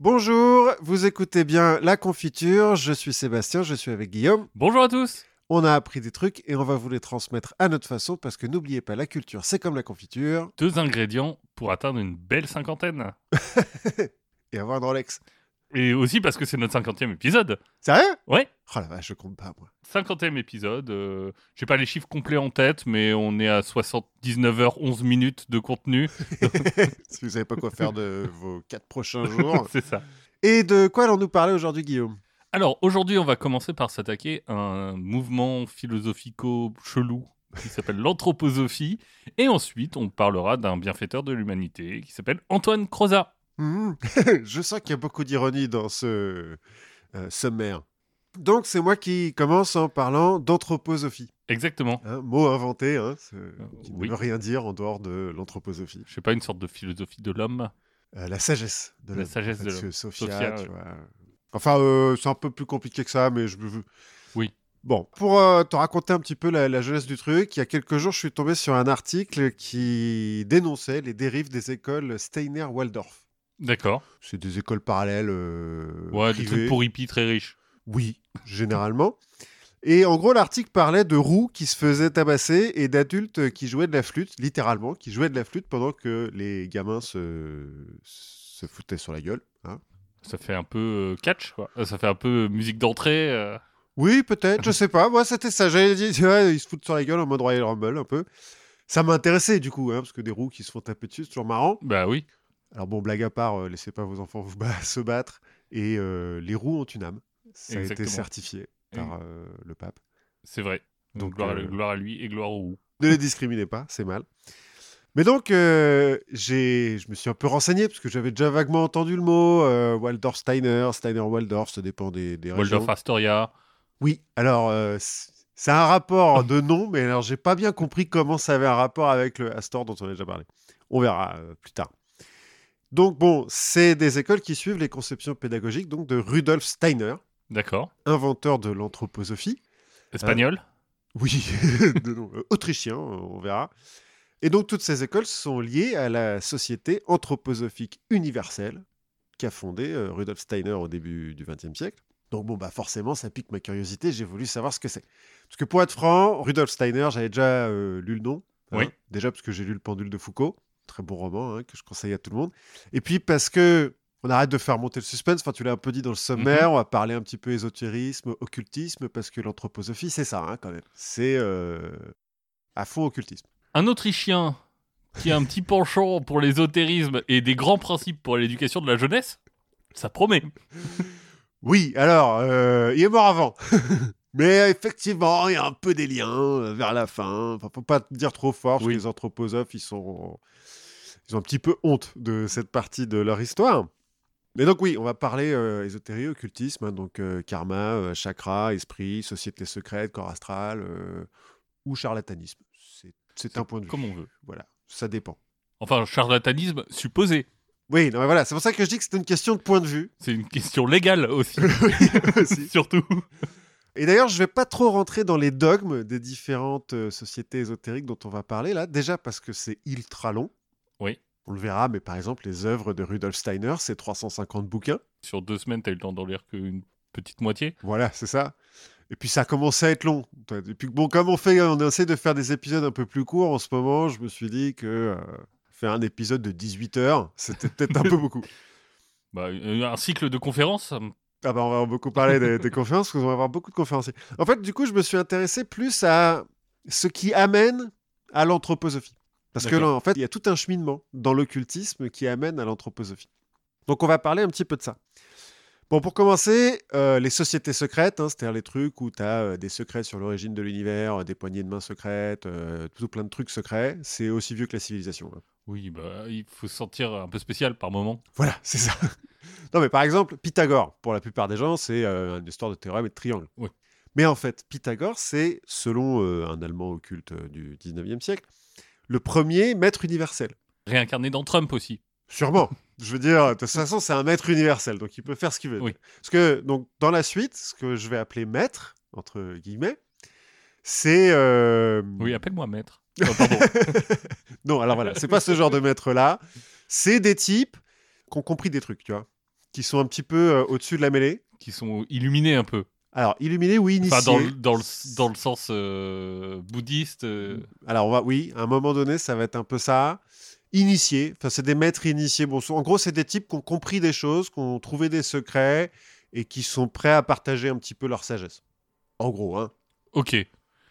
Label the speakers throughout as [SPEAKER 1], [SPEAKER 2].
[SPEAKER 1] Bonjour, vous écoutez bien La Confiture, je suis Sébastien, je suis avec Guillaume.
[SPEAKER 2] Bonjour à tous
[SPEAKER 1] On a appris des trucs et on va vous les transmettre à notre façon parce que n'oubliez pas, la culture c'est comme la confiture
[SPEAKER 2] Deux ingrédients pour atteindre une belle cinquantaine.
[SPEAKER 1] et avoir un Rolex.
[SPEAKER 2] Et aussi parce que c'est notre cinquantième épisode.
[SPEAKER 1] Sérieux
[SPEAKER 2] Ouais.
[SPEAKER 1] Oh la vache, je compte pas moi.
[SPEAKER 2] Cinquantième épisode. euh, J'ai pas les chiffres complets en tête, mais on est à 79h11 minutes de contenu.
[SPEAKER 1] si vous savez pas quoi faire de vos quatre prochains jours.
[SPEAKER 2] c'est ça.
[SPEAKER 1] Et de quoi allons-nous parler aujourd'hui, Guillaume
[SPEAKER 2] Alors aujourd'hui, on va commencer par s'attaquer à un mouvement philosophico-chelou qui s'appelle l'anthroposophie. Et ensuite, on parlera d'un bienfaiteur de l'humanité qui s'appelle Antoine Crozat.
[SPEAKER 1] Mhm. Je sens qu'il y a beaucoup d'ironie dans ce euh, sommaire. Donc c'est moi qui commence en parlant d'anthroposophie.
[SPEAKER 2] Exactement.
[SPEAKER 1] Un mot inventé, hein, ce- qui
[SPEAKER 2] Euh, oui.
[SPEAKER 1] ne veut rien dire en dehors de l'anthroposophie.
[SPEAKER 2] Je sais pas, une sorte de philosophie de l'homme.
[SPEAKER 1] Euh, la sagesse de
[SPEAKER 2] La
[SPEAKER 1] l'homme,
[SPEAKER 2] sagesse de
[SPEAKER 1] parce que
[SPEAKER 2] l'homme.
[SPEAKER 1] Sophia,
[SPEAKER 2] Sophia,
[SPEAKER 1] tu
[SPEAKER 2] ouais.
[SPEAKER 1] vois. Enfin, euh, c'est un peu plus compliqué que ça, mais je veux.
[SPEAKER 2] Oui.
[SPEAKER 1] Bon, pour euh, te raconter un petit peu la, la jeunesse du truc, il y a quelques jours, je suis tombé sur un article qui dénonçait les dérives des écoles Steiner-Waldorf.
[SPEAKER 2] D'accord.
[SPEAKER 1] C'est des écoles parallèles. euh,
[SPEAKER 2] Ouais, des
[SPEAKER 1] privées.
[SPEAKER 2] trucs pour hippies très riches.
[SPEAKER 1] Oui, généralement. Et en gros, l'article parlait de roux qui se faisaient tabasser et d'adultes qui jouaient de la flûte, littéralement, qui jouaient de la flûte pendant que les gamins se, se foutaient sur la gueule. hein.
[SPEAKER 2] Ça fait un peu euh, catch, quoi. Euh, Ça fait un peu musique d'entrée. euh.
[SPEAKER 1] Oui, peut-être, je sais pas. Moi, c'était ça. J'avais dit, tu vois, ils se foutent sur la gueule en mode Royal Rumble, un peu. Ça m'intéressait, du coup, hein, parce que des roux qui se font taper dessus, c'est toujours marrant.
[SPEAKER 2] Bah oui.
[SPEAKER 1] Alors, bon, blague à part, euh, laissez pas vos enfants vous ba- se battre. Et euh, les roux ont une âme. Ça a été
[SPEAKER 2] Exactement.
[SPEAKER 1] certifié par euh, le pape.
[SPEAKER 2] C'est vrai.
[SPEAKER 1] Donc,
[SPEAKER 2] Donc, gloire,
[SPEAKER 1] euh,
[SPEAKER 2] gloire à lui et gloire au roux.
[SPEAKER 1] Ne les discriminez pas, c'est mal. Mais donc, euh, j'ai, je me suis un peu renseigné parce que j'avais déjà vaguement entendu le mot euh, Waldorf Steiner, Steiner Waldorf, ça dépend des, des régions.
[SPEAKER 2] Waldorf ah. Astoria.
[SPEAKER 1] Oui, alors euh, c- c'est un rapport de nom, mais alors j'ai pas bien compris comment ça avait un rapport avec le Astor dont on a déjà parlé. On verra euh, plus tard. Donc bon, c'est des écoles qui suivent les conceptions pédagogiques donc de Rudolf Steiner,
[SPEAKER 2] D'accord.
[SPEAKER 1] inventeur de l'anthroposophie.
[SPEAKER 2] Espagnol.
[SPEAKER 1] Euh. Oui, de nom, euh, autrichien, euh, on verra. Et donc toutes ces écoles sont liées à la société anthroposophique universelle qu'a fondée euh, Rudolf Steiner au début du XXe siècle. Donc bon, bah forcément, ça pique ma curiosité, j'ai voulu savoir ce que c'est. Parce que pour être franc, Rudolf Steiner, j'avais déjà euh, lu le nom.
[SPEAKER 2] Oui.
[SPEAKER 1] Déjà parce que j'ai lu Le Pendule de Foucault, très bon roman hein, que je conseille à tout le monde. Et puis parce que on arrête de faire monter le suspense, enfin tu l'as un peu dit dans le sommaire, on va parler un petit peu ésotérisme, occultisme, parce que l'anthroposophie, c'est ça hein, quand même. C'est euh, à fond occultisme.
[SPEAKER 2] Un Autrichien qui a un petit penchant pour l'ésotérisme et des grands principes pour l'éducation de la jeunesse. Ça promet.
[SPEAKER 1] Oui, alors, euh, il est mort avant. Mais effectivement, il y a un peu des liens euh, vers la fin. Enfin, faut pas dire trop fort, parce
[SPEAKER 2] Oui.
[SPEAKER 1] que les anthroposophes, ils sont, ils ont un petit peu honte de cette partie de leur histoire. Mais donc oui, on va parler euh, ésotérie, occultisme, hein, donc euh, karma, euh, chakra, esprit, société secrète, corps astral euh, ou charlatanisme. C'est- C'est un point de vue.
[SPEAKER 2] Comme on veut.
[SPEAKER 1] Voilà, ça dépend.
[SPEAKER 2] Enfin, charlatanisme supposé.
[SPEAKER 1] Oui, non, mais voilà, c'est pour ça que je dis que c'est une question de point de vue.
[SPEAKER 2] C'est une question légale aussi.
[SPEAKER 1] aussi.
[SPEAKER 2] Surtout.
[SPEAKER 1] Et d'ailleurs, je vais pas trop rentrer dans les dogmes des différentes euh, sociétés ésotériques dont on va parler là, déjà parce que c'est ultra long.
[SPEAKER 2] Oui.
[SPEAKER 1] On le verra, mais par exemple, les œuvres de Rudolf Steiner, c'est 350 bouquins.
[SPEAKER 2] Sur deux semaines, t'as eu le temps d'en lire qu'une petite moitié.
[SPEAKER 1] Voilà, c'est ça. Et puis ça commence à être long. Et puis bon, comme on fait, on essaie de faire des épisodes un peu plus courts en ce moment, je me suis dit que euh, faire un épisode de 18 heures, c'était peut-être un peu beaucoup.
[SPEAKER 2] Bah, euh, un cycle de conférences. ça me-
[SPEAKER 1] Ah bah on va beaucoup parler des, des conférences, parce qu'on va avoir beaucoup de conférenciers. En fait, du coup, je me suis intéressé plus à ce qui amène à l'anthroposophie. Parce que là,
[SPEAKER 2] D'accord.
[SPEAKER 1] en fait, il y a tout un cheminement dans l'occultisme qui amène à l'anthroposophie. Donc on va parler un petit peu de ça. Bon, pour commencer, euh, les sociétés secrètes, hein, c'est-à-dire les trucs où tu as des secrets sur l'origine de l'univers, euh, des poignées de main secrètes, euh, tout plein de trucs secrets, c'est aussi vieux que la civilisation. hein.
[SPEAKER 2] Oui, bah, il faut se sentir un peu spécial par moment.
[SPEAKER 1] Voilà, c'est ça. non, mais par exemple, Pythagore, pour la plupart des gens, c'est euh, une histoire de théorème et de triangle.
[SPEAKER 2] Oui.
[SPEAKER 1] Mais en fait, Pythagore, c'est, selon euh, un Allemand occulte euh, du 19e siècle, le premier maître universel.
[SPEAKER 2] Réincarné dans Trump aussi.
[SPEAKER 1] Sûrement. Je veux dire, de toute façon, c'est un maître universel, donc il peut faire ce qu'il veut.
[SPEAKER 2] Oui.
[SPEAKER 1] Parce que, donc, dans la suite, ce que je vais appeler maître, entre guillemets, c'est. euh,
[SPEAKER 2] Oui, appelle-moi maître. Oh, pardon.
[SPEAKER 1] Non, alors voilà, c'est pas ce genre de maître-là. C'est des types qui ont compris des trucs, tu vois. qui sont un petit peu euh, au-dessus de la mêlée.
[SPEAKER 2] qui sont illuminés un peu.
[SPEAKER 1] Alors, illuminés ou initiés
[SPEAKER 2] Enfin, dans, le- dans, le, dans le sens euh, bouddhiste. euh,
[SPEAKER 1] Alors, on va, oui, à un moment donné, ça va être un peu ça. Initiés, enfin, c'est des maîtres initiés. Bon, en gros, c'est des types qui ont compris des choses, qui ont trouvé des secrets et qui sont prêts à partager un petit peu leur sagesse. En gros, hein.
[SPEAKER 2] Ok.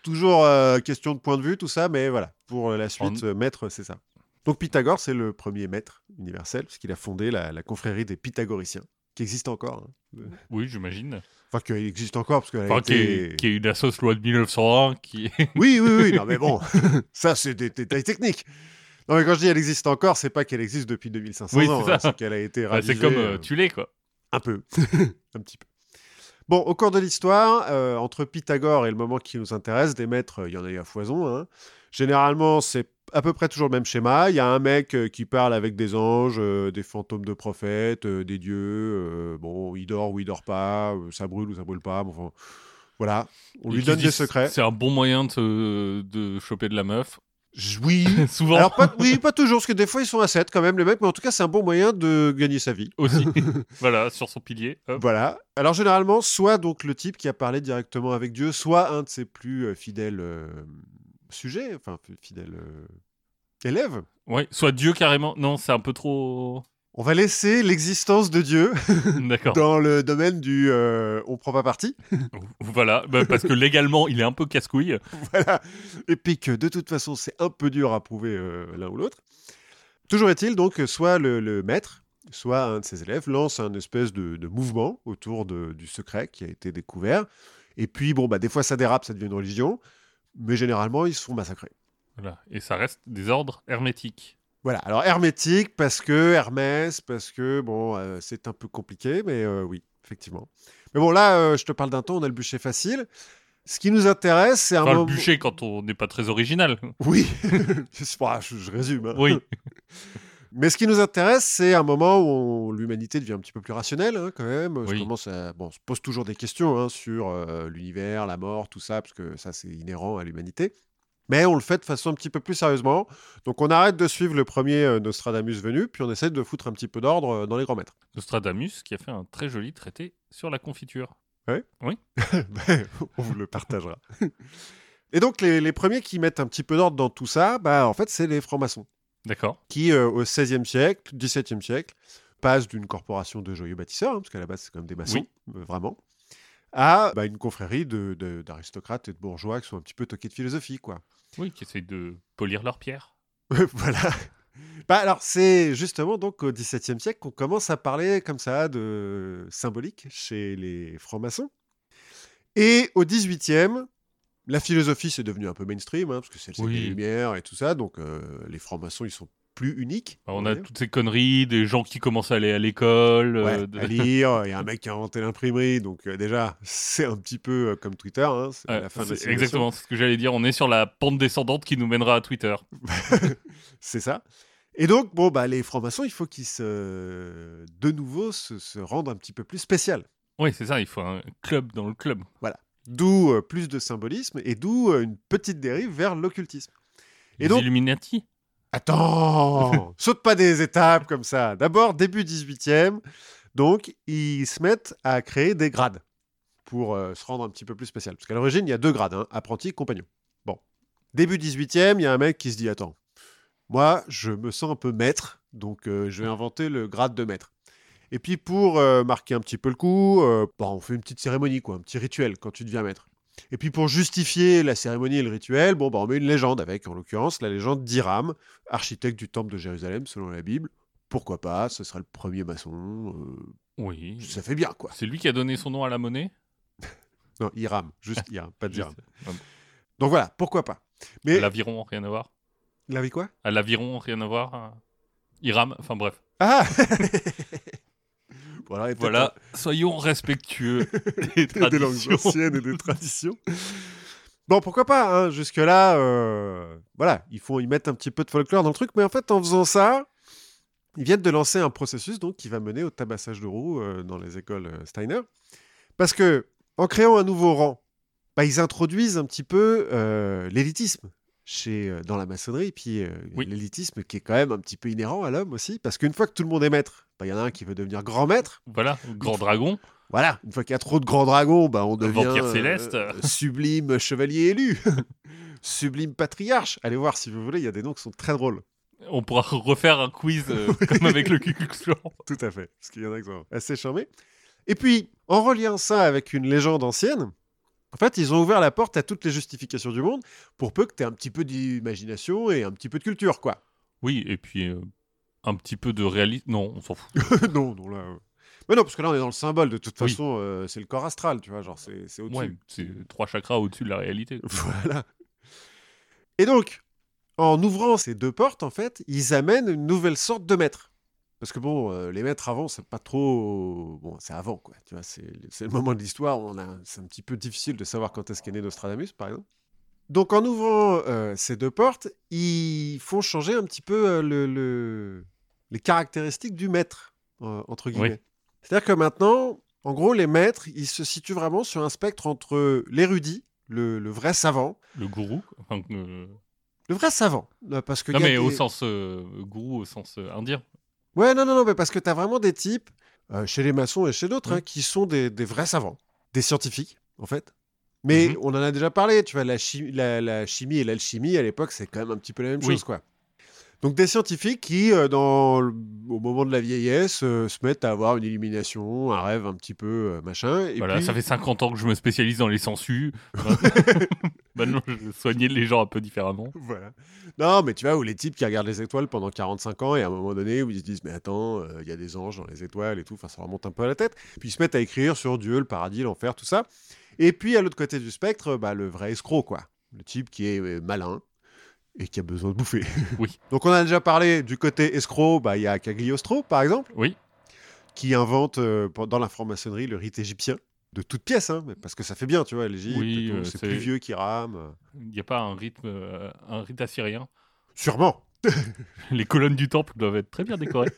[SPEAKER 1] Toujours euh, question de point de vue, tout ça, mais voilà, pour la suite, euh, maître, c'est ça. Donc Pythagore, c'est le premier maître universel, puisqu'il a fondé la, la confrérie des Pythagoriciens, qui existe encore. hein.
[SPEAKER 2] Oui, j'imagine.
[SPEAKER 1] Enfin, qui existe encore, parce qu'elle a
[SPEAKER 2] Enfin, qui
[SPEAKER 1] été...
[SPEAKER 2] est, qui est une assoce loi de 1901 qui est...
[SPEAKER 1] Oui, oui, oui, non mais bon, ça c'est des détails techniques. Non mais quand je dis elle existe encore, c'est pas qu'elle existe depuis 2500
[SPEAKER 2] Oui, c'est
[SPEAKER 1] ans,
[SPEAKER 2] ça.
[SPEAKER 1] hein, c'est qu'elle a été
[SPEAKER 2] Bah, c'est
[SPEAKER 1] ravisée.
[SPEAKER 2] comme
[SPEAKER 1] euh,
[SPEAKER 2] euh, tu l'es, quoi.
[SPEAKER 1] Un peu, un petit peu. Bon, au cours de l'histoire, euh, entre Pythagore et le moment qui nous intéresse, des maîtres, euh, il y en a eu à foison. hein. Généralement, c'est à peu près toujours le même schéma. Il y a un mec euh, qui parle avec des anges, euh, des fantômes de prophètes, euh, des dieux. euh, bon, il dort ou il dort pas, euh, ça brûle ou ça brûle pas. bon, enfin, voilà, on
[SPEAKER 2] Et
[SPEAKER 1] lui
[SPEAKER 2] qui
[SPEAKER 1] donne
[SPEAKER 2] dit,
[SPEAKER 1] des secrets.
[SPEAKER 2] C'est un bon moyen de, se- de choper de la meuf.
[SPEAKER 1] J- Oui.
[SPEAKER 2] Souvent
[SPEAKER 1] Alors, pas, oui, pas toujours, parce que des fois, ils sont à 7 quand même, les mecs, mais en tout cas, c'est un bon moyen de gagner sa vie.
[SPEAKER 2] aussi. voilà, sur son pilier. hop.
[SPEAKER 1] Voilà. Alors généralement, soit donc le type qui a parlé directement avec Dieu, soit un de ses plus euh, fidèles euh, sujets, enfin f- fidèles euh, élèves.
[SPEAKER 2] Ouais, soit Dieu carrément. Non, c'est un peu trop.
[SPEAKER 1] On va laisser l'existence de Dieu
[SPEAKER 2] D'accord.
[SPEAKER 1] dans le domaine du euh, on prend pas parti.
[SPEAKER 2] Voilà, bah, parce que légalement, il est un peu casse-couille.
[SPEAKER 1] voilà. Et puis que de toute façon, c'est un peu dur à prouver euh, l'un ou l'autre. Toujours est-il donc que soit le, le maître, soit un de ses élèves lance un espèce de, de mouvement autour de- du secret qui a été découvert. Et puis, bon, bah, des fois ça dérape, ça devient une religion, mais généralement ils se font massacrer.
[SPEAKER 2] Voilà. Et ça reste des ordres hermétiques.
[SPEAKER 1] Voilà, alors hermétique parce que Hermès, parce que bon, euh, c'est un peu compliqué, mais euh, oui, effectivement. Mais bon, là, euh, je te parle d'un temps, on a le bûcher facile. Ce qui nous intéresse, c'est un
[SPEAKER 2] Enfin, le
[SPEAKER 1] moment-
[SPEAKER 2] bûcher quand on n'est pas très original.
[SPEAKER 1] Oui, C'est pas- je, je résume. hein.
[SPEAKER 2] Oui.
[SPEAKER 1] Mais ce qui nous intéresse, c'est un moment où on- l'humanité devient un petit peu plus rationnelle, hein, quand même. Je
[SPEAKER 2] Oui.
[SPEAKER 1] commence à- bon, on se pose toujours des questions hein, sur euh, l'univers, la mort, tout ça, parce que ça, c'est inhérent à l'humanité. Mais on le fait de façon un petit peu plus sérieusement. Donc, on arrête de suivre le premier euh, Nostradamus venu, puis on essaie de foutre un petit peu d'ordre euh, dans les grands maîtres.
[SPEAKER 2] Nostradamus qui a fait un très joli traité sur la confiture.
[SPEAKER 1] Ben, on vous le partagera. Et donc, les, les premiers qui mettent un petit peu d'ordre dans tout ça, bah, en fait, c'est les francs-maçons.
[SPEAKER 2] D'accord.
[SPEAKER 1] qui, euh, au XVIe siècle, XVIIe siècle, passe d'une corporation de joyeux bâtisseurs, hein, parce qu'à la base, c'est quand même des maçons, euh, vraiment, à bah, une confrérie de- de- d'aristocrates et de bourgeois qui sont un petit peu toqués de philosophie, quoi.
[SPEAKER 2] Oui, qui essaye de polir leurs pierres.
[SPEAKER 1] voilà. Bah, alors, c'est justement donc au XVIIe siècle qu'on commence à parler comme ça de symbolique chez les francs-maçons. Et au XVIIIe, la philosophie, c'est devenu un peu mainstream, hein, parce que c'est le siècle
[SPEAKER 2] Oui.
[SPEAKER 1] des Lumières et tout ça, donc euh, les francs-maçons, ils sont plus uniques.
[SPEAKER 2] Alors,
[SPEAKER 1] on va
[SPEAKER 2] Bah, on a
[SPEAKER 1] dire.
[SPEAKER 2] toutes ces conneries, des gens qui commencent à aller à l'école. euh,
[SPEAKER 1] Ouais,
[SPEAKER 2] de-
[SPEAKER 1] à lire. Il y a un mec qui a inventé l'imprimerie, donc euh, déjà, c'est un petit peu euh, comme Twitter. hein, c'est
[SPEAKER 2] Ouais,
[SPEAKER 1] la fin de la
[SPEAKER 2] c'est
[SPEAKER 1] civilisation.
[SPEAKER 2] exactement c'est ce que j'allais dire. On est sur la pente descendante qui nous mènera à Twitter.
[SPEAKER 1] C'est ça. Et donc, bon, bah, les francs-maçons, il faut qu'ils se, de nouveau se, se rendent un petit peu plus spécial.
[SPEAKER 2] Oui, c'est ça. Il faut un club dans le club.
[SPEAKER 1] D'où euh, plus de symbolisme et d'où euh, une petite dérive vers l'occultisme. Et
[SPEAKER 2] Les
[SPEAKER 1] donc-
[SPEAKER 2] Illuminati.
[SPEAKER 1] Attends Saute pas des étapes comme ça. D'abord, début 18e, donc ils se mettent à créer des grades pour euh, se rendre un petit peu plus spécial. Parce qu'à l'origine, il y a deux grades, hein, apprenti, compagnon. Bon. Début 18e, il y a un mec qui se dit, attends, moi, je me sens un peu maître, donc euh, je vais inventer le grade de maître. Et puis pour euh, marquer un petit peu le coup, euh, bah, on fait une petite cérémonie, quoi, un petit rituel quand tu deviens maître. Et puis pour justifier la cérémonie et le rituel, bon, bah, on met une légende avec, en l'occurrence, la légende d'Iram, architecte du temple de Jérusalem selon la Bible. Pourquoi pas Ce sera le premier maçon. euh,
[SPEAKER 2] Oui.
[SPEAKER 1] ça fait bien, quoi.
[SPEAKER 2] C'est lui qui a donné son nom à la monnaie.
[SPEAKER 1] Non, Iram, juste Iram, pas d'Iram.
[SPEAKER 2] Juste-
[SPEAKER 1] Donc voilà, pourquoi pas
[SPEAKER 2] À
[SPEAKER 1] Mais
[SPEAKER 2] l'aviron, rien à voir.
[SPEAKER 1] il avait quoi
[SPEAKER 2] À l'aviron, rien à voir. à- Iram, enfin bref.
[SPEAKER 1] Ah Voilà, et peut-être
[SPEAKER 2] Voilà, soyons respectueux
[SPEAKER 1] des,
[SPEAKER 2] des
[SPEAKER 1] des langues
[SPEAKER 2] traditions.
[SPEAKER 1] anciennes et des traditions. Bon, pourquoi pas hein, Jusque-là, euh, voilà, ils, font, ils mettent un petit peu de folklore dans le truc, mais en fait, en faisant ça, ils viennent de lancer un processus donc, qui va mener au tabassage de roues euh, dans les écoles euh, Steiner. Parce que, en créant un nouveau rang, bah, ils introduisent un petit peu euh, l'élitisme chez, euh, dans la maçonnerie, et puis euh,
[SPEAKER 2] Oui.
[SPEAKER 1] l'élitisme qui est quand même un petit peu inhérent à l'homme aussi, parce qu'une fois que tout le monde est maître, bah, il y en a un qui veut devenir grand maître,
[SPEAKER 2] Voilà, grand dragon.
[SPEAKER 1] voilà, une fois qu'il y a trop de grands dragons, bah, on devient euh,
[SPEAKER 2] vampire céleste.
[SPEAKER 1] sublime chevalier élu, sublime patriarche. Allez voir si vous voulez, il y a des noms qui sont très drôles.
[SPEAKER 2] On pourra refaire un quiz euh, comme avec le Ku Klux Klan.
[SPEAKER 1] Tout à fait, parce qu'il y en a qui sont assez charmés. Et puis, en reliant ça avec une légende ancienne, en fait, ils ont ouvert la porte à toutes les justifications du monde pour peu que tu aies un petit peu d'imagination et un petit peu de culture, quoi.
[SPEAKER 2] Oui, et puis euh, un petit peu de réalisme. Non, on s'en fout.
[SPEAKER 1] non, non, là. euh. Mais non, parce que là, on est dans le symbole, de toute
[SPEAKER 2] Oui.
[SPEAKER 1] façon, euh, c'est le corps astral, tu vois, genre, c'est c'est au-dessus.
[SPEAKER 2] Ouais, c'est trois chakras au-dessus de la réalité.
[SPEAKER 1] Voilà. Et donc, en ouvrant ces deux portes, en fait, ils amènent une nouvelle sorte de maître. Parce que bon, euh, les maîtres avant, c'est pas trop. Bon, c'est avant, quoi. Tu vois, c'est c'est le moment de l'histoire. On a... C'est un petit peu difficile de savoir quand est-ce qu'est né Nostradamus, par exemple. Donc, en ouvrant euh, ces deux portes, ils font changer un petit peu euh, le, le- les caractéristiques du maître, euh, entre guillemets. C'est-à-dire que maintenant, en gros, les maîtres, ils se situent vraiment sur un spectre entre l'érudit, le- le vrai savant,
[SPEAKER 2] Le gourou. enfin, euh,
[SPEAKER 1] le vrai savant, là, parce que
[SPEAKER 2] Non,
[SPEAKER 1] y a
[SPEAKER 2] mais au
[SPEAKER 1] des-
[SPEAKER 2] sens euh, gourou, au sens euh, indien.
[SPEAKER 1] Ouais, non, non, non, mais parce que t'as vraiment des types euh, chez les maçons et chez d'autres
[SPEAKER 2] Oui.
[SPEAKER 1] hein, qui sont des, des vrais savants, des scientifiques en fait. Mais
[SPEAKER 2] Mhm.
[SPEAKER 1] on en a déjà parlé, tu vois, la, chi- la- la chimie et l'alchimie à l'époque, c'est quand même un petit peu la même
[SPEAKER 2] Oui.
[SPEAKER 1] chose, quoi. Donc des scientifiques qui, euh, dans le- au moment de la vieillesse, euh, se mettent à avoir une illumination, un rêve un petit peu euh, machin. Et
[SPEAKER 2] voilà,
[SPEAKER 1] puis-
[SPEAKER 2] ça fait 50 ans que je me spécialise dans les sangsues. Maintenant, je soignais les gens un peu différemment.
[SPEAKER 1] Voilà. Non, mais tu vois, où les types qui regardent les étoiles pendant 45 ans et à un moment donné, où ils se disent, mais attends, euh, il y a des anges dans les étoiles et tout, enfin, ça remonte un peu à la tête. Puis ils se mettent à écrire sur Dieu, le paradis, l'enfer, tout ça. Et puis à l'autre côté du spectre, bah, le vrai escroc, quoi. Le type qui est euh, malin et qui a besoin de bouffer.
[SPEAKER 2] Oui.
[SPEAKER 1] Donc on a déjà parlé du côté escroc, bah, il y a Cagliostro, par exemple,
[SPEAKER 2] Oui,
[SPEAKER 1] qui invente euh, pour- dans la franc-maçonnerie le rite égyptien. De toutes pièces, hein, mais parce que ça fait bien, tu vois, l'Égypte,
[SPEAKER 2] Oui,
[SPEAKER 1] et tout,
[SPEAKER 2] euh,
[SPEAKER 1] c'est
[SPEAKER 2] c'est-
[SPEAKER 1] plus vieux qui rame.
[SPEAKER 2] il n'y a pas un rythme, euh, un rite assyrien.
[SPEAKER 1] Sûrement,
[SPEAKER 2] Les colonnes du temple doivent être très bien décorées.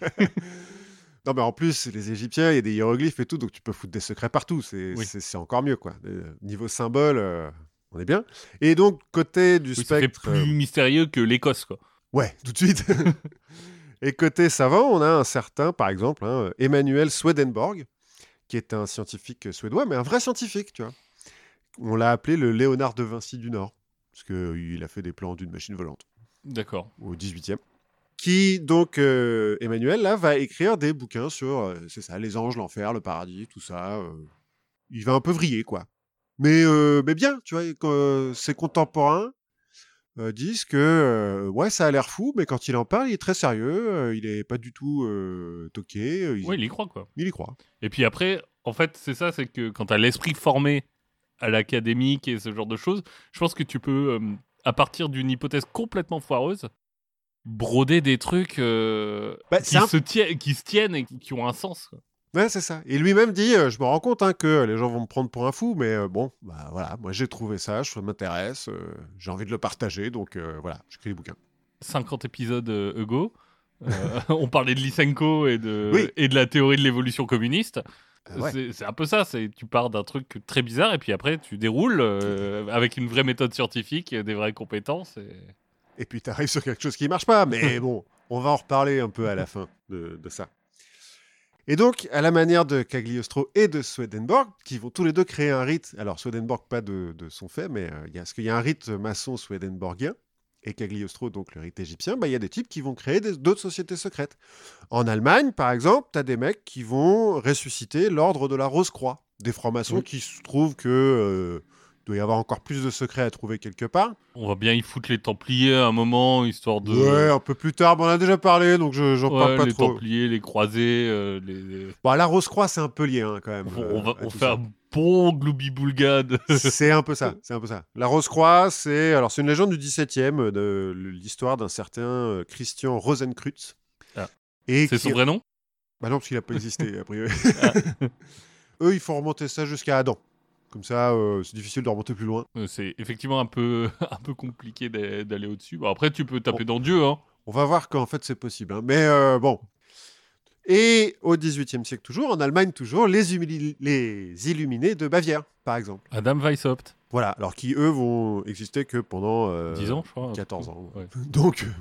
[SPEAKER 1] Non, mais en plus, les Égyptiens, il y a des hiéroglyphes et tout, donc tu peux foutre des secrets partout. C'est
[SPEAKER 2] Oui.
[SPEAKER 1] c'est- c'est encore mieux, quoi. Euh, Niveau symbole, euh, on est bien. Et donc, côté du
[SPEAKER 2] Oui, ça fait
[SPEAKER 1] spectre.
[SPEAKER 2] plus mystérieux que l'Écosse, quoi.
[SPEAKER 1] euh, ouais, tout de suite. et côté savant, on a un certain, par exemple, hein, Emmanuel Swedenborg, qui est un scientifique suédois, mais un vrai scientifique, tu vois. On l'a appelé le Léonard de Vinci du Nord, parce qu'il a fait des plans d'une machine volante
[SPEAKER 2] D'accord.
[SPEAKER 1] au 18e, qui donc, euh, Emmanuel, là, va écrire des bouquins sur, euh, c'est ça, les anges, l'enfer, le paradis, tout ça. euh. il va un peu vriller, quoi. Mais, euh, mais bien, tu vois, et que, euh, ses contemporains euh, disent que, euh, ouais, ça a l'air fou, mais quand il en parle, il est très sérieux, euh, il est pas du tout euh, toqué, euh, il,
[SPEAKER 2] Oui, il y croit, quoi.
[SPEAKER 1] il y croit.
[SPEAKER 2] Et puis après, en fait, c'est ça, c'est que quand t'as l'esprit formé à l'académique et ce genre de choses, je pense que tu peux, euh, à partir d'une hypothèse complètement foireuse, broder des trucs euh,
[SPEAKER 1] Bah,
[SPEAKER 2] qui,
[SPEAKER 1] c'est un-
[SPEAKER 2] se tiennent, qui se tiennent et qui ont un sens. quoi.
[SPEAKER 1] Ouais, c'est ça. Et lui-même dit, euh, je me rends compte hein, que les gens vont me prendre pour un fou, mais euh, bon, bah voilà, moi j'ai trouvé ça, je ça m'intéresse, euh, j'ai envie de le partager, donc euh, voilà, j'écris des bouquins.
[SPEAKER 2] 50 épisodes euh, Hugo, euh, on parlait de Lysenko et de,
[SPEAKER 1] Oui.
[SPEAKER 2] et de la théorie de l'évolution communiste.
[SPEAKER 1] Ah ouais.
[SPEAKER 2] C'est- C'est un peu ça, c'est- tu pars d'un truc très bizarre et puis après tu déroules euh, avec une vraie méthode scientifique, des vraies compétences. et-
[SPEAKER 1] Et puis tu arrives sur quelque chose qui marche pas. Mais bon, on va en reparler un peu à la fin de, de ça. Et donc, à la manière de Cagliostro et de Swedenborg, qui vont tous les deux créer un rite. Alors, Swedenborg, pas de, de son fait, mais euh, il y a, parce qu'il y a un rite maçon swedenborgien et Cagliostro, donc le rite égyptien, bah, il y a des types qui vont créer des- d'autres sociétés secrètes. En Allemagne, par exemple, tu as des mecs qui vont ressusciter l'ordre de la Rose-Croix, des francs-maçons
[SPEAKER 2] Oui.
[SPEAKER 1] qui se trouvent que euh, doit y avoir encore plus de secrets à trouver quelque part.
[SPEAKER 2] On va bien y foutre les Templiers à un moment, histoire de.
[SPEAKER 1] Ouais, un peu plus tard, mais on en a déjà parlé, donc je- j'en
[SPEAKER 2] Ouais,
[SPEAKER 1] parle pas
[SPEAKER 2] les
[SPEAKER 1] trop.
[SPEAKER 2] Templiers, les Croisés, euh, les- les-
[SPEAKER 1] Bon, la Rose-Croix, c'est un peu lié hein, quand même.
[SPEAKER 2] on,
[SPEAKER 1] euh,
[SPEAKER 2] on va,
[SPEAKER 1] à
[SPEAKER 2] on
[SPEAKER 1] tout
[SPEAKER 2] fait
[SPEAKER 1] ça.
[SPEAKER 2] un bon gloubi-boulga de-
[SPEAKER 1] C'est un peu ça, c'est un peu ça. La Rose-Croix, c'est alors c'est une légende du 17e euh, de l'histoire d'un certain euh, Christian Rosenkrutz.
[SPEAKER 2] Ah.
[SPEAKER 1] Et
[SPEAKER 2] C'est
[SPEAKER 1] qui-
[SPEAKER 2] son vrai nom
[SPEAKER 1] Bah non, parce qu'il a pas existé a priori.
[SPEAKER 2] Ah.
[SPEAKER 1] Eux, ils font remonter ça jusqu'à Adam. Comme ça, euh, c'est difficile de remonter plus loin.
[SPEAKER 2] Euh, C'est effectivement un peu, un peu compliqué d'a- d'aller au-dessus. Bon, après, tu peux taper dans Dieu. Hein.
[SPEAKER 1] On va voir qu'en fait c'est possible. hein. Mais euh, bon. Et au XVIIIe siècle toujours, en Allemagne toujours, les, humili- les illuminés de Bavière, par exemple.
[SPEAKER 2] Adam Weishaupt.
[SPEAKER 1] Voilà, alors qui, eux, vont exister que pendant euh,
[SPEAKER 2] 10 ans, je crois.
[SPEAKER 1] 14 ans.
[SPEAKER 2] Ouais.
[SPEAKER 1] Donc, euh,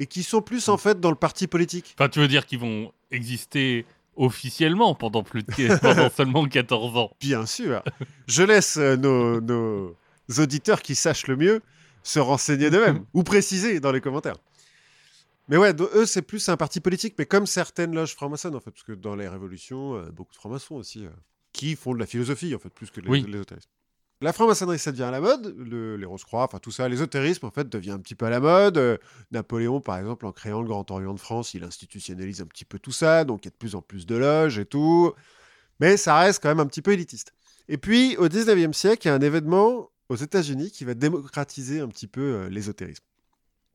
[SPEAKER 1] et qui sont plus, en fait, dans le parti politique.
[SPEAKER 2] Enfin, tu veux dire qu'ils vont exister officiellement pendant plus de pendant seulement 14 ans.
[SPEAKER 1] Bien sûr. Je laisse euh, nos, nos auditeurs qui sachent le mieux se renseigner d'eux-mêmes ou préciser dans les commentaires. Mais ouais, do- eux, c'est plus un parti politique, mais comme certaines loges franc-maçonnes, en fait, parce que dans les révolutions, euh, beaucoup de francs-maçons aussi, euh, qui font de la philosophie, en fait, plus que les,
[SPEAKER 2] Oui.
[SPEAKER 1] l'ésotérisme. La franc-maçonnerie, ça devient à la mode, le- les rose-croix, enfin tout ça, l'ésotérisme, en fait, devient un petit peu à la mode. Euh, Napoléon, par exemple, en créant le Grand Orient de France, il institutionnalise un petit peu tout ça, donc il y a de plus en plus de loges et tout. Mais ça reste quand même un petit peu élitiste. Et puis, au 19e siècle, il y a un événement aux États-Unis qui va démocratiser un petit peu euh, l'ésotérisme.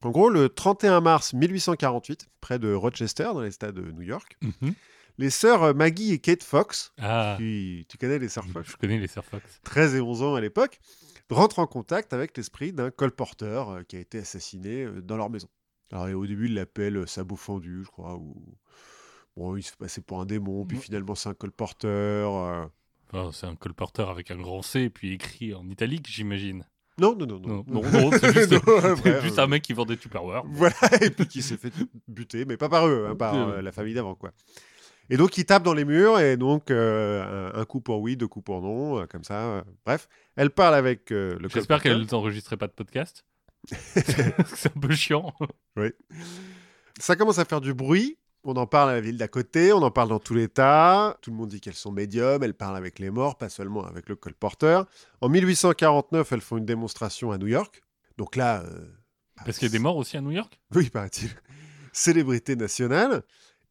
[SPEAKER 1] En gros, le 31 mars 1848, près de Rochester, dans les États de New York, les sœurs euh, Maggie et Kate Fox,
[SPEAKER 2] Ah, Mm.
[SPEAKER 1] qui, tu connais les sœurs Fox,
[SPEAKER 2] je connais les Sir Fox.
[SPEAKER 1] 13 et 11 ans à l'époque, rentrent en contact avec l'esprit d'un colporteur euh, qui a été assassiné euh, dans leur maison. Alors, et au début, ils l'appellent euh, sabot fendu, je crois, ou. Bon, il se passait pour un démon, puis
[SPEAKER 2] Ouais.
[SPEAKER 1] finalement, c'est un colporteur. euh,
[SPEAKER 2] Enfin, c'est un colporteur avec un grand C, puis écrit en italique, j'imagine.
[SPEAKER 1] Non, non, non,
[SPEAKER 2] Non,
[SPEAKER 1] non.
[SPEAKER 2] non, non, c'est juste,
[SPEAKER 1] Non,
[SPEAKER 2] c'est
[SPEAKER 1] après,
[SPEAKER 2] juste
[SPEAKER 1] euh,
[SPEAKER 2] un mec qui vend des Tupperware.
[SPEAKER 1] Voilà, et puis qui s'est fait buter, mais pas par eux, hein, par
[SPEAKER 2] Ouais, ouais.
[SPEAKER 1] euh, la famille d'avant, quoi. Et donc, il tape dans les murs, et donc, euh, un, un coup pour oui, deux coups pour non, euh, comme ça, euh, bref. Elle parle avec euh, le colporteur.
[SPEAKER 2] J'espère qu'elle n'enregistrait pas de podcast. c'est un peu chiant.
[SPEAKER 1] Ça commence à faire du bruit. On en parle à la ville d'à côté, on en parle dans tout l'État. Tout le monde dit qu'elles sont médiums, elles parlent avec les morts, pas seulement avec le colporteur. En 1849, elles font une démonstration à New York. Donc là. euh,
[SPEAKER 2] Parce qu'il y a des morts aussi à New York
[SPEAKER 1] Oui, paraît-il. Célébrité nationale.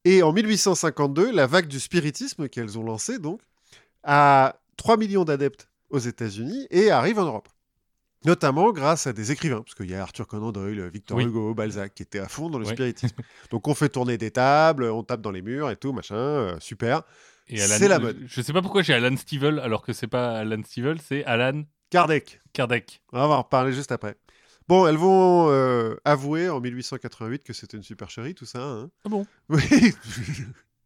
[SPEAKER 1] Et en 1852, la vague du spiritisme qu'elles ont lancée, donc, a 3 millions d'adeptes aux États-Unis et arrive en Europe. Notamment grâce à des écrivains, parce qu'il y a Arthur Conan Doyle, Victor
[SPEAKER 2] Oui.
[SPEAKER 1] Hugo, Balzac, qui étaient à fond dans le
[SPEAKER 2] Ouais.
[SPEAKER 1] spiritisme. Donc on fait tourner des tables, on tape dans les murs et tout, machin, euh, super.
[SPEAKER 2] Et Alan-
[SPEAKER 1] C'est la mode.
[SPEAKER 2] Je sais pas pourquoi j'ai Alan Stivell, alors que c'est pas Alan Stivell, c'est Alan
[SPEAKER 1] Kardec,
[SPEAKER 2] Kardec.
[SPEAKER 1] On va en reparler juste après. Bon, elles vont euh, avouer en 1888 que c'était une supercherie, tout ça. hein.
[SPEAKER 2] Ah bon
[SPEAKER 1] Oui,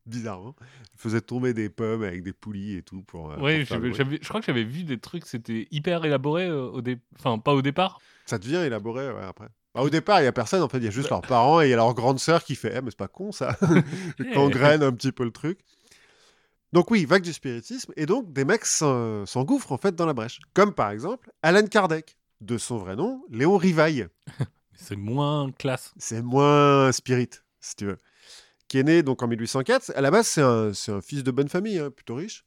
[SPEAKER 1] bizarrement. Elles faisaient tomber des pommes avec des poulies et tout pour. euh,
[SPEAKER 2] ouais,
[SPEAKER 1] pour faire le
[SPEAKER 2] j'avais-
[SPEAKER 1] bruit.
[SPEAKER 2] j'avais- je crois que j'avais vu des trucs, c'était hyper élaboré euh, au dé... Enfin, pas au départ.
[SPEAKER 1] Ça devient élaboré ouais, après. Bah,
[SPEAKER 2] Mm.
[SPEAKER 1] au départ, il n'y a personne, en fait, il y a juste leurs parents et il y a leur grande sœur qui fait Eh, mais c'est pas con ça
[SPEAKER 2] Eh.
[SPEAKER 1] Qu'engraine un petit peu le truc. Donc, oui, vague du spiritisme, et donc des mecs s'en- s'engouffrent en fait dans la brèche. Comme par exemple Alan Kardec, de son vrai nom, Léon Rivaille.
[SPEAKER 2] C'est moins classe.
[SPEAKER 1] C'est moins spirit, si tu veux. Qui est né donc en 1804. À la base, c'est un, c'est un fils de bonne famille, hein, plutôt riche,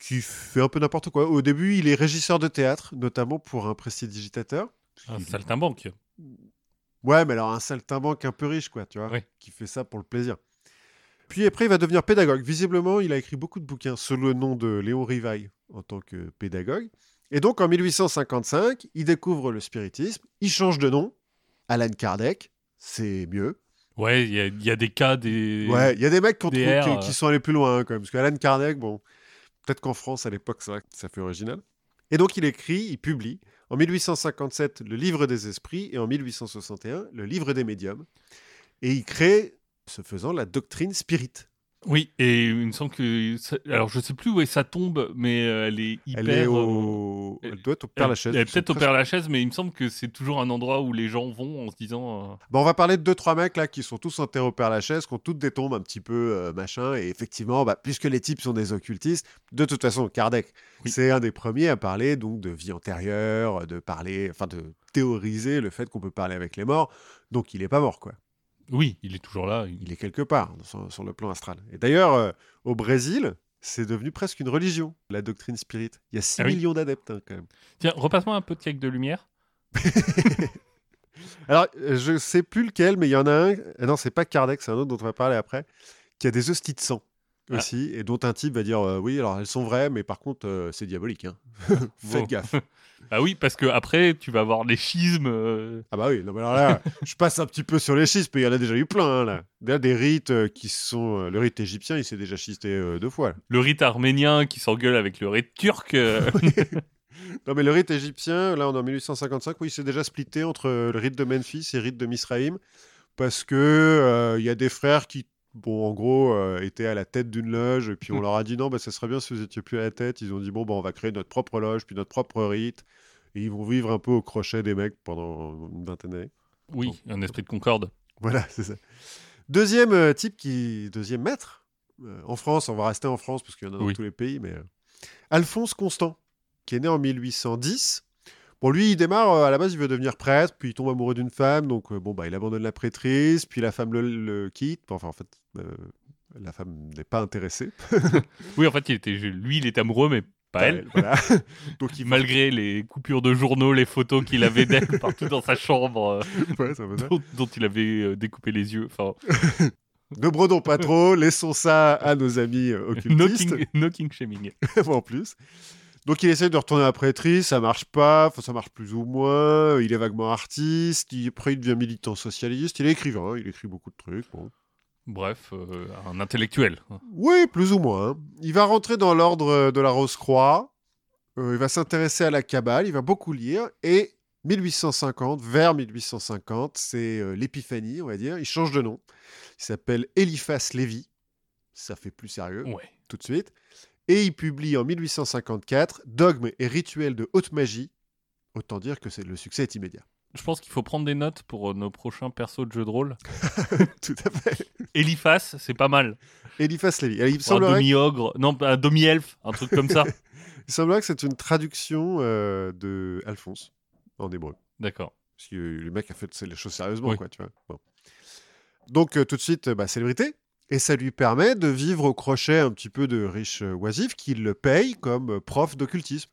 [SPEAKER 1] qui fait un peu n'importe quoi. Au début, il est régisseur de théâtre, notamment pour un prestidigitateur.
[SPEAKER 2] Un saltimbanque.
[SPEAKER 1] Ouais, mais alors un saltimbanque un peu riche, quoi, tu vois,
[SPEAKER 2] Ouais.
[SPEAKER 1] qui fait ça pour le plaisir. Puis après, il va devenir pédagogue. Visiblement, il a écrit beaucoup de bouquins sous le nom de Léon Rivaille en tant que pédagogue. Et donc, en 1855, il découvre le spiritisme. Il change de nom. Alan Kardec, c'est mieux.
[SPEAKER 2] Ouais, il y, a- il y a des cas, des.
[SPEAKER 1] Ouais, il y a des mecs qui, ont
[SPEAKER 2] des
[SPEAKER 1] trouvé-
[SPEAKER 2] R,
[SPEAKER 1] qui-
[SPEAKER 2] euh.
[SPEAKER 1] qui sont allés plus loin hein, quand même. Parce qu'Alan Kardec, bon, peut-être qu'en France à l'époque, c'est vrai que ça fait original. Et donc il écrit, il publie en 1857 le Livre des Esprits et en 1861 le Livre des Médiums. Et il crée, ce faisant, la doctrine spirit.
[SPEAKER 2] Oui, et il me semble que. ça- Alors, je sais plus où est sa tombe, mais euh, elle est hyper.
[SPEAKER 1] Elle est
[SPEAKER 2] euh,
[SPEAKER 1] au.
[SPEAKER 2] euh,
[SPEAKER 1] Elle doit être au
[SPEAKER 2] elle-
[SPEAKER 1] Père Lachaise.
[SPEAKER 2] elle est
[SPEAKER 1] parce que
[SPEAKER 2] peut-être au
[SPEAKER 1] presque-
[SPEAKER 2] Père Lachaise, mais il me semble que c'est toujours un endroit où les gens vont en se disant. euh,
[SPEAKER 1] Bon, on va parler de deux, trois mecs là qui sont tous enterrés au Père Lachaise, qui ont toutes des tombes un petit peu euh, machin. Et effectivement, bah, puisque les types sont des occultistes, de toute façon, Kardec,
[SPEAKER 2] Oui.
[SPEAKER 1] c'est un des premiers à parler donc de vie antérieure, de parler, enfin de théoriser le fait qu'on peut parler avec les morts. Donc il n'est pas mort, quoi.
[SPEAKER 2] Oui, il est toujours là. il-
[SPEAKER 1] Il est quelque part hein, sur, sur le plan astral. Et d'ailleurs, euh, au Brésil, c'est devenu presque une religion, la doctrine spirit. Il y a 6
[SPEAKER 2] Ah oui.
[SPEAKER 1] millions d'adeptes, hein, quand même.
[SPEAKER 2] Tiens, repasse-moi un peu de cake de lumière.
[SPEAKER 1] Alors, euh, je sais plus lequel, mais il y en a un. euh, Non, c'est pas Kardec, c'est un autre dont on va parler après, qui a des hosties de sang
[SPEAKER 2] Ah.
[SPEAKER 1] aussi, et dont un type va dire euh, oui, alors elles sont vraies, mais par contre, euh, c'est diabolique. hein. Faites
[SPEAKER 2] Wow.
[SPEAKER 1] gaffe.
[SPEAKER 2] Ah oui, parce que après, tu vas avoir les schismes. euh,
[SPEAKER 1] Ah bah oui, non, mais alors là, je passe un petit peu sur les schistes, mais il y en a déjà eu plein hein, là. Déjà des rites euh, qui sont euh, le rite égyptien, il s'est déjà schisté euh, deux fois. là.
[SPEAKER 2] le rite arménien qui s'engueule avec le rite turc. euh,
[SPEAKER 1] Non, mais le rite égyptien, là, on est en 1855, oui, il s'est déjà splitté entre euh, le rite de Memphis et le rite de Misraïm, parce que euh, il y a des frères qui bon, en gros, euh, étaient à la tête d'une loge, et puis on leur a dit non, bah, ça serait bien si vous étiez plus à la tête. Ils ont dit bon, bah, on va créer notre propre loge, puis notre propre rite, et ils vont vivre un peu au crochet des mecs pendant une vingtaine d'années.
[SPEAKER 2] Oui, un esprit de concorde.
[SPEAKER 1] Voilà, c'est ça. Deuxième euh, type qui, deuxième maître euh, en France, on va rester en France parce qu'il y en a dans
[SPEAKER 2] Oui.
[SPEAKER 1] tous les pays, mais euh, Alphonse Constant, qui est né en 1810. Bon, lui, il démarre euh, à la base, il veut devenir prêtre, puis il tombe amoureux d'une femme, donc euh, bon, bah, il abandonne la prêtrise, puis la femme le, le quitte. Bon, Enfin, en fait, euh, la femme n'est pas intéressée.
[SPEAKER 2] Oui, en fait, il était, lui, il est amoureux, mais pas elle.
[SPEAKER 1] Voilà. donc il
[SPEAKER 2] Malgré les coupures de journaux, les photos qu'il avait d'elle partout dans sa chambre, euh,
[SPEAKER 1] ouais, c'est un peu ça.
[SPEAKER 2] dont, dont il avait euh, découpé les yeux. Enfin,
[SPEAKER 1] Ne brodons pas trop, laissons ça à nos amis euh,
[SPEAKER 2] no
[SPEAKER 1] occultistes.
[SPEAKER 2] king, no king shaming.
[SPEAKER 1] en plus. Donc il essaie de retourner à la prêtrise, ça marche pas, enfin, ça marche plus ou moins, il est vaguement artiste, il, après il devient militant socialiste, il est écrivain, il écrit beaucoup de trucs. bon.
[SPEAKER 2] Bref, euh, un intellectuel.
[SPEAKER 1] Oui, plus ou moins. hein. Il va rentrer dans l'ordre euh, de la Rose-Croix, euh, il va s'intéresser à la Kabbale, il va beaucoup lire, et 1850, vers 1850, c'est euh, l'épiphanie, on va dire, il change de nom, il s'appelle Eliphas Lévy, ça fait plus sérieux
[SPEAKER 2] Ouais.
[SPEAKER 1] tout de suite. Et il publie en 1854 Dogmes et rituels de haute magie. Autant dire que c'est- le succès est immédiat.
[SPEAKER 2] Je pense qu'il faut prendre des notes pour euh, nos prochains persos de jeux de rôle.
[SPEAKER 1] tout à fait.
[SPEAKER 2] Eliphas, c'est pas mal.
[SPEAKER 1] Eliphas Lévy. Alors, il,
[SPEAKER 2] Ou un
[SPEAKER 1] semblerait,
[SPEAKER 2] demi-ogre, non, un demi-elfe, un truc comme ça.
[SPEAKER 1] il semblerait que c'est une traduction euh, de Alphonse en hébreu.
[SPEAKER 2] D'accord.
[SPEAKER 1] Parce que le mec a fait c'est les choses sérieusement,
[SPEAKER 2] Oui.
[SPEAKER 1] quoi, tu vois. Bon. Donc, euh, tout de suite, euh, bah, célébrité. Et ça lui permet de vivre au crochet un petit peu de riches euh, oisifs qui le payent comme euh, prof d'occultisme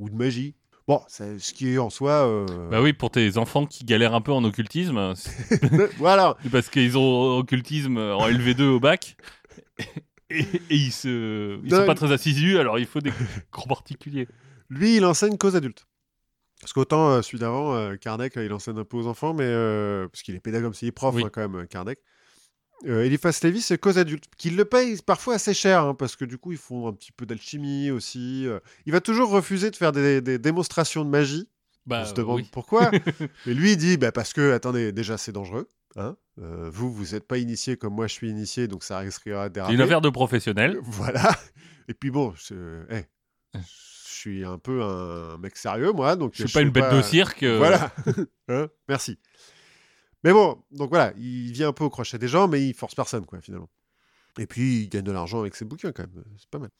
[SPEAKER 1] ou de magie. Bon, c'est ce qui est en soi. euh,
[SPEAKER 2] Bah oui, pour tes enfants qui galèrent un peu en occultisme, c'est
[SPEAKER 1] voilà.
[SPEAKER 2] parce qu'ils ont occultisme en LV2 au bac. Et, et ils, se, ils sont
[SPEAKER 1] Non,
[SPEAKER 2] pas très assidus, alors il faut des cours particuliers.
[SPEAKER 1] Lui, il enseigne qu'aux adultes. Parce qu'autant euh, celui d'avant, euh, Kardec, euh, il enseigne un peu aux enfants, mais euh, parce qu'il est pédagogue, c'est il est prof
[SPEAKER 2] Oui.
[SPEAKER 1] hein, quand même, euh, Kardec. Euh, Eliphas Lévy, c'est qu'aux adultes, qu'il le paye parfois assez cher, hein, parce que du coup, ils font un petit peu d'alchimie aussi. euh. Il va toujours refuser de faire des, des démonstrations de magie.
[SPEAKER 2] Bah,
[SPEAKER 1] on se demande
[SPEAKER 2] oui.
[SPEAKER 1] pourquoi. mais lui, il dit bah, parce que, attendez, déjà, c'est dangereux. hein. Euh, vous, vous n'êtes pas initié comme moi, je suis initié, donc ça risquera de
[SPEAKER 2] C'est une
[SPEAKER 1] déraper.
[SPEAKER 2] affaire de professionnel.
[SPEAKER 1] Voilà. Et puis bon, je, eh, je suis un peu un mec sérieux, moi. Donc
[SPEAKER 2] Hein. Je suis pas une bête de cirque. euh,
[SPEAKER 1] Voilà. Hein, Merci. Mais bon, donc voilà, il vient un peu au crochet des gens, mais il force personne, quoi, finalement. Et puis, il gagne de l'argent avec ses bouquins, quand même. C'est pas mal.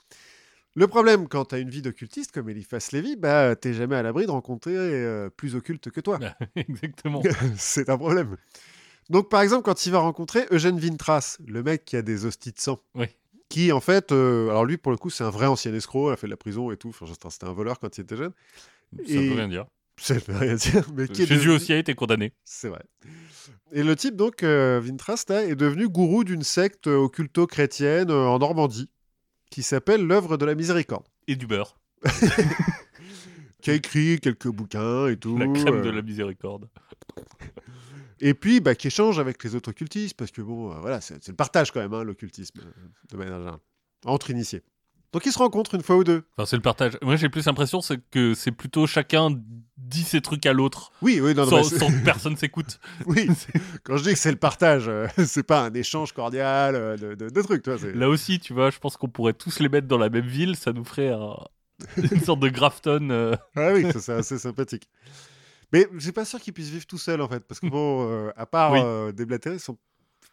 [SPEAKER 1] Le problème, quand t'as une vie d'occultiste, comme Eliphas Lévy, bah, t'es jamais à l'abri de rencontrer euh, plus occulte que toi.
[SPEAKER 2] Exactement.
[SPEAKER 1] C'est un problème. Donc, par exemple, quand il va rencontrer Eugène Vintras, le mec qui a des hosties de sang,
[SPEAKER 2] Oui.
[SPEAKER 1] qui, en fait, euh, alors lui, pour le coup, c'est un vrai ancien escroc, il a fait de la prison et tout, enfin, c'était- c'était un voleur quand il était jeune.
[SPEAKER 2] Ça
[SPEAKER 1] Et-
[SPEAKER 2] veut rien dire.
[SPEAKER 1] Ça ne veut rien dire, mais qui est
[SPEAKER 2] Jésus
[SPEAKER 1] devenu-
[SPEAKER 2] aussi a été condamné.
[SPEAKER 1] C'est vrai. Et le type, donc, euh, Vintras, là, est devenu gourou d'une secte euh, occulto-chrétienne euh, en Normandie, qui s'appelle l'œuvre de la miséricorde,
[SPEAKER 2] Et du beurre.
[SPEAKER 1] qui a écrit quelques bouquins et tout.
[SPEAKER 2] Mm. La crème
[SPEAKER 1] euh,
[SPEAKER 2] de la miséricorde.
[SPEAKER 1] Et puis, bah, qui échange avec les autres occultistes, parce que bon, euh, voilà, c'est c'est le partage quand même, hein, l'occultisme, euh, de manière générale, entre initiés. Donc, ils se rencontrent une fois ou deux.
[SPEAKER 2] Enfin, c'est le partage. Moi, j'ai plus l'impression c'est que c'est plutôt chacun dit ses trucs à l'autre
[SPEAKER 1] Oui, oui, non, non,
[SPEAKER 2] sans,
[SPEAKER 1] mais c'est-
[SPEAKER 2] sans que personne s'écoute.
[SPEAKER 1] oui. Quand je dis que c'est le partage, euh, c'est pas un échange cordial euh, de, de- de trucs, toi. c'est-
[SPEAKER 2] Là aussi, tu vois, je pense qu'on pourrait tous les mettre dans la même ville, ça nous ferait un- une sorte de Grafton. euh,
[SPEAKER 1] Ah oui, ça, c'est assez sympathique. Mais je suis pas sûr qu'ils puissent vivre tout seuls, en fait, parce que bon, euh, à part
[SPEAKER 2] Oui.
[SPEAKER 1] euh, déblatérer, ils sont...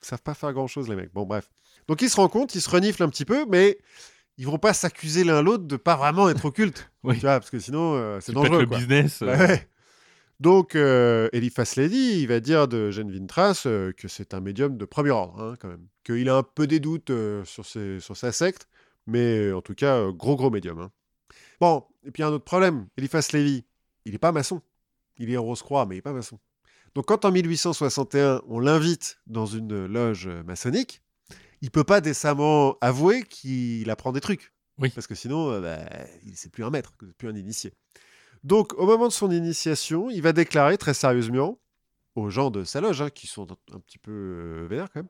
[SPEAKER 1] ils savent pas faire grand-chose, les mecs. Bon, bref. Donc, ils se rencontrent, ils se reniflent un petit peu, mais ils vont pas s'accuser l'un l'autre de pas vraiment être occultes.
[SPEAKER 2] Oui.
[SPEAKER 1] Tu vois, parce que sinon, euh, c'est
[SPEAKER 2] qui pète
[SPEAKER 1] dangereux,
[SPEAKER 2] le
[SPEAKER 1] quoi.
[SPEAKER 2] business. euh,
[SPEAKER 1] Bah ouais. Donc, euh, Eliphas Lady, il va dire de Gene Vintras euh, que c'est un médium de premier ordre, hein, quand même. Qu'il a un peu des doutes euh, sur, ses- sur sa secte, mais euh, en tout cas, euh, gros, gros médium. hein. Bon, et puis un autre problème. Eliphas Lévy, il n'est pas maçon. Il est rose-croix, mais il n'est pas maçon. Donc, quand en 1861, on l'invite dans une loge euh, maçonnique, il peut pas décemment avouer qu'il apprend des trucs.
[SPEAKER 2] Oui.
[SPEAKER 1] Parce que sinon, euh, bah, il c'est plus un maître, c'est plus un initié. Donc, au moment de son initiation, il va déclarer très sérieusement aux gens de sa loge, hein, qui sont un petit peu euh, vénères quand même,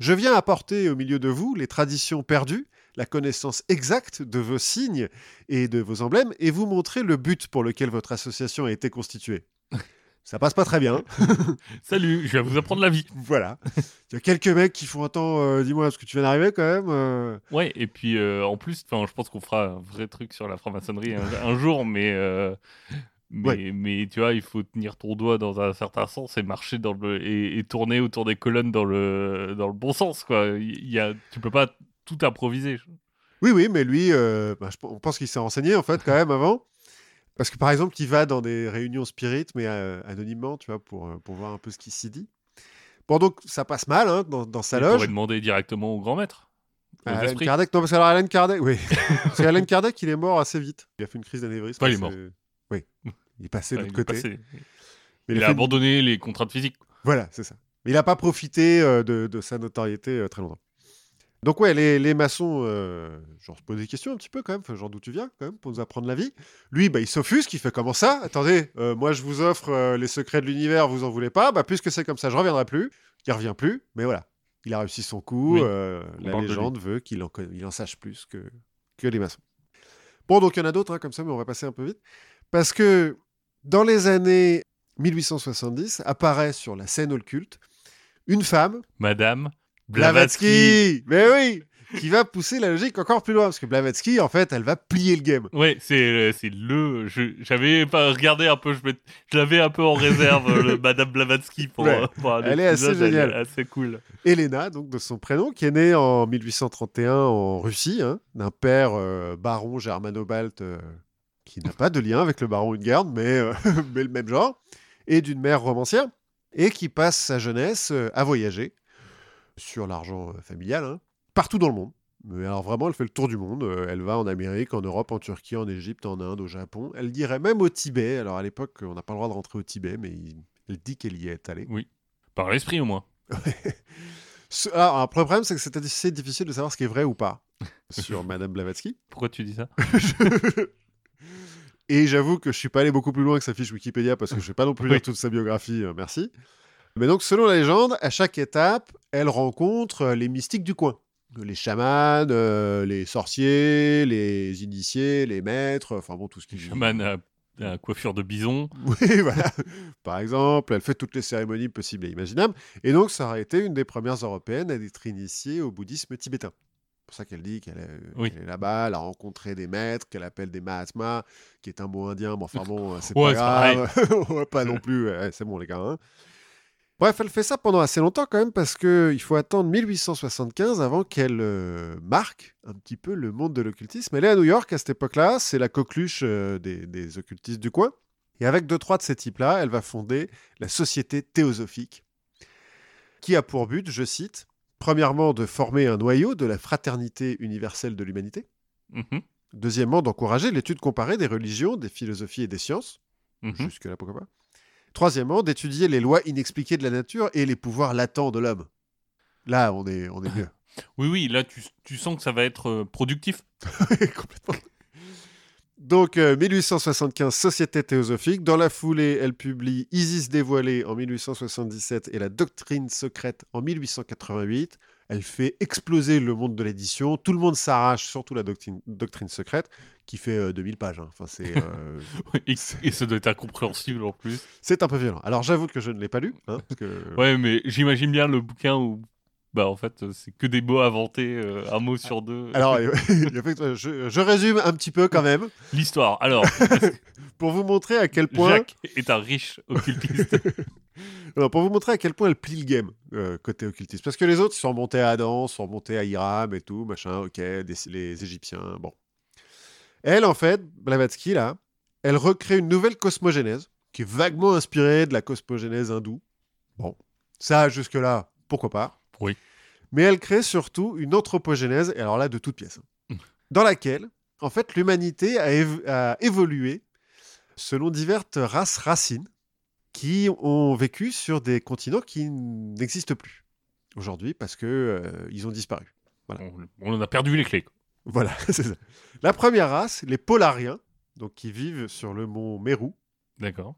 [SPEAKER 1] Je viens apporter au milieu de vous les traditions perdues, la connaissance exacte de vos signes et de vos emblèmes, et vous montrer le but pour lequel votre association a été constituée. Ça passe pas très bien. hein,
[SPEAKER 2] Salut, je vais vous apprendre la vie.
[SPEAKER 1] voilà. Il y a quelques mecs qui font Attends, euh, dis-moi, est-ce que tu viens d'arriver quand même euh
[SPEAKER 2] Ouais, et puis euh, en plus, 'fin, je pense qu'on fera un vrai truc sur la franc-maçonnerie un, un jour, mais, euh, mais,
[SPEAKER 1] Ouais.
[SPEAKER 2] mais tu vois, il faut tenir ton doigt dans un certain sens et marcher dans le et, et tourner autour des colonnes dans le dans le bon sens quoi. Il y a, tu peux pas tout improviser.
[SPEAKER 1] Oui, oui, mais lui, euh, bah, je p- on pense qu'il s'est renseigné en fait quand même avant. Parce que par exemple, il va dans des réunions spirites, mais euh, anonymement, tu vois, pour, euh, pour voir un peu ce qui s'y dit. Bon, donc ça passe mal hein, dans, dans sa
[SPEAKER 2] Tu pourrais
[SPEAKER 1] loge. Ah,
[SPEAKER 2] demander directement au grand maître. aux
[SPEAKER 1] À Alan
[SPEAKER 2] esprits.
[SPEAKER 1] Kardec, non, parce que alors Alan Kardec, oui. parce que Alan Kardec, il est mort assez vite. Il a fait une crise d'anévrisme.
[SPEAKER 2] Pas, il est mort.
[SPEAKER 1] c'est- Oui. Il est passé de
[SPEAKER 2] Ah,
[SPEAKER 1] l'autre
[SPEAKER 2] il est
[SPEAKER 1] côté.
[SPEAKER 2] passé.
[SPEAKER 1] Mais
[SPEAKER 2] Il
[SPEAKER 1] il a
[SPEAKER 2] a
[SPEAKER 1] fait-
[SPEAKER 2] abandonné les contrats de physique.
[SPEAKER 1] Voilà, c'est ça. Mais il n'a pas profité euh, de, de sa notoriété euh, très longtemps. Donc ouais, les, les maçons, euh, genre se posent des questions un petit peu quand même, enfin, genre d'où tu viens quand même, pour nous apprendre la vie. Lui, bah, il s'offusque, il fait comment ça Attendez, euh, moi je vous offre euh, les secrets de l'univers, vous en voulez pas Bah puisque c'est comme ça, je reviendrai plus. Il revient plus, mais voilà. Il a réussi son coup,
[SPEAKER 2] Oui,
[SPEAKER 1] euh,
[SPEAKER 2] on
[SPEAKER 1] la
[SPEAKER 2] parle de lui.
[SPEAKER 1] légende veut qu'il en, conna- il en sache plus que, que les maçons. Bon, donc il y en a d'autres hein, comme ça, mais on va passer un peu vite. Parce que dans les années 1870, apparaît sur la scène occulte une femme
[SPEAKER 2] Madame Blavatsky.
[SPEAKER 1] Blavatsky Mais oui Qui va pousser la logique encore plus loin. Parce que Blavatsky, en fait, elle va plier le game.
[SPEAKER 2] Ouais, c'est euh, c'est le. je- J'avais pas regardé un peu, je, m'étais- je l'avais un peu en réserve, euh, le Madame Blavatsky pour.
[SPEAKER 1] Ouais.
[SPEAKER 2] euh, pour un
[SPEAKER 1] Elle est assez
[SPEAKER 2] épisode, elle
[SPEAKER 1] géniale.
[SPEAKER 2] est assez cool.
[SPEAKER 1] Elena, donc de son prénom, qui est née en 1831 en Russie, hein, d'un père euh, baron germano-balte euh, qui n'a pas de lien avec le baron Ungern, mais, euh, mais le même genre, et d'une mère romancière, et qui passe sa jeunesse euh, à voyager sur l'argent euh, familial, hein, partout dans le monde. Mais alors vraiment, elle fait le tour du monde. Euh, elle va en Amérique, en Europe, en Turquie, en Égypte, en Inde, au Japon. Elle dirait même au Tibet. Alors à l'époque, on n'a pas le droit de rentrer au Tibet, mais il- elle dit qu'elle y est allée.
[SPEAKER 2] Par l'esprit au moins.
[SPEAKER 1] Ce- alors, un problème, c'est que c'est assez difficile de savoir ce qui est vrai ou pas sur Madame Blavatsky.
[SPEAKER 2] Pourquoi tu dis ça
[SPEAKER 1] Et j'avoue que je suis pas allé beaucoup plus loin que sa fiche Wikipédia parce que je vais pas non plus lire
[SPEAKER 2] Oui.
[SPEAKER 1] toute sa biographie, euh, merci. Mais donc, selon la légende, à chaque étape, elle rencontre euh, les mystiques du coin. Les chamans, euh, les sorciers, les initiés, les maîtres, enfin bon, tout ce qui
[SPEAKER 2] Chaman à, à coiffure de bison.
[SPEAKER 1] Oui, voilà. Par exemple, elle fait toutes les cérémonies possibles et imaginables. Et donc, ça aurait été une des premières européennes à être initiée au bouddhisme tibétain. C'est pour ça qu'elle dit qu'elle est,
[SPEAKER 2] Oui.
[SPEAKER 1] qu'elle est là-bas, elle a rencontré des maîtres qu'elle appelle des mahatmas, qui est un mot indien, mais enfin bon, c'est
[SPEAKER 2] Ouais, c'est
[SPEAKER 1] pas grave. Ouais, pas non plus, Ouais, c'est bon les gars. hein. Bref, elle fait ça pendant assez longtemps quand même, parce qu'il faut attendre 1875 avant qu'elle euh, marque un petit peu le monde de l'occultisme. Elle est à New York à cette époque-là, c'est la coqueluche euh, des- des occultistes du coin. Et avec deux, trois de ces types-là, elle va fonder la Société théosophique, qui a pour but, je cite, premièrement de former un noyau de la fraternité universelle de l'humanité,
[SPEAKER 2] Mhm,
[SPEAKER 1] deuxièmement d'encourager l'étude comparée des religions, des philosophies et des sciences,
[SPEAKER 2] mhm.
[SPEAKER 1] jusque-là pourquoi pas, troisièmement d'étudier les lois inexpliquées de la nature et les pouvoirs latents de l'homme. Là, on est, on est mieux.
[SPEAKER 2] Oui, oui, là tu, tu sens que ça va être euh, productif.
[SPEAKER 1] Complètement. Donc, euh, 1875, Société théosophique. Dans la foulée, elle publie Isis dévoilée en 1877 et La doctrine secrète en 1888. Elle fait exploser le monde de l'édition. Tout le monde s'arrache, surtout la doctrine, doctrine secrète, qui fait euh, 2000 pages. hein. Enfin, c'est, euh,
[SPEAKER 2] Et, et ça doit être incompréhensible en plus.
[SPEAKER 1] c'est un peu violent. Alors, j'avoue que je ne l'ai pas lu. hein, parce que-
[SPEAKER 2] Ouais, mais j'imagine bien le bouquin où. Bah, en fait, euh, c'est que des mots inventés, euh, un mot sur deux.
[SPEAKER 1] Alors, euh, effectivement, je, je résume un petit peu quand même,
[SPEAKER 2] L'histoire. Alors,
[SPEAKER 1] pour vous montrer à quel point...
[SPEAKER 2] Jacques est un riche occultiste.
[SPEAKER 1] Non, Euh, pour vous montrer à quel point elle plie le game euh, côté occultiste. Parce que les autres ils sont remontés à Adam, sont remontés à Hiram et tout, machin, ok, des- les Égyptiens, bon. Elle, en fait, Blavatsky, là, elle recrée une nouvelle cosmogénèse qui est vaguement inspirée de la cosmogénèse hindoue. Bon, ça, jusque-là, pourquoi pas.
[SPEAKER 2] Oui.
[SPEAKER 1] Mais elle crée surtout une anthropogénèse, et alors là, de toutes pièces, hein, dans laquelle, en fait, l'humanité a, év- a évolué selon diverses races racines qui ont vécu sur des continents qui n'existent plus aujourd'hui parce que euh, ils ont disparu.
[SPEAKER 2] on, on en a perdu les clés. quoi.
[SPEAKER 1] Voilà, c'est ça. La première race, les Polariens, donc qui vivent sur le mont Mérou,
[SPEAKER 2] D'accord.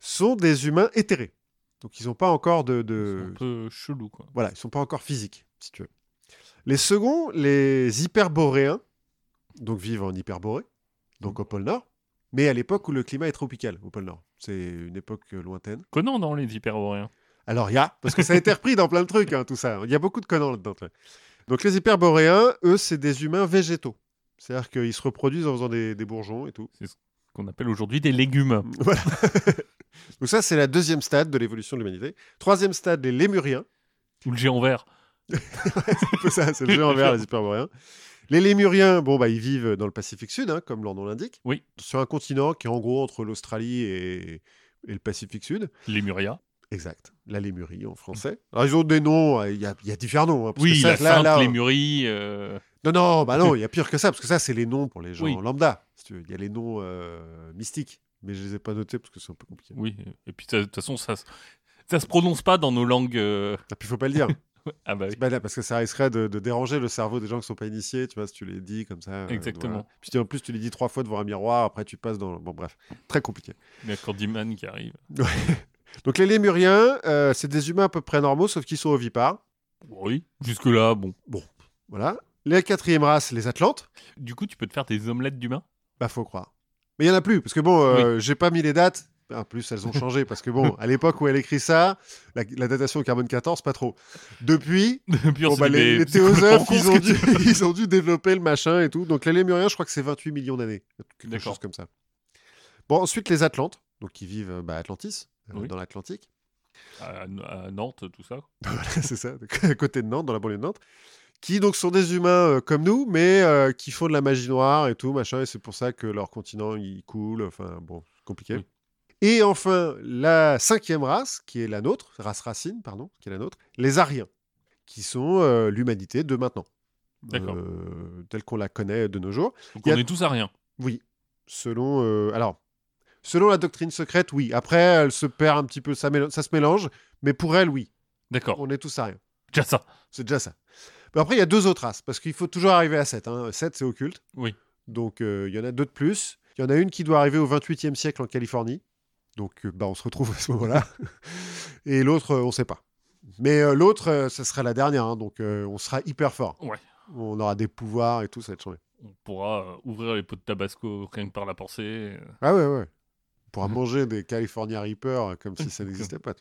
[SPEAKER 1] sont des humains éthérés. Donc ils n'ont pas encore de, de-
[SPEAKER 2] C'est un peu chelou, quoi.
[SPEAKER 1] voilà, ils sont pas encore physiques, si tu veux. Les seconds, les hyperboréens, donc vivent en hyperborée, donc au pôle Nord, mais à l'époque où le climat est tropical au pôle Nord. C'est une époque euh, lointaine.
[SPEAKER 2] Conan dans les hyperboréens.
[SPEAKER 1] Alors, il y a, parce que ça a été repris dans plein de trucs, hein, tout ça. Il y a beaucoup de connards là-dedans. tu vois. Donc, les hyperboréens, eux, c'est des humains végétaux. C'est-à-dire qu'ils se reproduisent en faisant des, des bourgeons et tout.
[SPEAKER 2] Qu'on appelle aujourd'hui des légumes.
[SPEAKER 1] Voilà. Donc, ça, c'est la deuxième stade de l'évolution de l'humanité. Troisième stade, les lémuriens.
[SPEAKER 2] Ou le géant vert.
[SPEAKER 1] C'est un peu ça, c'est le jeu envers les hyperboréens. Les lémuriens, bon, bah, ils vivent dans le Pacifique Sud, hein, comme leur nom l'indique.
[SPEAKER 2] Oui.
[SPEAKER 1] Sur un continent qui est en gros entre l'Australie et, et le Pacifique Sud.
[SPEAKER 2] Lémuria.
[SPEAKER 1] Exact. La Lémurie en français. Alors, ils ont des noms, euh, il y, a- il y a différents noms. hein, parce que
[SPEAKER 2] Oui,
[SPEAKER 1] ça,
[SPEAKER 2] la
[SPEAKER 1] là-
[SPEAKER 2] sainte
[SPEAKER 1] là,
[SPEAKER 2] Lémurie. euh,
[SPEAKER 1] Non, non, bah non, il y a pire que ça, parce que ça, c'est les noms pour les gens
[SPEAKER 2] Oui.
[SPEAKER 1] lambda. si tu veux. Il y a les noms euh, mystiques, mais je les ai pas notés parce que c'est un peu compliqué.
[SPEAKER 2] Oui. Et puis, de toute façon, ça, se- ça se prononce pas dans nos langues. euh,
[SPEAKER 1] Et puis, il faut pas le dire.
[SPEAKER 2] Ah bah oui.
[SPEAKER 1] C'est pas là, parce que ça risquerait de, de déranger le cerveau des gens qui sont pas initiés, tu vois, si tu les dis comme ça. euh,
[SPEAKER 2] Exactement.
[SPEAKER 1] voilà. Puis tu- en plus, tu les dis trois fois devant un miroir, après tu passes dans. Bon, bref, très compliqué.
[SPEAKER 2] Il y a Cordyman qui arrive.
[SPEAKER 1] Donc les lémuriens, euh, c'est des humains à peu près normaux, sauf qu'ils sont ovipares.
[SPEAKER 2] Oui. Jusque-là, bon.
[SPEAKER 1] Voilà. La quatrième race, les Atlantes,
[SPEAKER 2] Du coup, tu peux te faire des omelettes d'humains
[SPEAKER 1] bah faut croire. Mais il y en a plus, parce que bon, euh, j'ai pas mis les dates. En plus, elles ont changé, parce que bon, à l'époque où elle écrit ça, la, la datation au carbone 14, pas trop. Depuis,
[SPEAKER 2] Puis on
[SPEAKER 1] bon,
[SPEAKER 2] se
[SPEAKER 1] bah,
[SPEAKER 2] dit,
[SPEAKER 1] les,
[SPEAKER 2] mais
[SPEAKER 1] les
[SPEAKER 2] c'est complètement
[SPEAKER 1] théosophes,
[SPEAKER 2] con
[SPEAKER 1] ils
[SPEAKER 2] ce
[SPEAKER 1] ont,
[SPEAKER 2] que
[SPEAKER 1] dû,
[SPEAKER 2] tu-
[SPEAKER 1] ils ont dû développer le machin et tout. Donc les lémuriens, je crois que c'est 28 millions d'années, quelque
[SPEAKER 2] D'accord.
[SPEAKER 1] chose comme ça. Bon, ensuite les Atlantes, donc qui vivent euh, bah, Atlantis, euh,
[SPEAKER 2] Oui.
[SPEAKER 1] dans l'Atlantique.
[SPEAKER 2] Ah, À, à Nantes, tout
[SPEAKER 1] Euh,
[SPEAKER 2] ça.
[SPEAKER 1] c'est ça, donc, à côté de Nantes, dans la banlieue de Nantes, qui donc sont des humains euh, comme nous, mais euh, qui font de la magie noire et tout, machin, et c'est pour ça que leur continent, il coule, enfin bon, c'est compliqué.
[SPEAKER 2] Oui.
[SPEAKER 1] Et enfin, la cinquième race, qui est la nôtre, race racine, pardon, qui est la nôtre, les Ariens, qui sont euh, l'humanité de maintenant.
[SPEAKER 2] D'accord.
[SPEAKER 1] Euh, telle qu'on la connaît de nos jours.
[SPEAKER 2] Donc
[SPEAKER 1] Il y a-
[SPEAKER 2] on est tous à rien.
[SPEAKER 1] Oui, selon... euh, alors, selon la doctrine secrète, oui. Après, elle se perd un petit peu, ça, méla- ça se mélange, mais pour elle, oui.
[SPEAKER 2] D'accord.
[SPEAKER 1] On est tous Ariens.
[SPEAKER 2] Déjà ça.
[SPEAKER 1] C'est déjà ça. Mais après, il y a deux autres races, parce qu'il faut toujours arriver à 7. 7, c'est occulte.
[SPEAKER 2] Oui.
[SPEAKER 1] Donc, euh, il y en a deux de plus. Il y en a une qui doit arriver au 28e siècle en Californie. Donc, euh, bah, on se retrouve à ce moment-là. Et l'autre, euh, on ne sait pas. Mais euh, l'autre, euh, ça sera la dernière. hein. donc, euh, on sera hyper fort.
[SPEAKER 2] Ouais.
[SPEAKER 1] On aura des pouvoirs et tout, ça va être changé.
[SPEAKER 2] On pourra euh, ouvrir les pots de tabasco rien que par la pensée. euh.
[SPEAKER 1] Ah ouais, ouais. On pourra manger des California Reapers euh, comme si ça n'existait pas.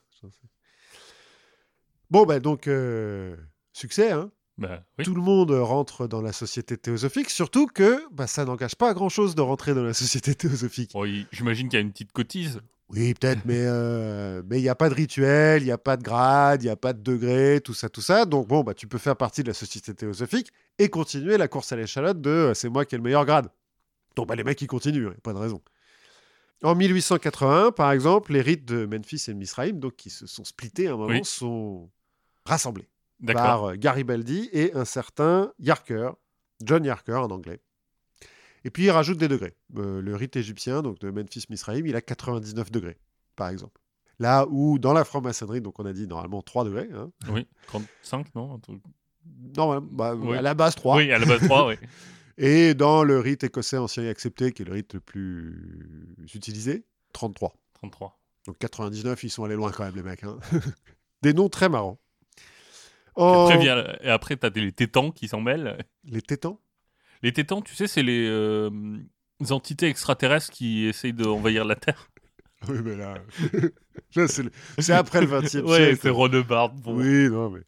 [SPEAKER 1] Bon, bah, donc, euh, succès, hein
[SPEAKER 2] Bah oui.
[SPEAKER 1] tout le monde rentre dans la société théosophique, surtout que bah, ça n'engage pas à grand-chose de rentrer dans la société théosophique.
[SPEAKER 2] Bon, il- J'imagine qu'il y a une petite cotise.
[SPEAKER 1] Oui, peut-être, mais euh, mais il n'y a pas de rituel, il n'y a pas de grade, il n'y a pas de degré, tout ça, tout ça. Donc bon, bah, tu peux faire partie de la société théosophique et continuer la course à l'échalote de euh, c'est moi qui ai le meilleur grade. Donc bah, les mecs, ils continuent, hein, pas de raison. En 1881, par exemple, les rites de Memphis et de Misraïm, donc qui se sont splittés à un moment,
[SPEAKER 2] Oui.
[SPEAKER 1] sont rassemblés
[SPEAKER 2] D'accord.
[SPEAKER 1] par euh, Garibaldi et un certain Yarker, John Yarker en anglais. Et puis il rajoute des degrés. Euh, le rite égyptien, donc de Memphis Misraïm, il a 99 degrés, par exemple. Là où dans la franc-maçonnerie, donc on a dit normalement 3 degrés. hein.
[SPEAKER 2] Oui. 35, non un truc-
[SPEAKER 1] Non, bah,
[SPEAKER 2] Oui.
[SPEAKER 1] à la base 3.
[SPEAKER 2] Oui, à la base 3, oui.
[SPEAKER 1] Et dans le rite écossais ancien et accepté, qui est le rite le plus utilisé, 33.
[SPEAKER 2] 33.
[SPEAKER 1] Donc 99, ils sont allés loin quand même, les mecs. hein. des noms très marrants.
[SPEAKER 2] Et
[SPEAKER 1] En-
[SPEAKER 2] après, vient- et après, t'as des- les tétans qui s'en mêlent.
[SPEAKER 1] Les tétans
[SPEAKER 2] Les tétans, tu sais, c'est les, euh, les entités extraterrestres qui essayent d'envahir la Terre.
[SPEAKER 1] Oui, mais là, là, c'est le- c'est après le 20e
[SPEAKER 2] Ouais,
[SPEAKER 1] siècle.
[SPEAKER 2] c'est Ronebard. Bon.
[SPEAKER 1] Oui, non, mais.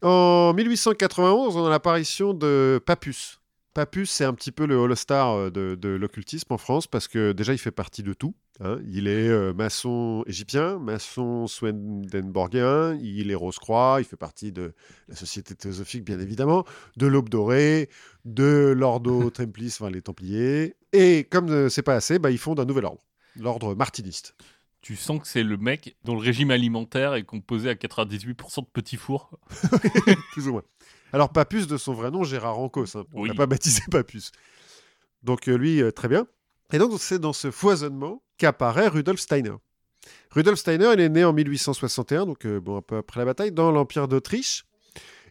[SPEAKER 1] En 1891, on a l'apparition de Papus. Papus, c'est un petit peu le holostar euh, de, de l'occultisme en France parce que déjà, il fait partie de tout. hein. Il est euh, maçon égyptien, maçon swedenborgien, il est Rose-Croix, il fait partie de la Société théosophique, bien évidemment, de l'Aube dorée, de l'Ordo Templis, enfin les Templiers. Et comme euh, c'est pas assez, bah, ils fondent un nouvel ordre, l'ordre martiniste.
[SPEAKER 2] Tu sens que c'est le mec dont le régime alimentaire est composé à 98% de petits fours.
[SPEAKER 1] plus ou moins. Alors, Papus, de son vrai nom, Gérard Rancos. hein. On
[SPEAKER 2] Oui.
[SPEAKER 1] n'a pas baptisé Papus. Donc, euh, lui, euh, très bien. Et donc, c'est dans ce foisonnement qu'apparaît Rudolf Steiner. Rudolf Steiner, il est né en 1861, donc euh, bon, un peu après la bataille, dans l'Empire d'Autriche.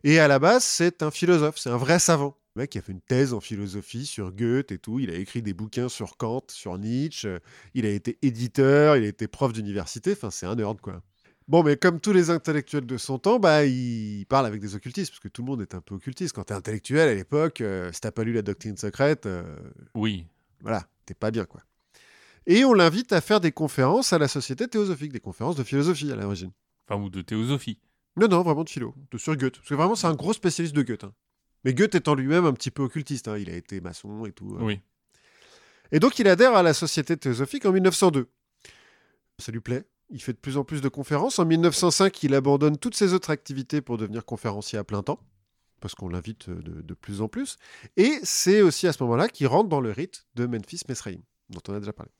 [SPEAKER 1] Et à la base, c'est un philosophe, c'est un vrai savant. Le mec, il a fait une thèse en philosophie sur Goethe et tout. Il a écrit des bouquins sur Kant, sur Nietzsche. Euh, Il a été éditeur, il a été prof d'université. Enfin, c'est un nerd, quoi. Bon, mais comme tous les intellectuels de son temps, bah, ils parlent avec des occultistes, parce que tout le monde est un peu occultiste. Quand t'es intellectuel à l'époque, euh, si t'as pas lu la doctrine secrète, euh,
[SPEAKER 2] Oui.
[SPEAKER 1] voilà, t'es pas bien, quoi. Et on l'invite à faire des conférences à la Société théosophique, des conférences de philosophie à l'origine.
[SPEAKER 2] Enfin, ou de théosophie.
[SPEAKER 1] Non, non, vraiment de philo, de sur Goethe. Parce que vraiment, c'est un gros spécialiste de Goethe. hein. Mais Goethe étant lui-même un petit peu occultiste, hein, il a été maçon et tout. euh.
[SPEAKER 2] Oui.
[SPEAKER 1] Et donc, il adhère à la Société théosophique en 1902. Ça lui plaît. Il fait de plus en plus de conférences. En 1905, il abandonne toutes ses autres activités pour devenir conférencier à plein temps, parce qu'on l'invite euh, de, de plus en plus. Et c'est aussi à ce moment-là qu'il rentre dans le rite de Memphis Mesraim, dont on a déjà parlé.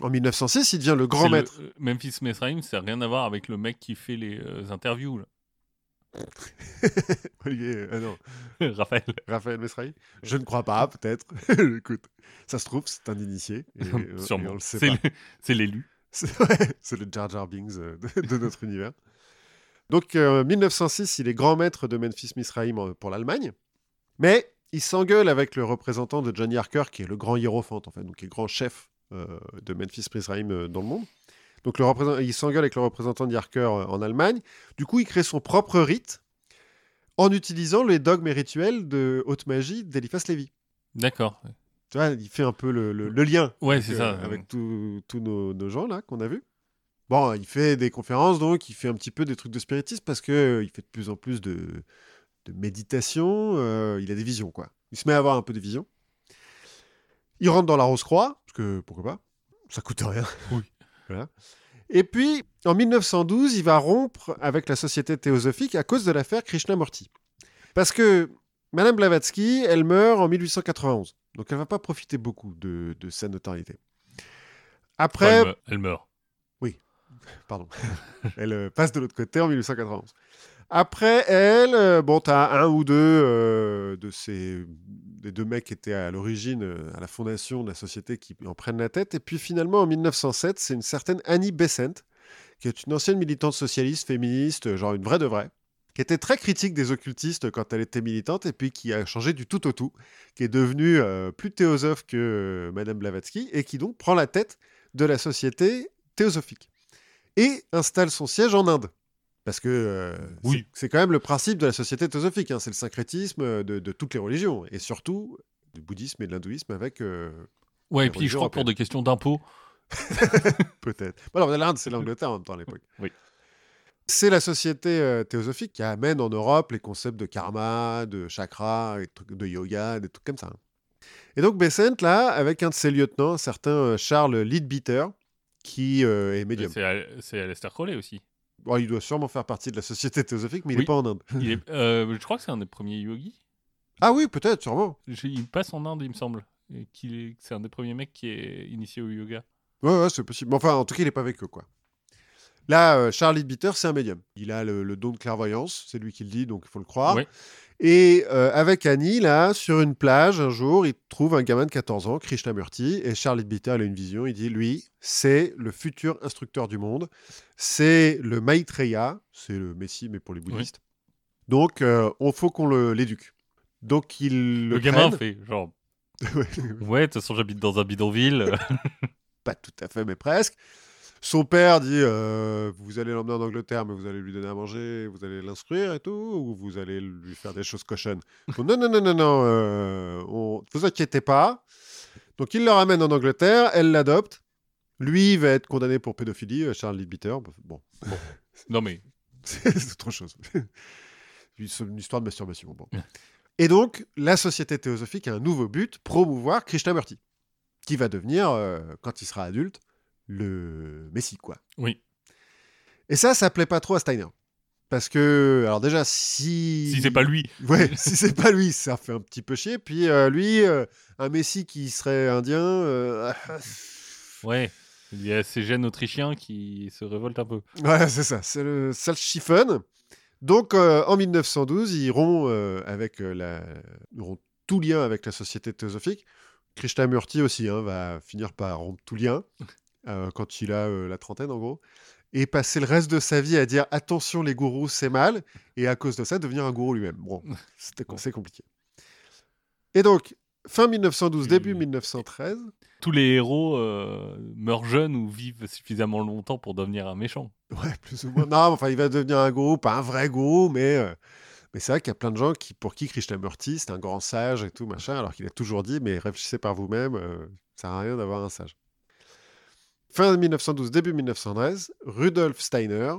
[SPEAKER 1] En 1906, il devient le grand
[SPEAKER 2] C'est le-
[SPEAKER 1] maître.
[SPEAKER 2] euh, Memphis Mesraim, ça n'a rien à voir avec le mec qui fait les euh, interviews, là.
[SPEAKER 1] Olivier, euh, ah non,
[SPEAKER 2] Raphaël.
[SPEAKER 1] Raphaël Mesraï Je ne crois pas, peut-être. Écoute, ça se trouve, c'est un initié. et, euh, et on
[SPEAKER 2] Sûrement.
[SPEAKER 1] le sait
[SPEAKER 2] C'est
[SPEAKER 1] pas.
[SPEAKER 2] le- c'est l'élu.
[SPEAKER 1] C'est ouais, c'est le Jar Jar Bings euh, de, de notre univers. Donc, euh, 1906, il est grand maître de Memphis Misraïm euh, pour l'Allemagne. Mais il s'engueule avec le représentant de Johnny Harker, qui est le grand hiérophante, en fait, donc qui est le grand chef euh, de Memphis Misraïm euh, dans le monde. Donc, le représent- il s'engueule avec le représentant de Harker euh, en Allemagne. Du coup, il crée son propre rite en utilisant les dogmes et rituels de haute magie d'Eliphas Lévy.
[SPEAKER 2] D'accord.
[SPEAKER 1] Tu vois, il fait un peu le- le- le lien
[SPEAKER 2] Ouais, c'est
[SPEAKER 1] euh,
[SPEAKER 2] ça.
[SPEAKER 1] Avec tous tous nos, nos gens là qu'on a vus. Bon, il fait des conférences donc, il fait un petit peu des trucs de spiritisme parce que euh, il fait de plus en plus de, de méditation. euh, il a des visions quoi. Il se met à avoir un peu des visions. Il rentre dans la Rose Croix parce que pourquoi pas Ça coûte rien.
[SPEAKER 2] Oui.
[SPEAKER 1] Voilà. Et puis en 1912, il va rompre avec la Société théosophique à cause de l'affaire Krishnamurti. Parce que Madame Blavatsky, elle meurt en 1891. Donc elle va pas profiter beaucoup de, de sa notoriété.
[SPEAKER 2] Enfin,
[SPEAKER 1] Après,
[SPEAKER 2] elle, me- elle meurt.
[SPEAKER 1] pardon, elle euh, passe de l'autre côté en 1891. Après elle, euh, bon, tu as un ou deux euh, de ces des deux mecs qui étaient à l'origine, euh, à la fondation de la société, qui en prennent la tête. Et puis finalement, en 1907, c'est une certaine Annie Besant, qui est une ancienne militante socialiste, féministe, euh, genre une vraie de vraie, qui était très critique des occultistes quand elle était militante, et puis qui a changé du tout au tout, qui est devenue euh, plus théosophe que euh, Madame Blavatsky, et qui donc prend la tête de la société théosophique et installe son siège en Inde. Parce que euh,
[SPEAKER 2] Oui.
[SPEAKER 1] c'est c'est quand même le principe de la société théosophique, hein, c'est le syncrétisme euh, de, de toutes les religions, et surtout du bouddhisme et de l'hindouisme avec euh,
[SPEAKER 2] Ouais, et
[SPEAKER 1] La
[SPEAKER 2] puis je
[SPEAKER 1] religion
[SPEAKER 2] crois que pour des questions d'impôts.
[SPEAKER 1] peut-être. Bon, alors l'Inde, c'est l'Angleterre en même temps à l'époque.
[SPEAKER 2] Oui.
[SPEAKER 1] C'est la société euh, théosophique qui amène en Europe les concepts de karma, de chakra, et de trucs- de yoga, des trucs comme ça. hein. Et donc Besant, là, avec un de ses lieutenants, un certain euh, Charles Leadbeater, qui euh, est médium.
[SPEAKER 2] C'est Al- c'est Aleister Crowley aussi.
[SPEAKER 1] Bon, il doit sûrement faire partie de la société théosophique, mais il
[SPEAKER 2] Oui.
[SPEAKER 1] n'est pas en Inde.
[SPEAKER 2] Il est- euh, je crois que c'est un des premiers yogis.
[SPEAKER 1] Ah oui, peut-être, sûrement.
[SPEAKER 2] Je- Il passe en Inde, il me semble. Et qu'il est- C'est un des premiers mecs qui est initié au yoga.
[SPEAKER 1] Ouais, ouais, c'est possible. Mais Enfin, en tout cas, il n'est pas avec eux, quoi. Là, euh, Charlie Bitter, c'est un médium. Il a le, le don de clairvoyance, c'est lui qui le dit, donc il faut le croire.
[SPEAKER 2] Ouais.
[SPEAKER 1] Et euh, avec Annie, là, sur une plage, un jour, il trouve un gamin de 14 ans, Krishnamurti, et Charlie Bitter, il a une vision, il dit, lui, c'est le futur instructeur du monde, c'est le Maitreya, c'est le Messie, mais pour les bouddhistes. Donc, euh, on faut qu'on le- l'éduque. Donc, il le,
[SPEAKER 2] Le, gamin
[SPEAKER 1] prenne.
[SPEAKER 2] fait genre.
[SPEAKER 1] Ouais.
[SPEAKER 2] Ouais, de toute façon, j'habite dans un bidonville.
[SPEAKER 1] pas tout à fait, mais presque. Son père dit euh, Vous allez l'emmener en Angleterre, mais vous allez lui donner à manger, vous allez l'instruire et tout, ou vous allez lui faire des choses cochonnes. Ils font, non, non, non, non, non, euh, on- vous inquiétez pas. Donc il le ramène en Angleterre, elle l'adopte. Lui va être condamné pour pédophilie, euh, Charles Bitter. Bon,
[SPEAKER 2] non, mais
[SPEAKER 1] c'est autre chose. C'est une histoire de masturbation. Bon. Et donc, la société théosophique a un nouveau but, promouvoir Krishnamurti, qui va devenir, euh, quand il sera adulte, le Messie, quoi.
[SPEAKER 2] oui.
[SPEAKER 1] Et ça, ça plaît pas trop à Steiner. Parce que, alors déjà, si...
[SPEAKER 2] Si c'est pas lui.
[SPEAKER 1] Ouais, si c'est pas lui, ça fait un petit peu chier. Puis euh, lui, euh, un Messie qui serait indien... euh,
[SPEAKER 2] Ouais. Il y a ces gènes autrichiens qui se révoltent un peu.
[SPEAKER 1] Voilà, c'est ça, c'est le, ça le chiffonne. Donc, euh, en 1912, ils rompt, euh, avec, euh, la, ils rompt tout lien avec la société théosophique. Krishnamurti aussi hein, va finir par rompre tout lien euh, quand il a euh, la trentaine, en gros. Et passer le reste de sa vie à dire attention, les gourous, c'est mal. Et à cause de ça, devenir un gourou lui-même. Bon, c'était com- c'est compliqué. Et donc, fin 1912, début
[SPEAKER 2] Et-
[SPEAKER 1] 1913.
[SPEAKER 2] Tous les héros euh, meurent jeunes ou vivent suffisamment longtemps pour devenir un méchant.
[SPEAKER 1] Ouais, plus ou moins. Non, enfin, il va devenir un gourou, pas un vrai gourou, mais, euh, mais c'est vrai qu'il y a plein de gens qui, pour qui Krishnamurti, c'est un grand sage et tout, machin, alors qu'il a toujours dit, mais réfléchissez par vous-même, euh, ça sert à rien d'avoir un sage. Fin 1912, début 1913, Rudolf Steiner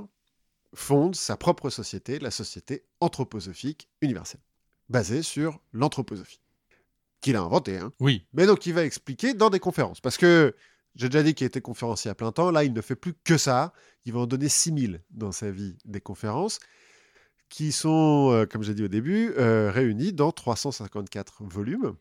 [SPEAKER 1] fonde sa propre société, la Société anthroposophique universelle, basée sur l'anthroposophie, qu'il a inventée. hein.
[SPEAKER 2] Oui.
[SPEAKER 1] Mais donc, il va expliquer dans des conférences. Parce que j'ai déjà dit qu'il était conférencier à plein temps. Là, il ne fait plus que ça. Il va en donner 6000 dans sa vie des conférences qui sont, euh, comme j'ai dit au début, euh, réunies dans 354 volumes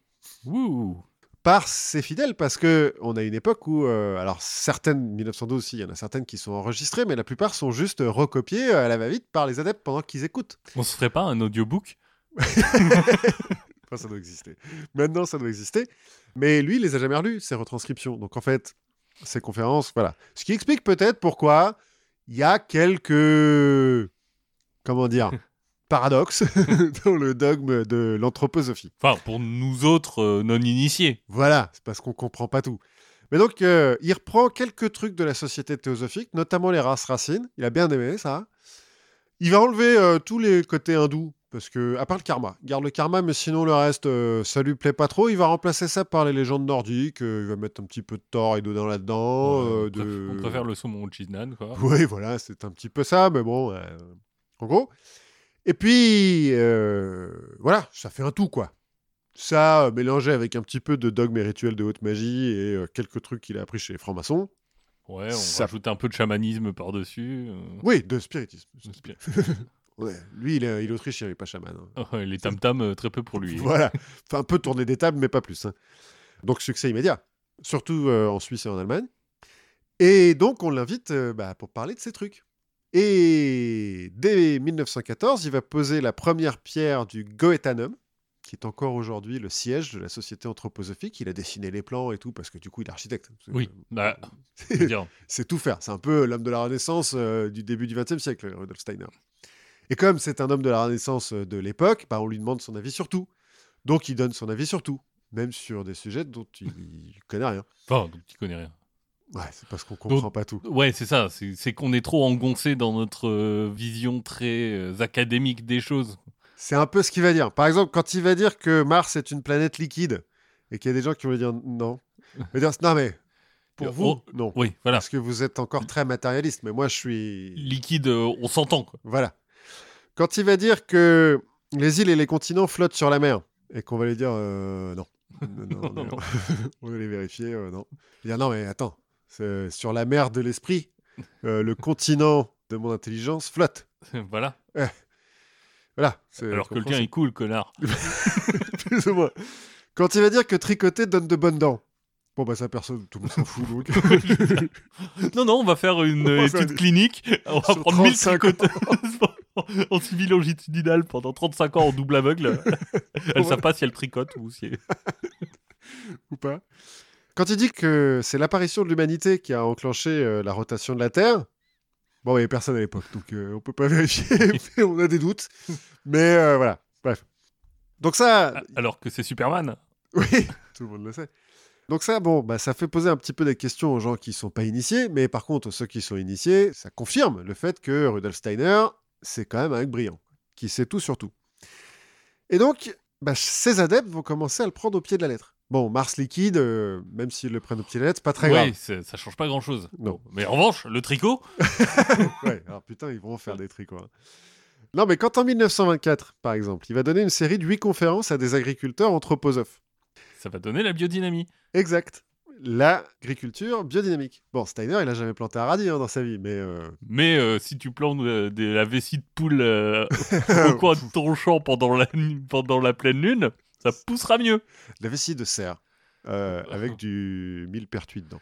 [SPEAKER 2] Wouh.
[SPEAKER 1] par ses fidèles parce que on a une époque où euh, alors certaines 1912 aussi il y en a certaines qui sont enregistrées mais la plupart sont juste recopiées euh, à la va-vite par les adeptes pendant qu'ils écoutent
[SPEAKER 2] On se ferait pas un audiobook
[SPEAKER 1] Enfin, ça doit exister. Maintenant, ça doit exister. Mais lui, il les a jamais relus, ces retranscriptions. Donc, en fait, ces conférences, voilà. Ce qui explique peut-être pourquoi il y a quelques. Comment dire Paradoxes dans le dogme de l'anthroposophie.
[SPEAKER 2] Enfin, pour nous autres euh, non-initiés.
[SPEAKER 1] Voilà, c'est parce qu'on comprend pas tout. Mais donc, euh, il reprend quelques trucs de la société théosophique, notamment les races racines. Il a bien aimé ça. Il va enlever euh, tous les côtés hindous, parce que, à part le karma, il garde le karma, mais sinon le reste, euh, ça lui plaît pas trop. Il va remplacer ça par les légendes nordiques. euh, il va mettre un petit peu de Thor et d'Odin là-dedans. euh,
[SPEAKER 2] Euh, on, préfère,
[SPEAKER 1] de...
[SPEAKER 2] on préfère le saumon au chinnan, quoi.
[SPEAKER 1] Oui, voilà, c'est un petit peu ça, mais bon, euh, en gros. Et puis, euh, voilà, ça fait un tout, quoi. Ça, euh, mélangé avec un petit peu de dogme et rituel de haute magie et euh, quelques trucs qu'il a appris chez les francs-maçons.
[SPEAKER 2] Ouais, on
[SPEAKER 1] Ça-
[SPEAKER 2] rajoute un peu de chamanisme par-dessus. euh,
[SPEAKER 1] Oui, de spiritisme.
[SPEAKER 2] le spi-
[SPEAKER 1] Ouais, Lui, il est, il est autrichien, il est pas chaman. hein.
[SPEAKER 2] Oh, les tam-tams, euh, très peu pour lui.
[SPEAKER 1] Voilà. Enfin, un peu tourner des tables, mais pas plus. hein. Donc, succès immédiat. Surtout euh, en Suisse et en Allemagne. Et donc, on l'invite euh, bah, pour parler de ces trucs. Et dès 1914, il va poser la première pierre du Goethanum, qui est encore aujourd'hui le siège de la société anthroposophique. Il a dessiné les plans et tout, parce que du coup, il est architecte.
[SPEAKER 2] Oui, bah, je veux dire,
[SPEAKER 1] C'est tout faire. C'est un peu l'homme de la Renaissance euh, du début du XXe siècle, Rudolf Steiner. Et comme c'est un homme de la Renaissance euh, de l'époque, bah, on lui demande son avis sur tout. Donc il donne son avis sur tout, même sur des sujets dont il, il connaît rien.
[SPEAKER 2] enfin, donc tu connais rien.
[SPEAKER 1] Ouais, c'est parce qu'on comprend pas tout.
[SPEAKER 2] Ouais, c'est ça, c'est c'est qu'on est trop engoncé dans notre euh, vision très euh, académique des choses.
[SPEAKER 1] C'est un peu ce qu'il va dire. Par exemple, quand il va dire que Mars est une planète liquide et qu'il y a des gens qui vont lui dire non, il va dire non mais pour
[SPEAKER 2] Oh,
[SPEAKER 1] vous non,
[SPEAKER 2] Oui, voilà.
[SPEAKER 1] parce que vous êtes encore très matérialiste. Mais moi je suis
[SPEAKER 2] Liquide, euh, on s'entend, quoi.
[SPEAKER 1] Voilà. Quand il va dire que les îles et les continents flottent sur la mer et qu'on va lui dire euh, non. Non, non,
[SPEAKER 2] Non,
[SPEAKER 1] non. on va les vérifier, euh, non. Il va dire non, mais attends, c'est sur la mer de l'esprit, euh, le continent de mon intelligence flotte.
[SPEAKER 2] voilà.
[SPEAKER 1] Voilà. Euh, c'est
[SPEAKER 2] Alors que le tien est cool, connard.
[SPEAKER 1] plus ou moins. Quand il va dire que tricoter donne de bonnes dents. Bon, bah ça, personne, tout le monde s'en fout donc.
[SPEAKER 2] Non, non, on va faire une euh,
[SPEAKER 1] On va faire
[SPEAKER 2] étude
[SPEAKER 1] une-
[SPEAKER 2] clinique. On va
[SPEAKER 1] Sur
[SPEAKER 2] prendre 1000
[SPEAKER 1] 35
[SPEAKER 2] tricoteuses en suivi longitudinal pendant 35 ans en double aveugle. Elles savent pas si elles tricotent ou si.
[SPEAKER 1] ou pas. Quand il dit que c'est l'apparition de l'humanité qui a enclenché euh, la rotation de la Terre, bon, il n'y avait personne à l'époque, donc euh, on peut pas vérifier, mais on a des doutes. Mais euh, voilà, bref. Donc ça,
[SPEAKER 2] Alors que c'est Superman.
[SPEAKER 1] oui, tout le monde le sait. Donc ça, bon, bah, ça fait poser un petit peu des questions aux gens qui sont pas initiés, mais par contre, ceux qui sont initiés, ça confirme le fait que Rudolf Steiner, c'est quand même un mec brillant, qui sait tout sur tout. Et donc, bah, ses adeptes vont commencer à le prendre au pied de la lettre. Bon, Mars liquide, euh, même s'ils le prennent au pied de la lettre, c'est pas très grave.
[SPEAKER 2] oui, c'est- ça change pas grand chose.
[SPEAKER 1] Non.
[SPEAKER 2] Mais en revanche, le tricot,
[SPEAKER 1] Ouais, alors putain, ils vont en faire des trucs, quoi. Non, mais quand en 1924, par exemple, il va donner une série de huit conférences à des agriculteurs anthroposophes.
[SPEAKER 2] ça va donner la biodynamie.
[SPEAKER 1] Exact. L'agriculture biodynamique. Bon, Steiner, il a jamais planté un radis hein, dans sa vie, mais euh,
[SPEAKER 2] Mais euh, si tu plantes euh, de la vessie de poule euh, au coin de ton champ pendant la, nu- pendant la pleine lune, ça poussera mieux.
[SPEAKER 1] la vessie de cerf euh, avec du millepertuis dedans.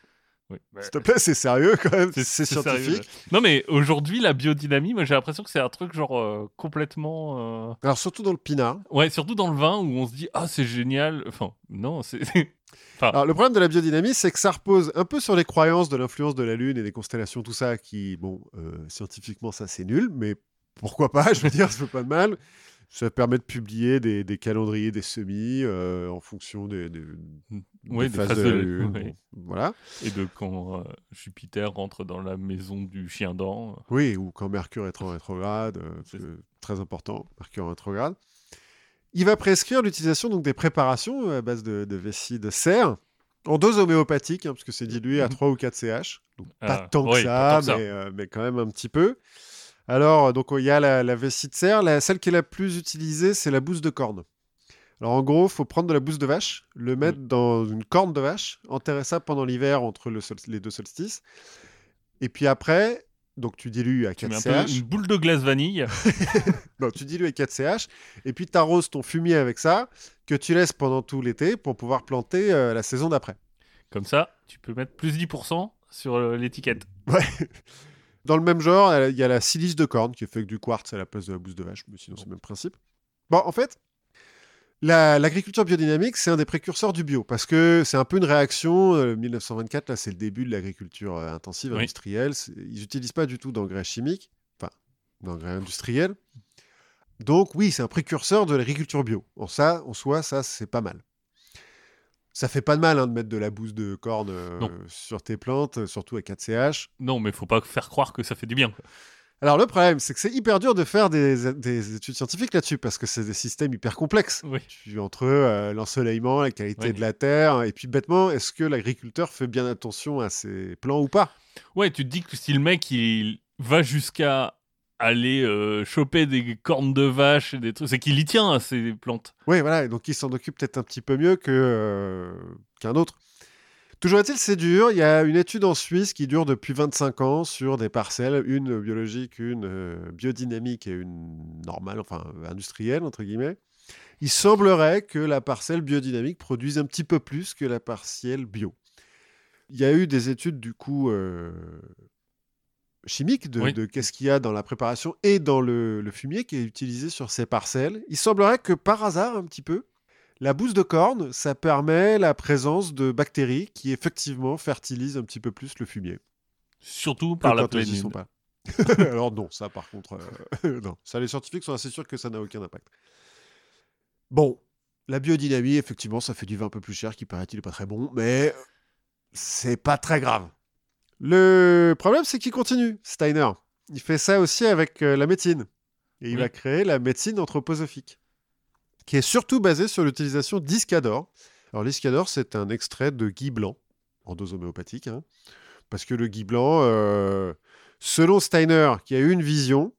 [SPEAKER 2] Oui.
[SPEAKER 1] S'il te plaît, c'est sérieux quand même.
[SPEAKER 2] C'est-
[SPEAKER 1] C'est
[SPEAKER 2] c'est sérieux,
[SPEAKER 1] scientifique.
[SPEAKER 2] là. Non, mais aujourd'hui, la biodynamie, moi j'ai l'impression que c'est un truc genre euh, complètement. euh,
[SPEAKER 1] Alors surtout dans le pinard.
[SPEAKER 2] Ouais, surtout dans le vin où on se dit Ah, c'est génial. Enfin, non, c'est. Ah.
[SPEAKER 1] Alors le problème de la biodynamie, c'est que ça repose un peu sur les croyances de l'influence de la Lune et des constellations, tout ça, qui, bon, euh, scientifiquement, ça c'est nul, mais pourquoi pas, je veux dire, ça fait pas de mal. Ça permet de publier des, des calendriers, des semis euh, en fonction des, des-
[SPEAKER 2] Ouais,
[SPEAKER 1] des phases de la Lune.
[SPEAKER 2] ouais.
[SPEAKER 1] bon, voilà.
[SPEAKER 2] Et de quand euh, Jupiter rentre dans la maison du chien d'an.
[SPEAKER 1] Oui, ou quand Mercure est en rétrograde, euh, parce
[SPEAKER 2] C'est
[SPEAKER 1] que très important, Mercure en rétrograde. euh, Il va prescrire l'utilisation donc des préparations à base de, de vessie de cerf En dose homéopathique, hein, parce que c'est dilué à 3 ou 4 CH. Donc pas
[SPEAKER 2] Ah,
[SPEAKER 1] tant que ça,
[SPEAKER 2] oui, pas tant que ça.
[SPEAKER 1] Mais, euh, mais quand même un petit peu. Alors, donc il y a la, la vessie de cerf. La, celle qui est la plus utilisée, c'est la bouse de corne. Alors en gros, faut prendre de la bouse de vache, le mettre
[SPEAKER 2] Mm.
[SPEAKER 1] dans une corne de vache, enterrer ça pendant l'hiver entre le sol- les deux solstices. Et puis après, donc tu dilues à
[SPEAKER 2] Tu mets
[SPEAKER 1] 4
[SPEAKER 2] un
[SPEAKER 1] CH.
[SPEAKER 2] peu une boule de glace vanille.
[SPEAKER 1] Non, tu dilues avec 4CH et puis t'arroses ton fumier avec ça que tu laisses pendant tout l'été pour pouvoir planter euh, la saison d'après.
[SPEAKER 2] Comme ça, tu peux mettre plus 10% sur euh, l'étiquette.
[SPEAKER 1] Dans le même genre, il y a la silice de corne qui est faite avec du quartz à la place de la bouse de vache, mais sinon c'est le même principe. Bon, en fait, la- l'agriculture biodynamique, c'est un des précurseurs du bio parce que c'est un peu une réaction. euh, 1924, là, c'est le début de l'agriculture euh, intensive,
[SPEAKER 2] Oui.
[SPEAKER 1] industrielle. C'est- Ils n'utilisent pas du tout d'engrais chimiques, enfin, d'engrais industriels. Donc, oui, c'est un précurseur de l'agriculture bio. En, ça, en soi, ça, c'est pas mal. Ça fait pas de mal hein, de mettre de la bouse de corne euh,
[SPEAKER 2] Non.
[SPEAKER 1] sur tes plantes, euh, surtout à 4CH.
[SPEAKER 2] Non, mais faut pas faire croire que ça fait du bien.
[SPEAKER 1] Alors le problème, c'est que c'est hyper dur de faire des, des études scientifiques là-dessus parce que c'est des systèmes hyper complexes.
[SPEAKER 2] Oui.
[SPEAKER 1] Tu- Entre euh, l'ensoleillement, la qualité
[SPEAKER 2] Oui.
[SPEAKER 1] de la terre, et puis bêtement, est-ce que l'agriculteur fait bien attention à ses plans ou pas
[SPEAKER 2] Ouais, tu te dis que si le mec il va jusqu'à aller euh, choper des cornes de vache et des trucs, c'est qu'il y tient à ces plantes.
[SPEAKER 1] Oui, voilà, et donc il s'en occupe peut-être un petit peu mieux que, euh, qu'un autre. Toujours est-il, c'est dur. Il y a une étude en Suisse qui dure depuis 25 ans sur des parcelles, une biologique, une euh, biodynamique et une normale, enfin euh, industrielle, entre guillemets. Il semblerait que la parcelle biodynamique produise un petit peu plus que la parcelle bio. Il y a eu des études, du coup, euh, chimiques de,
[SPEAKER 2] Oui.
[SPEAKER 1] de qu'est-ce qu'il y a dans la préparation et dans le, le fumier qui est utilisé sur ces parcelles. Il semblerait que par hasard, un petit peu, la bouse de corne, ça permet la présence de bactéries qui effectivement fertilisent un petit peu plus le fumier.
[SPEAKER 2] Surtout par
[SPEAKER 1] Que
[SPEAKER 2] la
[SPEAKER 1] quand elles y
[SPEAKER 2] pleine lune.
[SPEAKER 1] sont pas. Alors non, ça par contre, euh, non. Ça, les scientifiques sont assez sûrs que ça n'a aucun impact. Bon, la biodynamie, effectivement, ça fait du vin un peu plus cher, qui paraît-il est pas très bon, mais c'est pas très grave. Le problème, c'est qu'il continue, Steiner. Il fait ça aussi avec euh, la médecine. Et il
[SPEAKER 2] Oui.
[SPEAKER 1] va créer la médecine anthroposophique, qui est surtout basée sur l'utilisation d'iscador. Alors l'iscador, c'est un extrait de gui blanc, en dose homéopathique, hein, parce que le gui blanc, euh, selon Steiner, qui a eu une vision,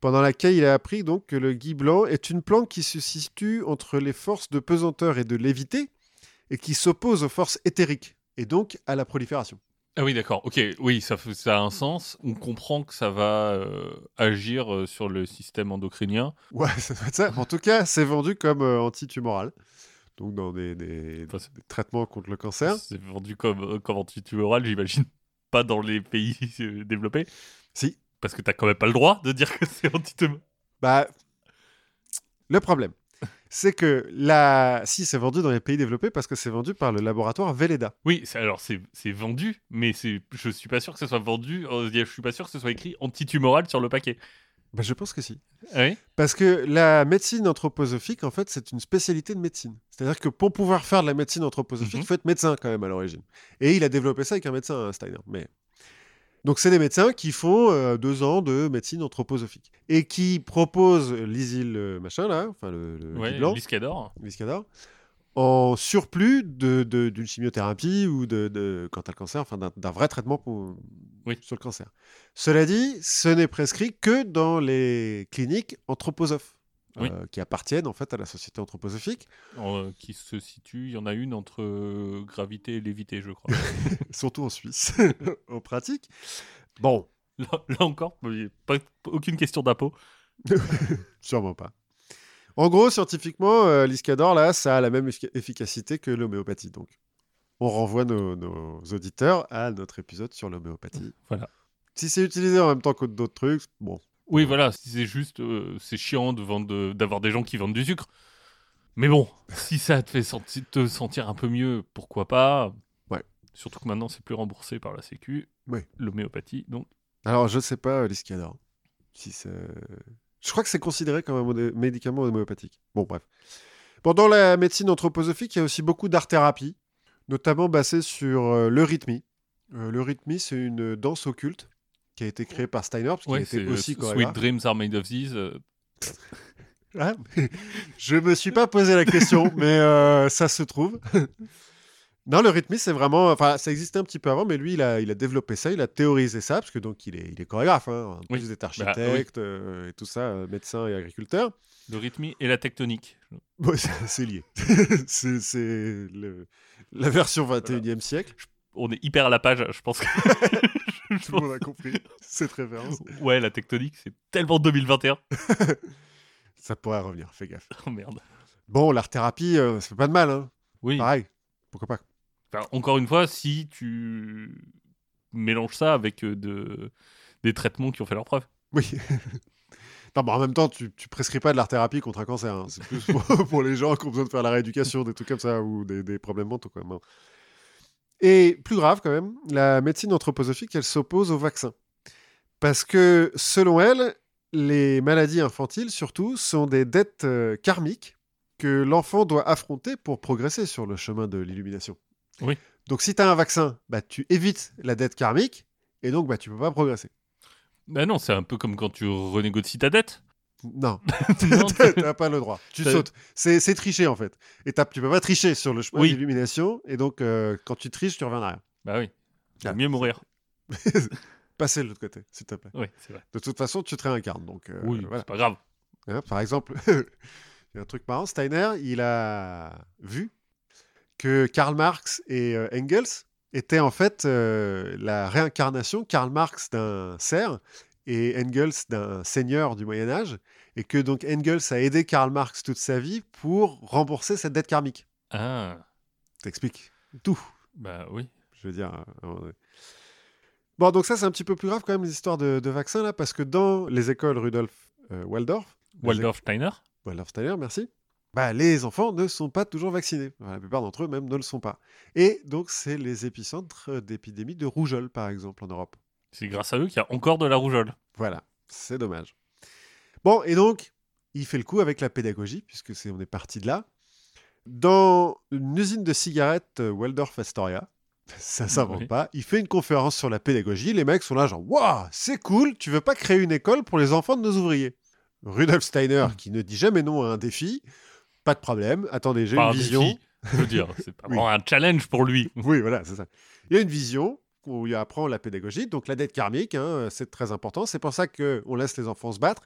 [SPEAKER 1] pendant laquelle il a appris donc que le gui blanc est une plante qui se situe entre les forces de pesanteur et de lévité, et qui s'oppose aux forces éthériques, et donc à la prolifération.
[SPEAKER 2] Ah oui, d'accord. Ok, oui, ça, fait- ça a un sens. On comprend que ça va euh, agir euh, sur le système endocrinien.
[SPEAKER 1] Ouais, ça doit être ça. En tout cas, c'est vendu comme euh, antitumoral. Donc, dans des, des-
[SPEAKER 2] Enfin, c'est-
[SPEAKER 1] des traitements contre le cancer.
[SPEAKER 2] C'est vendu comme, euh, comme antitumoral, j'imagine. Pas dans les pays euh, développés.
[SPEAKER 1] Si.
[SPEAKER 2] Parce que t'as quand même pas le droit de dire que c'est antitumoral.
[SPEAKER 1] Bah, le problème, c'est que là, si c'est vendu dans les pays développés, parce que c'est vendu par le laboratoire Velleda.
[SPEAKER 2] Oui, c'est- alors c'est c'est vendu, mais c'est- je suis pas sûr que ce soit vendu. euh, Je suis pas sûr que ce soit écrit antitumoral sur le paquet.
[SPEAKER 1] Bah, je pense que si.
[SPEAKER 2] Ah oui
[SPEAKER 1] Parce que la médecine anthroposophique, en fait, c'est une spécialité de médecine. C'est-à-dire que pour pouvoir faire de la médecine anthroposophique, il
[SPEAKER 2] Mhm.
[SPEAKER 1] faut être médecin quand même à l'origine. Et il a développé ça avec un médecin, hein, Steiner. Mais... Donc, c'est des médecins qui font euh, deux ans de médecine anthroposophique et qui proposent l'isil euh, machin, là, enfin le, le
[SPEAKER 2] Ouais,
[SPEAKER 1] guide blanc,
[SPEAKER 2] Liscador.
[SPEAKER 1] Viscador, en surplus de- de- d'une chimiothérapie ou de, de- quand t'as le cancer, enfin d'un- d'un vrai traitement pour,
[SPEAKER 2] Oui.
[SPEAKER 1] sur le cancer. Cela dit, ce n'est prescrit que dans les cliniques anthroposophes,
[SPEAKER 2] Oui.
[SPEAKER 1] euh, qui appartiennent en fait à la société anthroposophique.
[SPEAKER 2] en, euh, qui se situe, il y en a une entre euh, gravité et lévité, je crois.
[SPEAKER 1] surtout en Suisse, en pratique. Bon,
[SPEAKER 2] là, là encore, mais pas- aucune question d'impôt.
[SPEAKER 1] Sûrement pas. En gros, scientifiquement, euh, l'iscador, là, ça a la même effic- efficacité que l'homéopathie. Donc, on renvoie nos, nos auditeurs à notre épisode sur l'homéopathie.
[SPEAKER 2] Voilà.
[SPEAKER 1] Si c'est utilisé en même temps que d'autres trucs, bon.
[SPEAKER 2] Oui, voilà, c'est juste, euh, c'est chiant de vendre de- d'avoir des gens qui vendent du sucre. Mais bon, si ça te fait senti- te sentir un peu mieux, pourquoi pas
[SPEAKER 1] Ouais.
[SPEAKER 2] Surtout que maintenant, c'est plus remboursé par la Sécu.
[SPEAKER 1] Oui.
[SPEAKER 2] L'homéopathie, donc.
[SPEAKER 1] Alors, je sais pas, euh, l'iscador. Si ça- Je crois que c'est considéré comme un modé- médicament homéopathique. Bon, bref. Pendant la médecine anthroposophique, il y a aussi beaucoup d'art-thérapie, notamment basée sur euh, l'eurythmie. Euh, l'eurythmie, c'est une danse occulte qui a été créée par Steiner, parce qu'il
[SPEAKER 2] Ouais,
[SPEAKER 1] était
[SPEAKER 2] c'est
[SPEAKER 1] aussi
[SPEAKER 2] aussi
[SPEAKER 1] chorégraphe.
[SPEAKER 2] Sweet Dreams Are Made of These. euh,
[SPEAKER 1] Ah, je me suis pas posé la question, mais euh, ça se trouve. Non, le rythmiste, c'est vraiment. Enfin, ça existait un petit peu avant, mais lui, il a, il a développé ça, il a théorisé ça, parce que donc il est, il est chorégraphe, hein, en
[SPEAKER 2] Oui. Bah,
[SPEAKER 1] plus d'être architecte euh, et tout ça, euh, médecin et agriculteur.
[SPEAKER 2] Le rythme et la tectonique.
[SPEAKER 1] Bon, c'est c'est lié. c'est c'est le- la version 21e siècle.
[SPEAKER 2] On est hyper à la page, je pense que. je
[SPEAKER 1] Tout le monde a compris cette référence.
[SPEAKER 2] pense- Ouais, la tectonique, c'est tellement 2021.
[SPEAKER 1] Ça pourrait revenir, fais gaffe.
[SPEAKER 2] Oh merde.
[SPEAKER 1] Bon, l'art-thérapie, euh, ça fait pas de mal, hein.
[SPEAKER 2] Oui.
[SPEAKER 1] Pareil, pourquoi pas.
[SPEAKER 2] Enfin, encore une fois, si tu mélanges ça avec euh, de... des traitements qui ont fait leur preuve.
[SPEAKER 1] Oui. non, mais en même temps, tu, tu prescris pas de l'art-thérapie contre un cancer. hein. C'est plus pour, pour les gens qui ont besoin de faire la rééducation, des trucs comme ça, ou des, des problèmes mentaux, quand même. hein. Et plus grave, quand même, la médecine anthroposophique, elle s'oppose au vaccin. Parce que, selon elle, les maladies infantiles, surtout, sont des dettes euh, karmiques que l'enfant doit affronter pour progresser sur le chemin de l'illumination.
[SPEAKER 2] Oui.
[SPEAKER 1] Donc, si tu as un vaccin, bah, tu évites la dette karmique, et donc, bah, tu peux pas progresser.
[SPEAKER 2] Bah non, c'est un peu comme quand tu renégocies ta dette.
[SPEAKER 1] Non.
[SPEAKER 2] Non,
[SPEAKER 1] T'as- T'as pas le droit. Tu
[SPEAKER 2] T'as-
[SPEAKER 1] sautes. C'est c'est tricher en fait. Et t'as- tu peux pas tricher sur le chemin
[SPEAKER 2] Oui.
[SPEAKER 1] d'illumination. Et donc, euh, quand tu triches, tu reviens en arrière.
[SPEAKER 2] Bah oui. Vaut
[SPEAKER 1] Ah.
[SPEAKER 2] mieux mourir.
[SPEAKER 1] Passez de l'autre côté, s'il te plaît.
[SPEAKER 2] Oui, c'est vrai.
[SPEAKER 1] De toute façon, tu te réincarnes. Donc, euh,
[SPEAKER 2] oui,
[SPEAKER 1] voilà.
[SPEAKER 2] c'est pas grave.
[SPEAKER 1] Hein, par exemple, il y a un truc marrant. Steiner, il a vu que Karl Marx et euh, Engels étaient en fait euh, la réincarnation, Karl Marx d'un cerf et Engels d'un seigneur du Moyen Âge, et que donc Engels a aidé Karl Marx toute sa vie pour rembourser cette dette karmique.
[SPEAKER 2] Ah,
[SPEAKER 1] T'expliques tout.
[SPEAKER 2] bah oui.
[SPEAKER 1] Je veux dire. euh, euh, Bon, donc ça, c'est un petit peu plus grave quand même, les histoires de, de vaccins, là, parce que dans les écoles Rudolf euh, Waldorf, les
[SPEAKER 2] Waldorf Steiner
[SPEAKER 1] Waldorf Steiner, merci. Bah, les enfants ne sont pas toujours vaccinés. Enfin, la plupart d'entre eux même ne le sont pas. Et donc, c'est les épicentres d'épidémies de rougeole, par exemple, en Europe.
[SPEAKER 2] C'est grâce à eux qu'il y a encore de la rougeole.
[SPEAKER 1] Voilà, c'est dommage. Bon, et donc, il fait le coup avec la pédagogie, puisque c'est on est parti de là. Dans une usine de cigarettes euh, Waldorf Astoria, ça s'invente
[SPEAKER 2] Oui.
[SPEAKER 1] pas, il fait une conférence sur la pédagogie. Les mecs sont là, genre, waouh, c'est cool, tu veux pas créer une école pour les enfants de nos ouvriers Rudolf Steiner,
[SPEAKER 2] Hmm.
[SPEAKER 1] qui ne dit jamais non à un défi, pas de problème, attendez, j'ai
[SPEAKER 2] Pas
[SPEAKER 1] une
[SPEAKER 2] un
[SPEAKER 1] vision.
[SPEAKER 2] défi, Je veux dire, c'est pas
[SPEAKER 1] Oui.
[SPEAKER 2] vraiment un challenge pour lui.
[SPEAKER 1] Oui, voilà, c'est ça. Il y a une vision où il apprend la pédagogie, donc la dette karmique, hein, c'est très important. C'est pour ça qu'on laisse les enfants se battre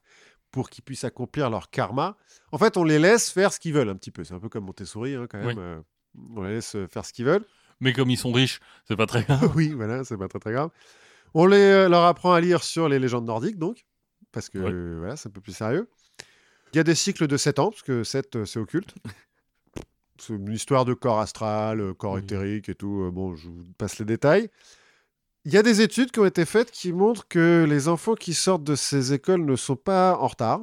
[SPEAKER 1] pour qu'ils puissent accomplir leur karma. En fait, on les laisse faire ce qu'ils veulent un petit peu. C'est un peu comme Montessori, hein, quand
[SPEAKER 2] Oui.
[SPEAKER 1] même. euh, on les laisse faire ce qu'ils veulent.
[SPEAKER 2] Mais comme ils sont riches, c'est pas très grave.
[SPEAKER 1] oui, voilà, c'est pas très très grave. On les, euh, leur apprend à lire sur les légendes nordiques, donc, parce que
[SPEAKER 2] Oui.
[SPEAKER 1] euh, voilà, c'est un peu plus sérieux. Il y a des cycles de 7 ans, parce que 7, euh, c'est occulte. C'est une histoire de corps astral, euh, corps
[SPEAKER 2] Oui.
[SPEAKER 1] éthérique et tout. euh, Bon, je vous passe les détails. Il y a des études qui ont été faites qui montrent que les enfants qui sortent de ces écoles ne sont pas en retard.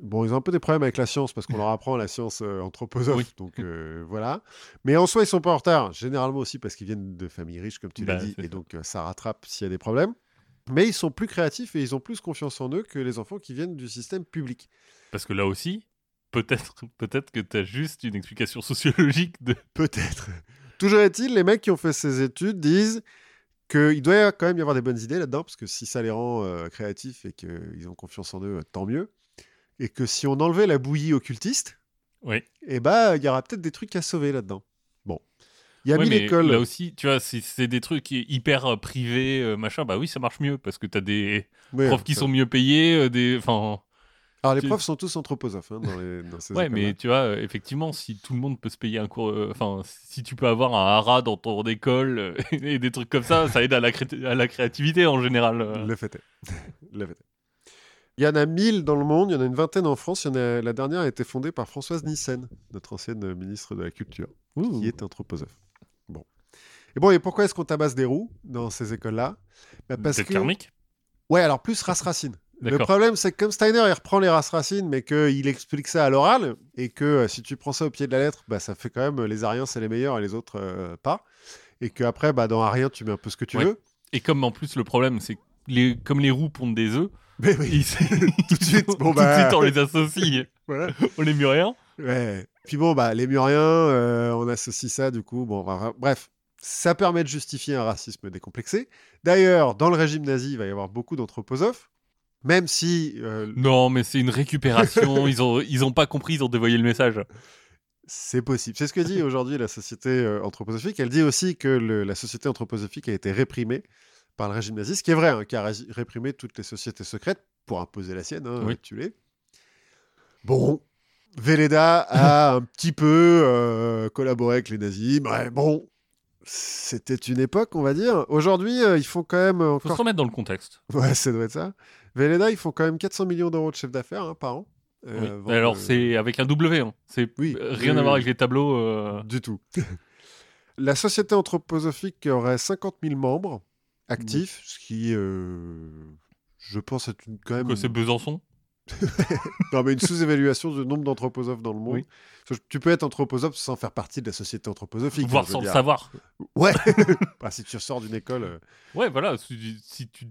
[SPEAKER 1] Bon, ils ont un peu des problèmes avec la science parce qu'on leur apprend la science euh, anthroposophe,
[SPEAKER 2] Oui.
[SPEAKER 1] donc euh, voilà. Mais en soi, ils sont pas en retard, généralement aussi parce qu'ils viennent de familles riches, comme tu l'as
[SPEAKER 2] Bah,
[SPEAKER 1] dit,
[SPEAKER 2] c'est
[SPEAKER 1] et
[SPEAKER 2] ça.
[SPEAKER 1] donc euh, ça rattrape s'il y a des problèmes. Mais ils sont plus créatifs et ils ont plus confiance en eux que les enfants qui viennent du système public.
[SPEAKER 2] Parce que là aussi, peut-être peut-être que t'as juste une explication sociologique de.
[SPEAKER 1] Peut-être. Toujours est-il, les mecs qui ont fait ces études disent qu'il doit y- quand même y avoir des bonnes idées là-dedans, parce que si ça les rend euh, créatifs et qu'ils ont confiance en eux, euh, tant mieux. Et que si on enlevait la bouillie occultiste,
[SPEAKER 2] Oui.
[SPEAKER 1] eh ben, il y aura peut-être des trucs à sauver là-dedans. Bon. Il y a
[SPEAKER 2] Ouais,
[SPEAKER 1] mille
[SPEAKER 2] mais
[SPEAKER 1] écoles.
[SPEAKER 2] Là aussi, tu vois, c'est- c'est des trucs qui- hyper euh, privés, euh, machin. Bah oui, ça marche mieux parce que t'as des
[SPEAKER 1] Ouais,
[SPEAKER 2] profs qui
[SPEAKER 1] ça-
[SPEAKER 2] sont mieux payés, euh, des. Enfin.
[SPEAKER 1] Alors, les
[SPEAKER 2] tu-
[SPEAKER 1] profs sont tous anthroposophes hein, dans, les- dans ces
[SPEAKER 2] Ouais,
[SPEAKER 1] écoles-là.
[SPEAKER 2] mais tu vois, euh, effectivement, si tout le monde peut se payer un cours, euh, enfin, si tu peux avoir un hara dans ton école euh, et des trucs comme ça, ça aide à la, cré- à la créativité en général. euh.
[SPEAKER 1] Le fait est. Le fait est. Il y en a 1000 dans le monde, il y en a une vingtaine en France. Il y en a, la dernière a été fondée par Françoise Nissen, notre ancienne euh, ministre de la Culture, qui est anthroposophe. Bon. Et bon, et pourquoi est-ce qu'on tabasse des roues dans ces écoles-là Bah, Parce
[SPEAKER 2] Peut-être
[SPEAKER 1] que.
[SPEAKER 2] karmique.
[SPEAKER 1] Ouais, alors plus race-racine. Le
[SPEAKER 2] D'accord.
[SPEAKER 1] problème, c'est que comme Steiner, il reprend les races-racines, mais qu'il explique ça à l'oral, et que euh, si tu prends ça au pied de la lettre, bah, ça fait quand même euh, les Ariens, c'est les meilleurs, et les autres, euh, pas. Et qu'après, bah, dans Arien, tu mets un peu ce que tu
[SPEAKER 2] Ouais.
[SPEAKER 1] veux.
[SPEAKER 2] Et comme en plus le problème, c'est que les, comme les roues pondent des œufs,
[SPEAKER 1] Mais oui,
[SPEAKER 2] ils- tout
[SPEAKER 1] de suite, bon,
[SPEAKER 2] tout de
[SPEAKER 1] bah.
[SPEAKER 2] suite, on les associe,
[SPEAKER 1] voilà.
[SPEAKER 2] on les muriens.
[SPEAKER 1] Ouais. Puis bon, bah, les Muriens, euh, on associe ça, du coup, bon, bah, bref, ça permet de justifier un racisme décomplexé. D'ailleurs, dans le régime nazi, il va y avoir beaucoup d'anthroposophes, même si... euh,
[SPEAKER 2] Non, mais c'est une récupération. ils ont ils ont pas compris, ils ont dévoyé le message.
[SPEAKER 1] C'est possible. C'est ce que dit aujourd'hui la société euh, anthroposophique. Elle dit aussi que le- la société anthroposophique a été réprimée par le régime nazi, ce qui est vrai, hein, qui a ré- réprimé toutes les sociétés secrètes pour imposer la sienne, hein,
[SPEAKER 2] Oui.
[SPEAKER 1] tuer. Bon, Velleda a un petit peu euh, collaboré avec les nazis, mais bon, c'était une époque, on va dire. Aujourd'hui, euh, ils font quand même
[SPEAKER 2] Faut se
[SPEAKER 1] encore
[SPEAKER 2] remettre dans le contexte.
[SPEAKER 1] Ouais, ça doit être ça. Velleda, ils font quand même 400 millions d'euros de chiffre d'affaires hein, par an. Euh,
[SPEAKER 2] Oui.
[SPEAKER 1] avant
[SPEAKER 2] Alors,
[SPEAKER 1] de-
[SPEAKER 2] c'est avec un W. hein. C'est
[SPEAKER 1] Oui,
[SPEAKER 2] euh, rien
[SPEAKER 1] oui,
[SPEAKER 2] à voir
[SPEAKER 1] oui.
[SPEAKER 2] avec les tableaux. euh,
[SPEAKER 1] Du tout. La société anthroposophique aurait 50 000 membres actifs, ce qui, euh, je pense, est une- quand même
[SPEAKER 2] que c'est Besançon.
[SPEAKER 1] non, mais une sous-évaluation du nombre d'anthroposophes dans le monde.
[SPEAKER 2] Oui.
[SPEAKER 1] Parce que Tu peux être anthroposophe sans faire partie de la société anthroposophique. hein,
[SPEAKER 2] Voir
[SPEAKER 1] je veux
[SPEAKER 2] sans le
[SPEAKER 1] dire.
[SPEAKER 2] savoir.
[SPEAKER 1] Ouais. Ah, si tu ressors d'une école. euh,
[SPEAKER 2] Ouais, voilà. Si, si tu.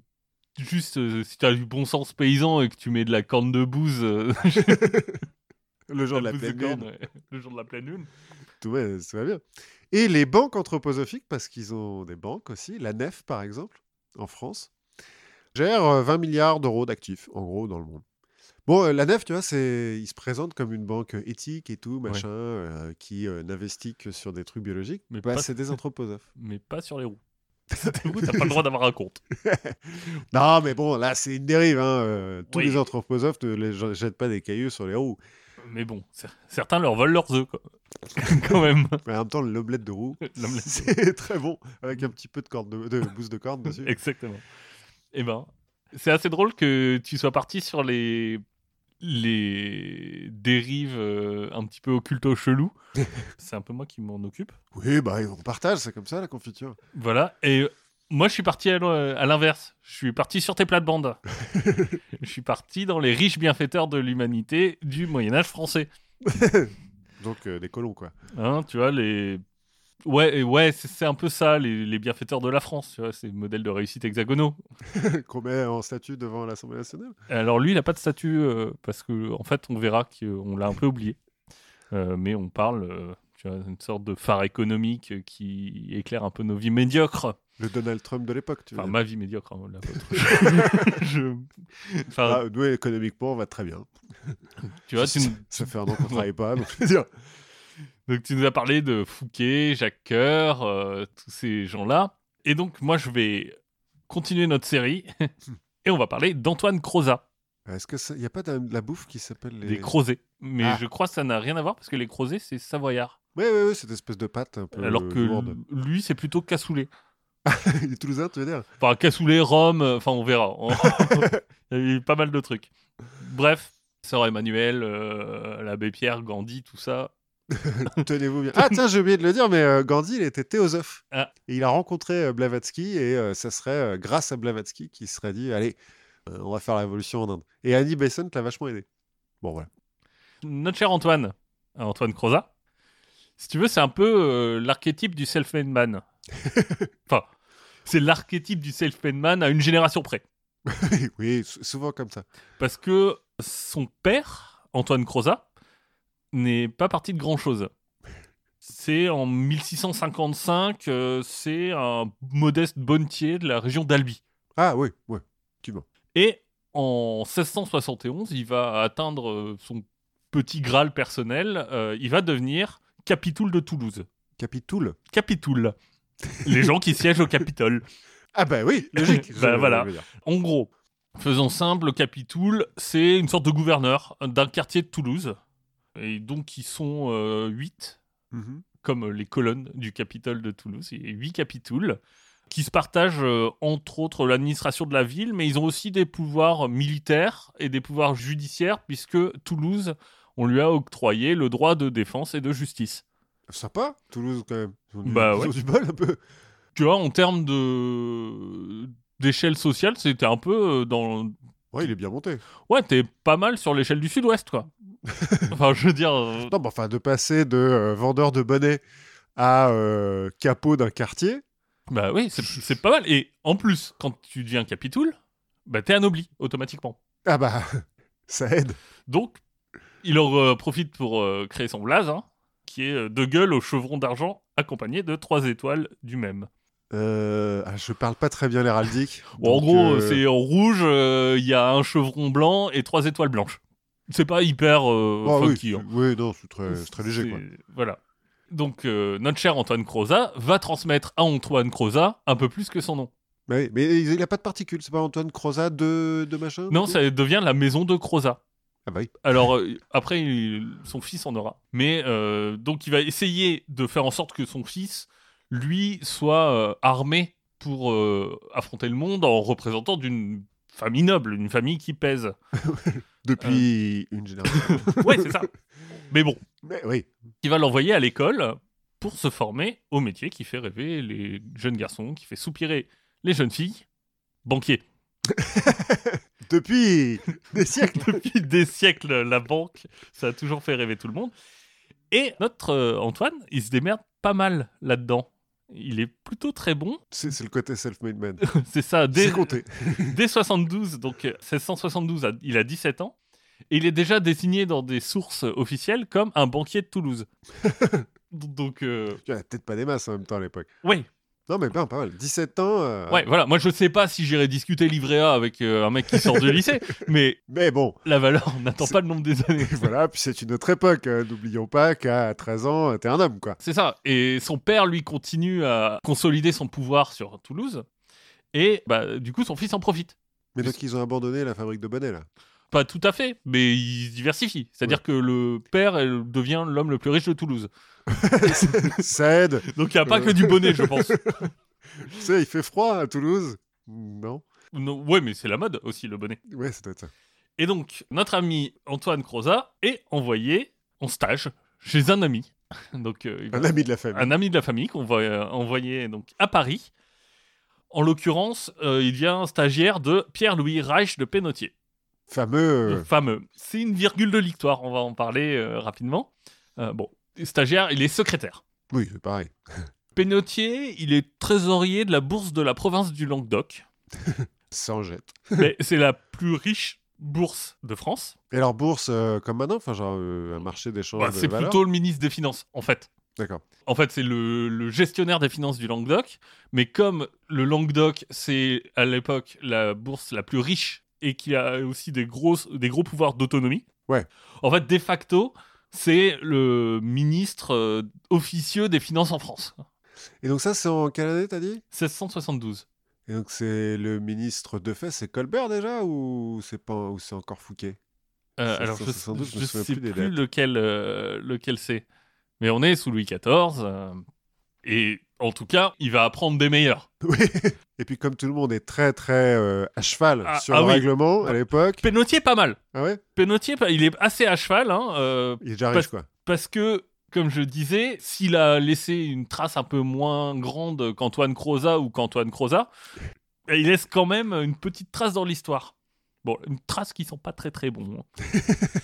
[SPEAKER 2] Juste, euh, si t'as du bon sens paysan et que tu mets de la corne de bouse euh,
[SPEAKER 1] Le jour de la
[SPEAKER 2] bouse
[SPEAKER 1] pleine
[SPEAKER 2] corne,
[SPEAKER 1] lune,
[SPEAKER 2] ouais. le jour de la pleine lune,
[SPEAKER 1] tout va, tout va bien. Et les banques anthroposophiques, parce qu'ils ont des banques aussi, la Nef par exemple, en France, gère euh, 20 milliards d'euros d'actifs, en gros, dans le monde. Bon, euh, la Nef, tu vois, c'est, ils se présentent comme une banque euh, éthique et tout, machin, euh, qui euh, n'investit que sur des trucs biologiques.
[SPEAKER 2] Mais
[SPEAKER 1] Mais
[SPEAKER 2] pas-
[SPEAKER 1] Bah, c'est des anthroposophes.
[SPEAKER 2] mais pas sur les roues. Sur les roues, T'as pas le droit d'avoir un compte.
[SPEAKER 1] non, mais bon, là, c'est une dérive. hein, euh, tous
[SPEAKER 2] Oui.
[SPEAKER 1] les anthroposophes ne les je- jettent pas des cailloux sur les roues.
[SPEAKER 2] Mais bon, cer- certains leur volent leurs œufs, quoi. Quand même.
[SPEAKER 1] Mais en même temps, l'omelette de roue,
[SPEAKER 2] L'omelette
[SPEAKER 1] c'est très bon, avec un petit peu de, corne de, de bouse de corne dessus.
[SPEAKER 2] Exactement. Eh ben, c'est assez drôle que tu sois parti sur les les dérives euh, un petit peu occulto chelou. c'est un peu moi qui m'en occupe.
[SPEAKER 1] Oui, bah on partage, c'est comme ça la confiture.
[SPEAKER 2] Voilà. Et euh, moi, je suis parti à l'in- à l'inverse. Je suis parti sur tes plates-bandes. je suis parti dans les riches bienfaiteurs de l'humanité du Moyen Âge français.
[SPEAKER 1] Donc euh, des colons quoi.
[SPEAKER 2] Hein, tu vois, les. Ouais, et ouais, c'est c'est un peu ça, les, les bienfaiteurs de la France, tu vois, ces modèles de réussite hexagonaux.
[SPEAKER 1] Qu'on met en statut devant l'Assemblée nationale.
[SPEAKER 2] Alors lui, il n'a pas de statut euh, parce que en fait, on verra qu'on l'a un peu oublié. Euh, mais on parle euh, tu vois, d'une sorte de phare économique euh, qui éclaire un peu nos vies médiocres.
[SPEAKER 1] Le Donald Trump de l'époque, tu vois.
[SPEAKER 2] Enfin, ma vie médiocre, hein, la vôtre. Je- Enfin,
[SPEAKER 1] Ah, nous, économiquement, on va très bien.
[SPEAKER 2] tu vois, tu, nous-
[SPEAKER 1] Ça fait un an qu'on travaille pas, donc je veux dire,
[SPEAKER 2] donc tu nous as parlé de Fouquet, Jacques Coeur, euh, tous ces gens-là. Et donc moi, je vais continuer notre série et on va parler d'Antoine Crozat.
[SPEAKER 1] Est-ce qu'il n'y a pas de la bouffe qui s'appelle les.
[SPEAKER 2] Des Crozets. Mais
[SPEAKER 1] Ah.
[SPEAKER 2] je crois que ça n'a rien à voir parce que les Crozets, c'est savoyard.
[SPEAKER 1] Oui, oui, oui, cette espèce de pâte un peu.
[SPEAKER 2] Alors que
[SPEAKER 1] Euh, lourde.
[SPEAKER 2] l- lui, c'est plutôt cassoulet.
[SPEAKER 1] Les Toulousains, tu veux dire
[SPEAKER 2] Enfin, cassoulet, rhum, euh, enfin, on verra. On- Il y a eu pas mal de trucs. Bref, Sœur Emmanuel, euh, l'abbé Pierre, Gandhi, tout ça.
[SPEAKER 1] Tenez-vous bien. Ah, tiens, j'ai oublié de le dire, mais euh, Gandhi, il était théosophe.
[SPEAKER 2] Ah.
[SPEAKER 1] Et il a rencontré euh, Blavatsky, et euh, ça serait euh, grâce à Blavatsky qu'il se serait dit allez, euh, on va faire la révolution en Inde. Et Annie Besant l'a vachement aidé. Bon, voilà.
[SPEAKER 2] Notre cher Antoine, euh, Antoine Crozat, si tu veux, c'est un peu euh, l'archétype du self-made man. enfin, c'est l'archétype du self-made man à une génération près.
[SPEAKER 1] oui, sou- souvent comme ça.
[SPEAKER 2] Parce que son père, Antoine Crozat, n'est pas parti de grand-chose. C'est en 1655, euh, c'est un modeste bonnetier de la région d'Albi.
[SPEAKER 1] Ah oui, ouais.
[SPEAKER 2] Et en 1671, il va atteindre euh, son petit Graal personnel, euh, il va devenir capitoul de Toulouse.
[SPEAKER 1] Capitoul.
[SPEAKER 2] Capitoul. Les gens qui siègent au Capitole.
[SPEAKER 1] Ah bah oui, logique.
[SPEAKER 2] Bah
[SPEAKER 1] je-
[SPEAKER 2] voilà.
[SPEAKER 1] je veux dire.
[SPEAKER 2] En gros, faisons simple, le Capitoul, c'est une sorte de gouverneur d'un quartier de Toulouse. Et donc, ils sont euh, huit,
[SPEAKER 1] Mhm.
[SPEAKER 2] comme les colonnes du Capitole de Toulouse. Il y a huit Capitouls qui se partagent, euh, entre autres, l'administration de la ville, mais ils ont aussi des pouvoirs militaires et des pouvoirs judiciaires, puisque Toulouse, on lui a octroyé le droit de défense et de justice.
[SPEAKER 1] Sympa, Toulouse quand même. Ils ont du,
[SPEAKER 2] Bah
[SPEAKER 1] ils
[SPEAKER 2] ouais.
[SPEAKER 1] ont du bol un peu.
[SPEAKER 2] Tu vois, en termes de d'échelle sociale, c'était un peu euh, dans,
[SPEAKER 1] Ouais, il est bien monté.
[SPEAKER 2] Ouais, t'es pas mal sur l'échelle du sud-ouest, quoi. enfin, je veux dire. euh,
[SPEAKER 1] Non, mais enfin, de passer de euh, vendeur de bonnets à euh, capot d'un quartier.
[SPEAKER 2] Bah oui, c'est- c'est pas mal. Et en plus, quand tu deviens capitoul, bah t'es anobli automatiquement.
[SPEAKER 1] Ah bah, ça aide.
[SPEAKER 2] Donc, il en euh, profite pour euh, créer son blaze, hein, qui est euh, de gueule au chevron d'argent, accompagné de trois étoiles du même.
[SPEAKER 1] Euh, ah, je parle pas très bien l'héraldique.
[SPEAKER 2] Bon, en
[SPEAKER 1] donc,
[SPEAKER 2] gros,
[SPEAKER 1] euh,
[SPEAKER 2] c'est en rouge, euh, il y a un chevron blanc et trois étoiles blanches. c'est pas hyper euh,
[SPEAKER 1] Ah oui,
[SPEAKER 2] funky, hein.
[SPEAKER 1] oui, non, c'est très, c'est très léger. Quoi.
[SPEAKER 2] C'est- Voilà. Donc, euh, notre cher Antoine Croza va transmettre à Antoine Croza un peu plus que son nom.
[SPEAKER 1] Mais, mais il n'a pas de particules, c'est pas Antoine Croza de, de machin
[SPEAKER 2] Non,
[SPEAKER 1] tout
[SPEAKER 2] ça devient la maison de Croza.
[SPEAKER 1] Ah bah oui.
[SPEAKER 2] Alors, euh, après, il- son fils en aura. Mais euh, donc, il va essayer de faire en sorte que son fils, lui, soit euh, armé pour euh, affronter le monde en représentant d'une famille noble, une famille qui pèse.
[SPEAKER 1] Depuis
[SPEAKER 2] Euh.
[SPEAKER 1] une génération.
[SPEAKER 2] Ouais, c'est ça. Mais bon,
[SPEAKER 1] mais oui.
[SPEAKER 2] il va l'envoyer à l'école pour se former au métier qui fait rêver les jeunes garçons, qui fait soupirer les jeunes filles. Banquier.
[SPEAKER 1] Depuis des siècles.
[SPEAKER 2] Depuis des siècles, la banque, ça a toujours fait rêver tout le monde. Et notre euh, Antoine, il se démerde pas mal là-dedans. Il est plutôt très bon.
[SPEAKER 1] C'est c'est le côté self-made man.
[SPEAKER 2] C'est ça, dès,
[SPEAKER 1] C'est compté.
[SPEAKER 2] dès 72, donc euh, 1672, à- il a 17 ans. Et il est déjà désigné dans des sources officielles comme un banquier de Toulouse. donc, euh,
[SPEAKER 1] Tu as peut-être pas des masses en même temps à l'époque.
[SPEAKER 2] ouais,
[SPEAKER 1] Non, mais bien, pas mal. 17 ans. euh,
[SPEAKER 2] ouais, voilà. Moi, je sais pas si j'irai discuter livret A avec euh, un mec qui sort du lycée, mais
[SPEAKER 1] Mais bon,
[SPEAKER 2] la valeur n'attend
[SPEAKER 1] C'est-
[SPEAKER 2] pas le nombre des années.
[SPEAKER 1] voilà, puis c'est une autre époque. hein. N'oublions pas qu'à 13 ans, t'es un homme, quoi.
[SPEAKER 2] C'est ça. Et son père, lui, continue à consolider son pouvoir sur Toulouse. Et bah, du coup, son fils en profite.
[SPEAKER 1] Mais donc, ils ont abandonné la fabrique de bonnets, là.
[SPEAKER 2] Pas tout à fait, mais il se diversifie. C'est-à-dire que le père elle, devient l'homme le plus riche de Toulouse.
[SPEAKER 1] Ça aide.
[SPEAKER 2] Donc il n'y a pas
[SPEAKER 1] Euh.
[SPEAKER 2] que du bonnet, je pense.
[SPEAKER 1] Tu sais, il fait froid à Toulouse. Non
[SPEAKER 2] Non, ouais, mais c'est la mode aussi, le bonnet.
[SPEAKER 1] Ouais, ça doit être ça.
[SPEAKER 2] Et donc, notre ami Antoine Croza est envoyé en stage chez un ami. Donc, euh, il va-
[SPEAKER 1] Un ami de la famille.
[SPEAKER 2] un ami de la famille qu'on va euh, envoyer donc à Paris. En l'occurrence, euh, il devient stagiaire de Pierre-Louis Reich de Pénotier,
[SPEAKER 1] Fameux.
[SPEAKER 2] le
[SPEAKER 1] euh,
[SPEAKER 2] fameux. C'est une virgule de l'histoire, on va en parler euh, rapidement. Euh, bon, stagiaire, il est secrétaire.
[SPEAKER 1] Oui, c'est pareil.
[SPEAKER 2] Pénotier, il est trésorier de la bourse de la province du Languedoc.
[SPEAKER 1] Sans jette.
[SPEAKER 2] Mais c'est la plus riche bourse de France.
[SPEAKER 1] Et alors, bourse, euh, comme maintenant Enfin, genre, euh, un marché d'échange
[SPEAKER 2] Bah,
[SPEAKER 1] de
[SPEAKER 2] c'est
[SPEAKER 1] valeurs
[SPEAKER 2] plutôt le ministre des Finances, en fait.
[SPEAKER 1] D'accord.
[SPEAKER 2] En fait, c'est le, le gestionnaire des finances du Languedoc. Mais comme le Languedoc, c'est à l'époque la bourse la plus riche et qui a aussi des, grosses, des gros pouvoirs d'autonomie,
[SPEAKER 1] Ouais.
[SPEAKER 2] en fait, de facto, c'est le ministre euh, officieux des Finances en France.
[SPEAKER 1] Et donc, ça, c'est en quelle année, t'as dit
[SPEAKER 2] 1672.
[SPEAKER 1] Et donc, c'est le ministre de fait, c'est Colbert déjà Ou c'est pas... ou c'est encore Fouquet
[SPEAKER 2] Euh,
[SPEAKER 1] C'est
[SPEAKER 2] alors, je,
[SPEAKER 1] 1672, je me
[SPEAKER 2] je
[SPEAKER 1] souviens
[SPEAKER 2] sais
[SPEAKER 1] plus des
[SPEAKER 2] plus,
[SPEAKER 1] dates.
[SPEAKER 2] lequel, euh, lequel c'est. Mais on est sous Louis XIV. euh, et en tout cas, il va apprendre des meilleurs.
[SPEAKER 1] Oui. Et puis, comme tout le monde est très, très euh, à cheval
[SPEAKER 2] Ah,
[SPEAKER 1] sur
[SPEAKER 2] ah
[SPEAKER 1] le
[SPEAKER 2] oui.
[SPEAKER 1] règlement à
[SPEAKER 2] Ouais.
[SPEAKER 1] l'époque.
[SPEAKER 2] Pénotier, pas mal.
[SPEAKER 1] Ah ouais
[SPEAKER 2] Pénotier, pas- il est assez à cheval, hein, euh,
[SPEAKER 1] Il est déjà riche,
[SPEAKER 2] Parce-
[SPEAKER 1] quoi.
[SPEAKER 2] parce que, comme je disais, s'il a laissé une trace un peu moins grande qu'Antoine Croza ou qu'Antoine Croza, eh, il laisse quand même une petite trace dans l'histoire. Bon, une trace qui sent pas très très bon. hein.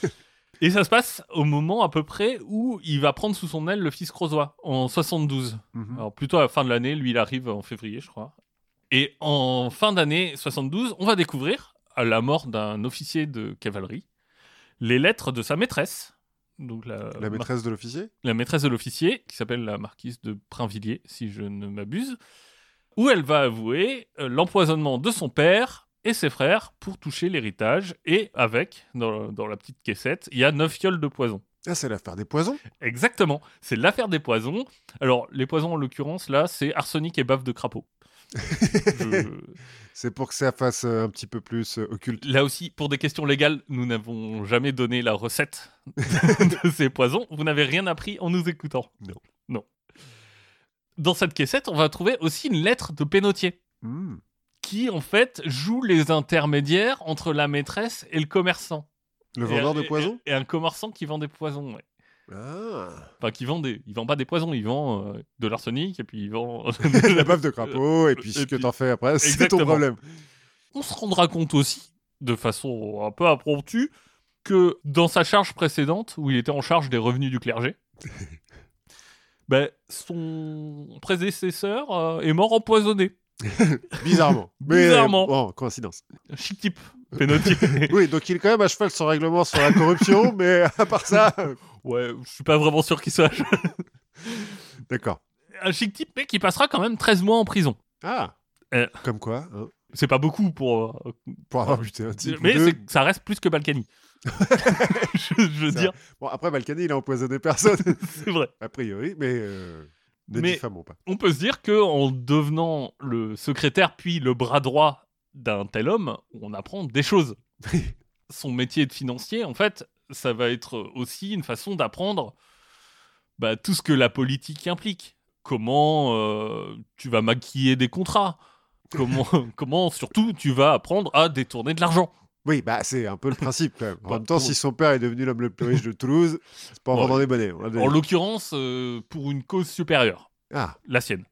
[SPEAKER 2] Et ça se passe au moment à peu près où il va prendre sous son aile le fils Crozois, en 72.
[SPEAKER 1] Mhm.
[SPEAKER 2] Alors plutôt à la fin de l'année, lui il arrive en février, je crois. Et en fin d'année 72, on va découvrir, à la mort d'un officier de cavalerie, les lettres de sa maîtresse. Donc la,
[SPEAKER 1] La maîtresse de l'officier
[SPEAKER 2] la maîtresse de l'officier, qui s'appelle la marquise de Prinvilliers, si je ne m'abuse, où elle va avouer euh, l'empoisonnement de son père et ses frères pour toucher l'héritage. Et avec, dans, dans la petite caissette, il y a 9 fioles de poison.
[SPEAKER 1] Ah, c'est l'affaire des poisons
[SPEAKER 2] Exactement, c'est l'affaire des poisons. Alors, les poisons en l'occurrence, là, c'est arsenic et bave de crapaud. Je-
[SPEAKER 1] C'est pour que ça fasse euh, un petit peu plus euh, occulte.
[SPEAKER 2] Là aussi, pour des questions légales, nous n'avons jamais donné la recette de ces poisons. Vous n'avez rien appris en nous écoutant.
[SPEAKER 1] Non.
[SPEAKER 2] Non. Dans cette caissette, on va trouver aussi une lettre de Pénotier,
[SPEAKER 1] Hmm.
[SPEAKER 2] qui en fait joue les intermédiaires entre la maîtresse et le commerçant.
[SPEAKER 1] Le vendeur
[SPEAKER 2] Et-
[SPEAKER 1] de
[SPEAKER 2] et-
[SPEAKER 1] poisons
[SPEAKER 2] Et, un commerçant qui vend des poisons, ouais.
[SPEAKER 1] Ah
[SPEAKER 2] Enfin, qui vend des... Il vend pas des poisons, il vend euh, de l'arsenic et puis il vend... euh,
[SPEAKER 1] La bave de crapaud, et puis
[SPEAKER 2] et
[SPEAKER 1] ce que
[SPEAKER 2] puis-
[SPEAKER 1] t'en fais après, c'est ton
[SPEAKER 2] Exactement.
[SPEAKER 1] problème.
[SPEAKER 2] On se rendra compte aussi, de façon un peu impromptue, que dans sa charge précédente, où il était en charge des revenus du clergé, ben, son prédécesseur euh, est mort empoisonné.
[SPEAKER 1] Bizarrement. Mais,
[SPEAKER 2] Bizarrement.
[SPEAKER 1] Bon, coïncidence.
[SPEAKER 2] Chic type, Pénotier.
[SPEAKER 1] Oui, donc il est quand même à cheval sur le règlement sur la corruption, mais à part ça. euh,
[SPEAKER 2] ouais, je suis pas vraiment sûr qu'il soit
[SPEAKER 1] D'accord.
[SPEAKER 2] un chic type, mais qui passera quand même 13 mois en prison.
[SPEAKER 1] Ah
[SPEAKER 2] Euh.
[SPEAKER 1] Comme quoi, hein,
[SPEAKER 2] C'est pas beaucoup pour. euh,
[SPEAKER 1] pour avoir buté un type. ou
[SPEAKER 2] mais
[SPEAKER 1] deux.
[SPEAKER 2] c'est- ça reste plus que Balkany. je, je veux
[SPEAKER 1] Ça-
[SPEAKER 2] dire,
[SPEAKER 1] Bon, après, Balkany, il a empoisonné personne,
[SPEAKER 2] c'est vrai.
[SPEAKER 1] a priori, mais euh, ne
[SPEAKER 2] Mais-
[SPEAKER 1] diffamons pas.
[SPEAKER 2] On peut se dire que en devenant le secrétaire puis le bras droit d'un tel homme, on apprend des choses. Son métier de financier, en fait, ça va être aussi une façon d'apprendre bah, tout ce que la politique implique. Comment euh, tu vas maquiller des contrats Comment, comment surtout tu vas apprendre à détourner de l'argent
[SPEAKER 1] Oui, bah, c'est un peu le principe, quand même. En
[SPEAKER 2] Bah,
[SPEAKER 1] même temps,
[SPEAKER 2] pour-
[SPEAKER 1] si son père est devenu l'homme le plus riche de Toulouse, c'est pas en
[SPEAKER 2] Ouais.
[SPEAKER 1] vendant des bonnets. on l'a
[SPEAKER 2] En
[SPEAKER 1] déjà dit.
[SPEAKER 2] l'occurrence, euh, pour une cause supérieure,
[SPEAKER 1] Ah,
[SPEAKER 2] la sienne.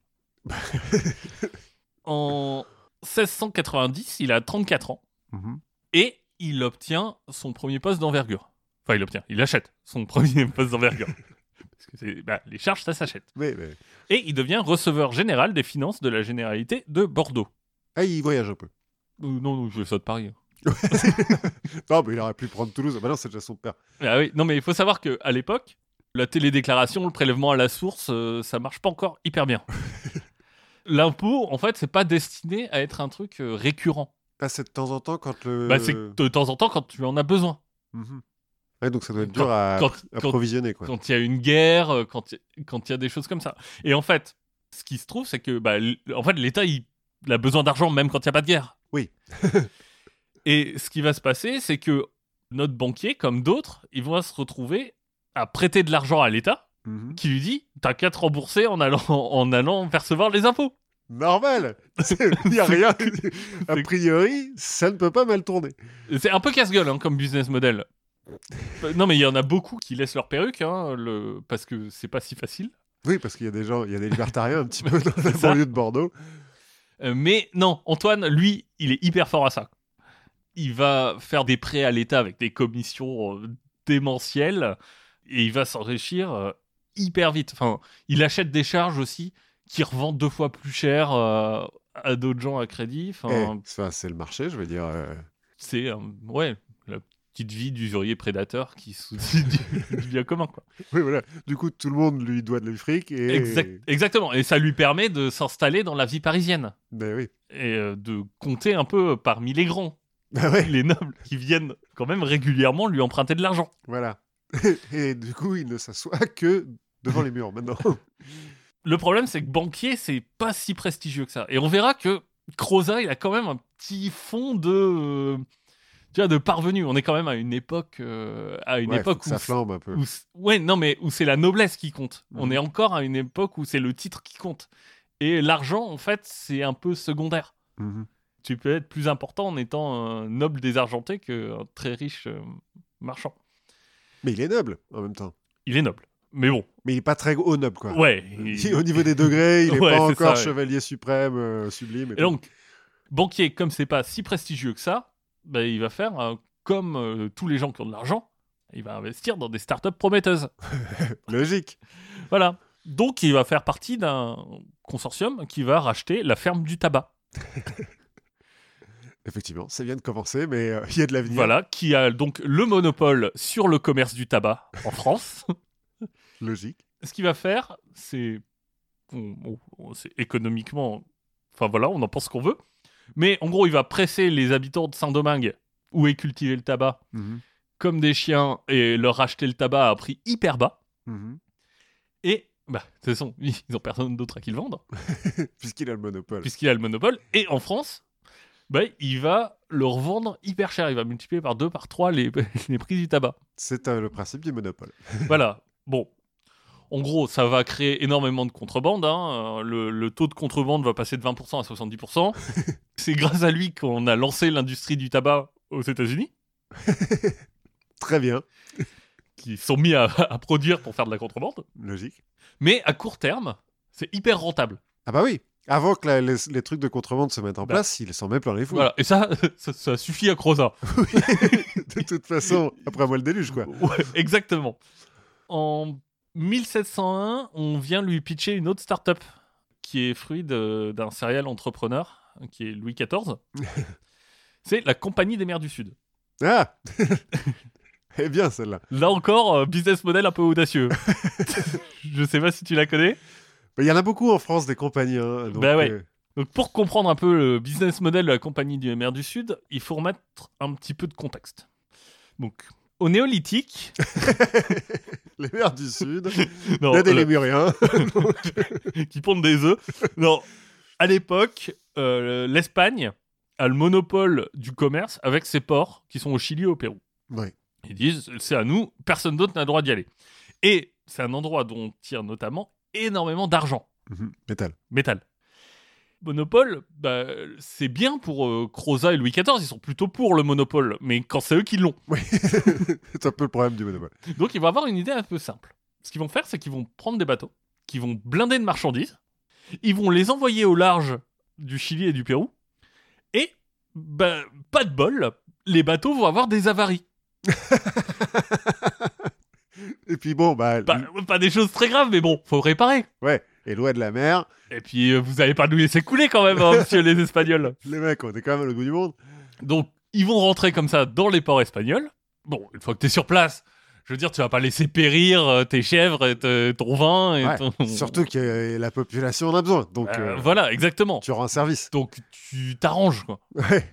[SPEAKER 2] en 1690, il a 34 ans.
[SPEAKER 1] mhm.
[SPEAKER 2] Et il obtient son premier poste d'envergure. Enfin, il obtient, il achète son premier poste d'envergure. Parce que c'est- bah, les charges, ça s'achète.
[SPEAKER 1] mais, mais-
[SPEAKER 2] Et il devient receveur général des finances de la Généralité de Bordeaux.
[SPEAKER 1] Ah, il voyage un peu.
[SPEAKER 2] Euh, non, non, je vais ça de Paris.
[SPEAKER 1] Non, mais il aurait pu prendre Toulouse. Bah non, c'est déjà son père.
[SPEAKER 2] Ah oui, non, mais il faut savoir qu'à l'époque, la télédéclaration, le prélèvement à la source, euh, ça marche pas encore hyper bien. L'impôt, en fait, c'est pas destiné à être un truc euh, récurrent.
[SPEAKER 1] Ah, c'est de temps en temps quand le.
[SPEAKER 2] Bah, c'est que de temps en temps quand tu en as besoin.
[SPEAKER 1] Mhm. Ouais, donc ça doit être dur à
[SPEAKER 2] Quand-
[SPEAKER 1] à
[SPEAKER 2] quand
[SPEAKER 1] provisionner, quoi.
[SPEAKER 2] quand il y a une guerre, euh, quand il y- quand il y a des choses comme ça. Et en fait, ce qui se trouve, c'est que bah, l- en fait, l'État, il, il a besoin d'argent même quand il n'y a pas de guerre.
[SPEAKER 1] Oui.
[SPEAKER 2] Et ce qui va se passer, c'est que notre banquier, comme d'autres, ils vont se retrouver à prêter de l'argent à l'État
[SPEAKER 1] Mhm.
[SPEAKER 2] qui lui dit T'as qu'à te rembourser en allant, en allant percevoir les impôts.
[SPEAKER 1] Normal Il n'y a rien. A priori, ça ne peut pas mal tourner.
[SPEAKER 2] C'est un peu casse-gueule hein, comme business model. Euh, Non, mais il y en a beaucoup qui laissent leur perruque hein, le... parce que c'est pas si facile.
[SPEAKER 1] Oui, parce qu'il y a des gens, il y a des libertariens un petit peu dans la
[SPEAKER 2] C'est ça.
[SPEAKER 1] banlieue de Bordeaux.
[SPEAKER 2] Euh, mais non, Antoine, lui, il est hyper fort à ça. Il va faire des prêts à l'État avec des commissions euh, démentielles et il va s'enrichir euh, hyper vite. Enfin, il achète des charges aussi qui revendent deux fois plus cher euh, à d'autres gens à crédit. Enfin,
[SPEAKER 1] Eh, enfin, c'est le marché, je veux dire. euh,
[SPEAKER 2] c'est euh, ouais la petite vie d'usurier prédateur qui soucie du, du bien commun. Quoi.
[SPEAKER 1] Oui, voilà. Du coup, tout le monde lui doit de le fric. Et...
[SPEAKER 2] Exact- exactement. Et ça lui permet de s'installer dans la vie parisienne
[SPEAKER 1] Ben oui.
[SPEAKER 2] et euh, de compter un peu parmi les grands.
[SPEAKER 1] Ben ouais,
[SPEAKER 2] les nobles qui viennent quand même régulièrement lui emprunter de l'argent.
[SPEAKER 1] voilà. et du coup, il ne s'assoit que devant les murs maintenant.
[SPEAKER 2] Le problème, c'est que banquier, c'est pas si prestigieux que ça. Et on verra que Croza, il a quand même un petit fond de, euh, tu vois, de parvenu. On est quand même à une époque, euh, à une
[SPEAKER 1] Ouais, faut
[SPEAKER 2] époque
[SPEAKER 1] que
[SPEAKER 2] où, Mm.
[SPEAKER 1] ça flambe un peu.
[SPEAKER 2] où c- ouais, non, mais où c'est la noblesse qui compte. On
[SPEAKER 1] Mhm.
[SPEAKER 2] est encore à une époque où c'est le titre qui compte. Et l'argent, en fait, c'est un peu secondaire.
[SPEAKER 1] Mhm.
[SPEAKER 2] Tu peux être plus important en étant un noble désargenté qu'un très riche euh, marchand.
[SPEAKER 1] Mais il est noble en même temps.
[SPEAKER 2] Il est noble. Mais bon,
[SPEAKER 1] Mais il n'est pas très haut noble, quoi.
[SPEAKER 2] ouais.
[SPEAKER 1] Il-
[SPEAKER 2] il-
[SPEAKER 1] Au niveau des degrés, il n'est
[SPEAKER 2] Ouais,
[SPEAKER 1] pas
[SPEAKER 2] c'est ça,
[SPEAKER 1] encore
[SPEAKER 2] ouais.
[SPEAKER 1] chevalier suprême, euh, sublime.
[SPEAKER 2] Et donc, banquier, comme c'est pas si prestigieux que ça, bah, il va faire euh, comme euh, tous les gens qui ont de l'argent, il va investir dans des startups prometteuses.
[SPEAKER 1] tout. Logique.
[SPEAKER 2] Voilà. Donc, il va faire partie d'un consortium qui va racheter la ferme du tabac.
[SPEAKER 1] Effectivement, ça vient de commencer, mais euh, il y a de l'avenir.
[SPEAKER 2] Voilà, qui a donc le monopole sur le commerce du tabac en France.
[SPEAKER 1] Logique.
[SPEAKER 2] Ce qu'il va faire, c'est. on- on- on- c'est économiquement. Enfin voilà, on en pense ce qu'on veut. Mais en gros, il va presser les habitants de Saint-Domingue, où est cultivé le tabac,
[SPEAKER 1] Mhm.
[SPEAKER 2] comme des chiens et leur acheter le tabac à prix hyper bas.
[SPEAKER 1] Mhm.
[SPEAKER 2] Et bah, de toute façon, ils ont personne d'autre à qui le vendre,
[SPEAKER 1] Puisqu'il a le monopole.
[SPEAKER 2] puisqu'il a le monopole. Et en France, bah, il va le revendre hyper cher. Il va multiplier par deux, par trois les, les prix du tabac.
[SPEAKER 1] C'est euh, le principe du monopole.
[SPEAKER 2] voilà. Bon. En gros, ça va créer énormément de contrebande. hein. Euh, Le, le taux de contrebande va passer de 20% à 70%. C'est grâce à lui qu'on a lancé l'industrie du tabac aux États-Unis,
[SPEAKER 1] Très bien.
[SPEAKER 2] qui sont mis à- à produire pour faire de la contrebande.
[SPEAKER 1] Logique.
[SPEAKER 2] Mais à court terme, c'est hyper rentable.
[SPEAKER 1] Ah bah oui. Avant que la- les, les trucs de contrebande se mettent en
[SPEAKER 2] Bah.
[SPEAKER 1] place, il s'en met plein les fous.
[SPEAKER 2] Voilà, et ça, ça, ça suffit à Croza.
[SPEAKER 1] de toute façon, après moi le déluge, quoi.
[SPEAKER 2] Ouais, exactement. En 1701, on vient lui pitcher une autre start-up qui est fruit de- d'un serial entrepreneur qui est Louis XIV. C'est la Compagnie des Mers du Sud.
[SPEAKER 1] Ah Eh bien, celle-là.
[SPEAKER 2] Là encore, euh, business model un peu audacieux. Je sais pas si tu la connais.
[SPEAKER 1] Mais Bah, Il y en a beaucoup en France, des compagnies. hein, donc,
[SPEAKER 2] Bah ouais.
[SPEAKER 1] euh,
[SPEAKER 2] Donc pour comprendre un peu le business model de la Compagnie des Mers du Sud, il faut remettre un petit peu de contexte. Donc Au néolithique,
[SPEAKER 1] les mers du Sud,
[SPEAKER 2] non, euh,
[SPEAKER 1] il y a des
[SPEAKER 2] le-
[SPEAKER 1] Lémuriens.
[SPEAKER 2] qui pondent des œufs. Non, à l'époque, euh, l'Espagne a le monopole du commerce avec ses ports qui sont au Chili et au Pérou.
[SPEAKER 1] Ouais.
[SPEAKER 2] Ils disent c'est à nous, personne d'autre n'a le droit d'y aller. Et c'est un endroit dont on tire notamment énormément d'argent,
[SPEAKER 1] Mhm. Métal.
[SPEAKER 2] métal. Monopole, bah, c'est bien pour euh, Croza et Louis XIV, ils sont plutôt pour le monopole, mais quand c'est eux qui l'ont.
[SPEAKER 1] Oui, c'est un peu le problème du monopole.
[SPEAKER 2] Donc ils vont avoir une idée un peu simple. Ce qu'ils vont faire, c'est qu'ils vont prendre des bateaux, qu'ils vont blinder de marchandises, ils vont les envoyer au large du Chili et du Pérou, et bah, pas de bol, les bateaux vont avoir des avaries.
[SPEAKER 1] Et puis bon, bah,
[SPEAKER 2] Pas, pas des choses très graves, mais bon, faut réparer.
[SPEAKER 1] ouais, et loin de la mer,
[SPEAKER 2] Et puis euh, vous allez pas nous laisser couler quand même, hein, monsieur les Espagnols.
[SPEAKER 1] les mecs, on est quand même à l'autre bout du monde.
[SPEAKER 2] Donc, ils vont rentrer comme ça dans les ports espagnols. Bon, une fois que t'es sur place, je veux dire, tu vas pas laisser périr euh, tes chèvres et te- ton vin. Et
[SPEAKER 1] Ouais,
[SPEAKER 2] ton-
[SPEAKER 1] Surtout que euh, la population en a besoin, donc euh,
[SPEAKER 2] Euh, voilà, exactement.
[SPEAKER 1] tu rends un service.
[SPEAKER 2] Donc, tu t'arranges, quoi.
[SPEAKER 1] Ouais.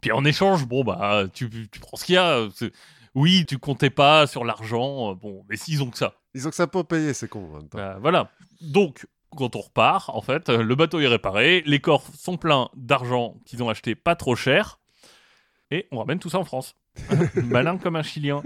[SPEAKER 2] Puis en échange, bon, bah, tu, tu prends ce qu'il y a. euh, C'est- Oui, tu comptais pas sur l'argent. euh, Bon, mais s'ils ont que ça.
[SPEAKER 1] Ils ont que ça pour payer, c'est con en même temps.
[SPEAKER 2] Bah, voilà. Donc, quand on repart, en fait, euh, le bateau est réparé, les corps sont pleins d'argent qu'ils ont acheté pas trop cher, et on ramène tout ça en France. Malin comme un Chilien.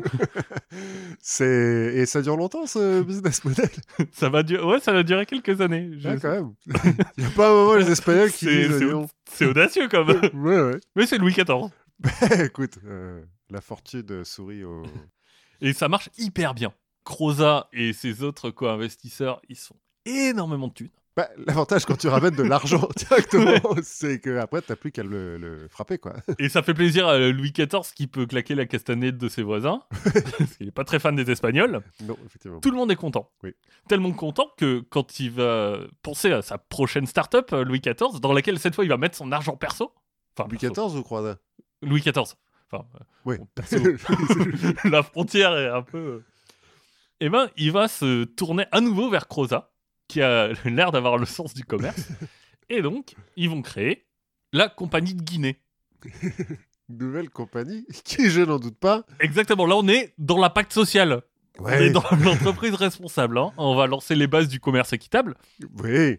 [SPEAKER 1] C'est... Et ça dure longtemps ce business model
[SPEAKER 2] Ça va durer, ouais, ça va durer quelques années. Je-
[SPEAKER 1] Ouais, quand même. Il n'y a pas un moment les Espagnols qui
[SPEAKER 2] C'est-
[SPEAKER 1] disent
[SPEAKER 2] c'est-
[SPEAKER 1] non.
[SPEAKER 2] C'est audacieux comme.
[SPEAKER 1] Ouais,
[SPEAKER 2] Mais c'est Louis XIV.
[SPEAKER 1] ouais. Écoute, euh, la fortune sourit au.
[SPEAKER 2] Et ça marche hyper bien. Croza et ses autres co-investisseurs, ils sont énormément de thunes.
[SPEAKER 1] Bah, l'avantage quand tu ramènes de l'argent directement, c'est que après t'as plus qu'à le, le frapper quoi.
[SPEAKER 2] Et ça fait plaisir à Louis XIV qui peut claquer la castanette de ses voisins, parce qu'il n'est pas très fan des Espagnols.
[SPEAKER 1] Non, effectivement.
[SPEAKER 2] Tout le monde est content.
[SPEAKER 1] Oui.
[SPEAKER 2] Tellement content que quand il va penser à sa prochaine start-up, euh, Louis XIV, dans laquelle cette fois il va mettre son argent perso. Enfin,
[SPEAKER 1] Louis
[SPEAKER 2] perso.
[SPEAKER 1] XIV ou Croisade
[SPEAKER 2] Louis XIV. Enfin, euh,
[SPEAKER 1] Oui.
[SPEAKER 2] bon, perso. la frontière est un peu. euh. Eh ben, il va se tourner à nouveau vers Croza, qui a l'air d'avoir le sens du commerce. Et donc, ils vont créer la compagnie de Guinée.
[SPEAKER 1] Nouvelle compagnie qui, je n'en doute pas.
[SPEAKER 2] Exactement, là on est dans la pacte sociale. On est
[SPEAKER 1] Ouais.
[SPEAKER 2] dans l'entreprise responsable. hein. On va lancer les bases du commerce équitable.
[SPEAKER 1] Oui.
[SPEAKER 2] Le